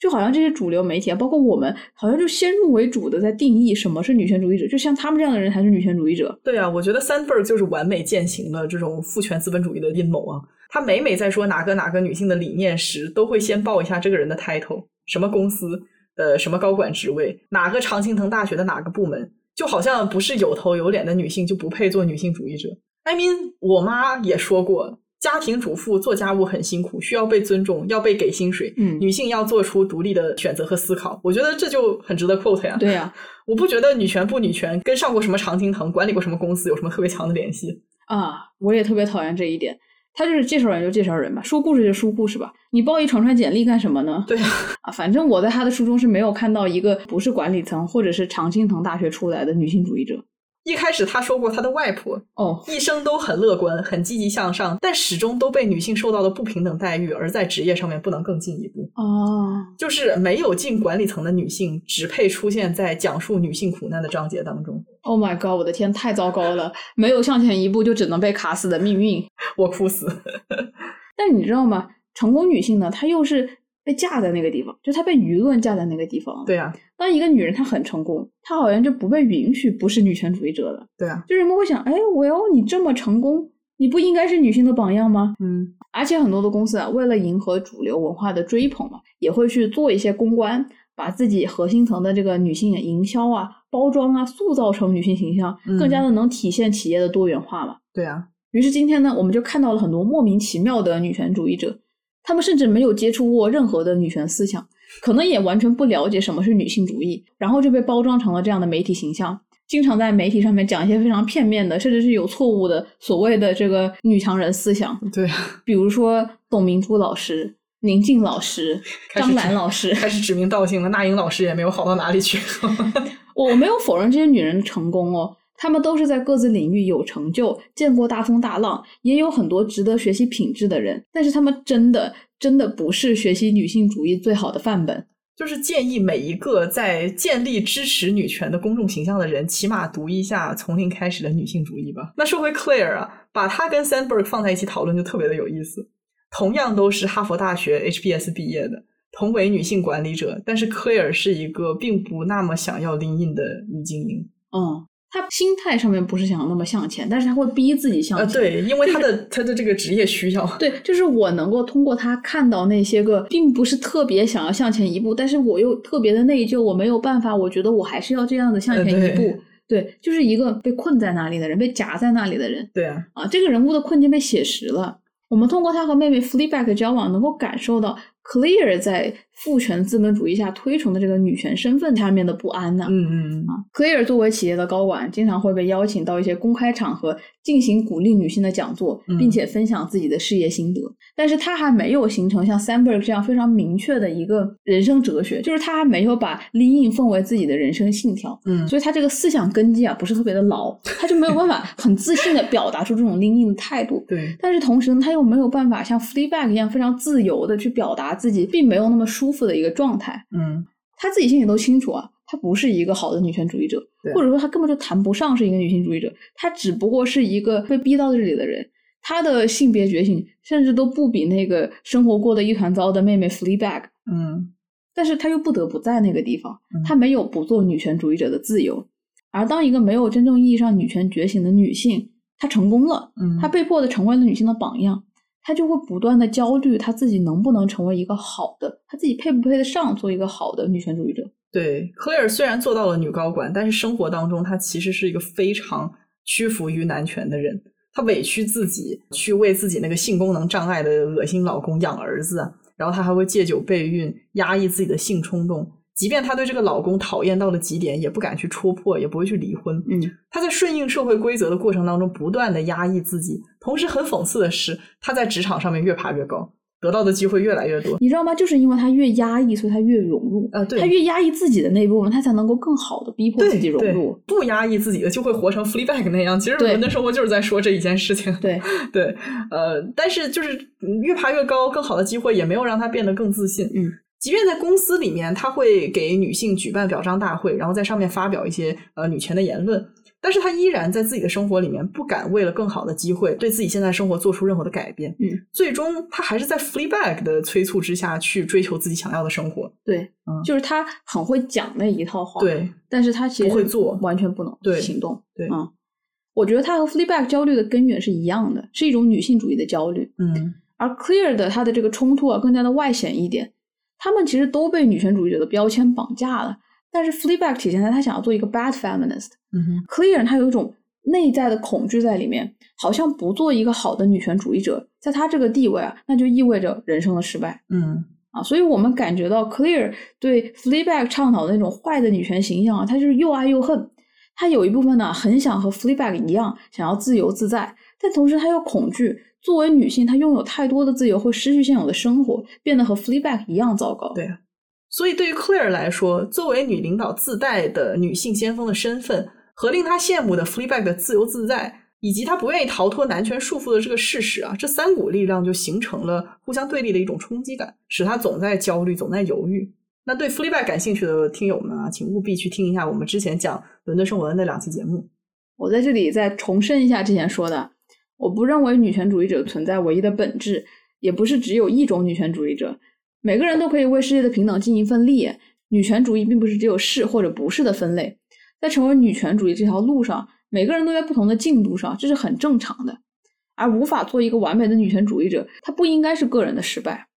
B: 就好像这些主流媒体啊，包括我们，好像就先入为主的在定义什么是女权主义者，就像他们这样的人才是女权主义者。
A: 对啊，我觉得 Sandberg 就是完美践行了这种父权资本主义的阴谋啊。他每每在说哪个哪个女性的理念时，都会先报一下这个人的 title，什么公司，呃，什么高管职位，哪个常青藤大学的哪个部门，就好像不是有头有脸的女性就不配做女性主义者。I mean，我妈也说过，家庭主妇做家务很辛苦，需要被尊重，要被给薪水，
B: 嗯
A: 女性要做出独立的选择和思考。我觉得这就很值得 quote 呀、
B: 对啊呀、
A: 我不觉得女权不女权跟上过什么常青藤、管理过什么公司有什么特别强的联系。
B: 啊，我也特别讨厌这一点。他就是介绍人就介绍人吧，说故事就说故事吧，你报一传传简历干什么呢？
A: 对啊，
B: *laughs* 啊，反正我在他的书中是没有看到一个不是管理层或者是常青藤大学出来的女性主义者。
A: 一开始他说过他的外婆
B: 哦，
A: 一生都很乐观、很积极向上，但始终都被女性受到的不平等待遇而在职业上面不能更进一步。
B: 哦，
A: 就是没有进管理层的女性只配出现在讲述女性苦难的章节当中。
B: Oh my god！我的天，太糟糕了，没有向前一步就只能被卡死的命运。
A: 我哭死。
B: 但你知道吗？成功女性呢，她又是被架在那个地方，就她被舆论架在那个地方。，
A: *laughs* 对啊，
B: 当一个女人她很成功，她好像就不被允许不是女权主义者了。
A: 对啊，
B: 就人们会想，哎，我要你这么成功，你不应该是女性的榜样吗？
A: 嗯，
B: 而且很多的公司啊，为了迎合主流文化的追捧嘛，也会去做一些公关，把自己核心层的这个女性的营销啊、包装啊，塑造成女性形象，
A: 嗯
B: 更加的能体现企业的多元化嘛。
A: 对啊，
B: 于是今天呢，我们就看到了很多莫名其妙的女权主义者，他们甚至没有接触过任何的女权思想，可能也完全不了解什么是女性主义，然后就被包装成了这样的媒体形象。经常在媒体上面讲一些非常片面的，甚至是有错误的所谓的这个女强人思想，
A: 对啊，
B: 比如说董明珠老师、宁静老师、
A: *laughs* 开始
B: 张兰老师，
A: 开始指名道姓了。那英老师也没有好到哪里去。
B: 我没有否认这些女人的成功哦，她们都是在各自领域有成就，见过大风大浪，也有很多值得学习品质的人，但是她们真的真的不是学习女性主义最好的范本。
A: 就是建议每一个在建立支持女权的公众形象的人，起码读一下从零开始的女性主义吧。那说回 Claire 啊，把她跟 Sandberg 放在一起讨论就特别的有意思。同样都是哈佛大学 HBS 毕业的，同为女性管理者，但是科尔是一个并不那么想要 lean in 的女精英。
B: 嗯，他心态上面不是想要那么向前，但是他会逼自己向
A: 呃，
B: 前。
A: 对，因为她的她的这个职业需要，
B: 对，就是我能够通过他看到那些个并不是特别想要向前一步，但是我又特别的内疚，我没有办法，我觉得我还是要这样的向
A: 呃
B: 前一
A: 对
B: 步。对，就是一个被困在那里的人，被夹在那里的人。
A: 对啊，
B: 啊，这个人物的困境被写实了。我们通过他和妹妹 Fleabag 的交往，能够感受到 Clear 在父权资本主义下推崇的这个女权身份下面的不安呐、
A: 嗯嗯，
B: Clear 作为企业的高管，经常会被邀请到一些公开场合进行鼓励女性的讲座，并
A: 嗯
B: 且分享自己的事业心得。但是他还没有形成像 Sandberg 这样非常明确的一个人生哲学，就是他还没有把 Lean 奉为自己的人生信条。
A: 嗯
B: 所以他这个思想根基啊不是特别的牢，他就没有办法很自信的表达出这种 lean in 的态度。
A: 对，
B: 但是同时呢，他又没有办法像 Fleabag 一样非常自由的去表达自己并没有那么舒服的一个状态。
A: 嗯
B: 他自己心里都清楚啊，他不是一个好的女权主义者
A: 对，
B: 或者说他根本就谈不上是一个女性主义者，他只不过是一个被逼到这里的人。他的性别觉醒甚至都不比那个生活过得一团糟的妹妹 Fleabag
A: 嗯
B: 但是他又不得不在那个地方
A: 嗯，
B: 他没有不做女权主义者的自由。而当一个没有真正意义上女权觉醒的女性，她成功了，
A: 嗯，
B: 她被迫的成为了女性的榜样，她就会不断的焦虑，她自己能不能成为一个好的，她自己配不配得上做一个好的女权主义者。
A: 对，Claire 虽然做到了女高管，但是生活当中她其实是一个非常屈服于男权的人。她委屈自己去为自己那个性功能障碍的恶心老公养儿子啊，然后她还会借酒备孕，压抑自己的性冲动。即便她对这个老公讨厌到了极点，也不敢去戳破，也不会去离婚。
B: 嗯，
A: 她在顺应社会规则的过程当中，不断的压抑自己。同时，很讽刺的是，她在职场上面越爬越高，得到的机会越来越多。
B: 你知道吗？就是因为她越压抑，所以她越融入。
A: 啊对
B: 她越压抑自己的那一部分，她才能够更好的逼迫
A: 对
B: 自己融
A: 对
B: 入。
A: 不压抑自己的就会活成 Fleabag 那样。其实
B: 对
A: 伦敦生活就是在说这一件事情。
B: 对，
A: *laughs* 对，呃，但是就是嗯越爬越高，更好的机会也没有让他变得更自信。
B: 嗯，
A: 即便在公司里面，他会给女性举办表彰大会，然后在上面发表一些呃女权的言论，但是他依然在自己的生活里面不敢为了更好的机会，对自己现在生活做出任何的改变。
B: 嗯，
A: 最终他还是在 Fleabag 的催促之下去追求自己想要的生活。
B: 对，
A: 嗯
B: 就是她很会讲那一套话。
A: 对，
B: 但是他其实
A: 不会做
B: 完全不能
A: 对
B: 行动。
A: 对
B: 嗯，我觉得他和 Fleabag 焦虑的根源是一样的，是一种女性主义的焦虑。
A: 嗯，
B: 而 Clear 的他的这个冲突啊，更加的外显一点。他们其实都被女权主义者的标签绑架了，但是 Fleabag 体现在他想要做一个 bad feminist，Clear
A: 嗯哼，
B: 他有一种内在的恐惧在里面，好像不做一个好的女权主义者，在他这个地位啊，那就意味着人生的失败。
A: 嗯，
B: 啊，所以我们感觉到 Clear 对 Fleabag 倡导的那种坏的女权形象啊，他就是又爱又恨。他有一部分呢，很想和 Fleabag 一样，想要自由自在，但同时他又恐惧，作为女性，她拥有太多的自由会失去现有的生活，变得和 Fleabag 一样糟糕。
A: 对所以，对于 Claire 来说，作为女领导自带的女性先锋的身份和令她羡慕的 Fleabag 的自由自在，以及她不愿意逃脱男权束缚的这个事实啊，这三股力量就形成了互相对立的一种冲击感，使她总在焦虑，总在犹豫。那对 Fleabag 感兴趣的听友们啊，请务必去听一下我们之前讲伦敦生活的那两期节目。
B: 我在这里再重申一下之前说的，我不认为女权主义者存在唯一的本质，也不是只有一种女权主义者，每个人都可以为世界的平等尽一份力。女权主义并不是只有是或者不是的分类，在成为女权主义这条路上，每个人都在不同的进度上，这是很正常的。而无法做一个完美的女权主义者，它不应该是个人的失败。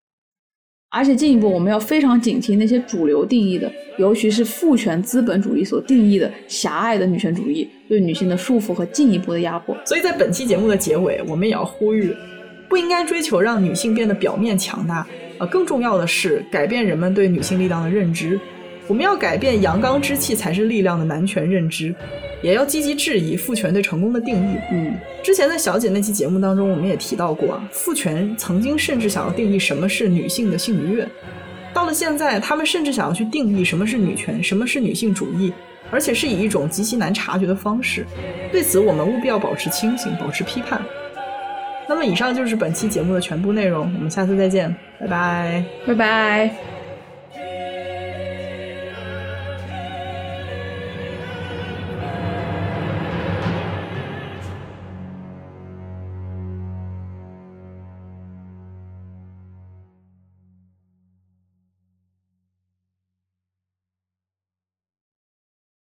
B: 而且进一步，我们要非常警惕那些主流定义的，尤其是父权资本主义所定义的狭隘的女权主义对女性的束缚和进一步的压迫。
A: 所以在本期节目的结尾，我们也要呼吁，不应该追求让女性变得表面强大，呃，更重要的是改变人们对女性力量的认知。我们要改变“阳刚之气才是力量”的男权认知，也要积极质疑父权对成功的定义。
B: 嗯，
A: 之前在小姐那期节目当中，我们也提到过啊，父权曾经甚至想要定义什么是女性的性愉悦，到了现在，他们甚至想要去定义什么是女权，什么是女性主义，而且是以一种极其难察觉的方式。对此，我们务必要保持清醒，保持批判。那么，以上就是本期节目的全部内容，我们下次再见，拜拜。
B: 拜拜。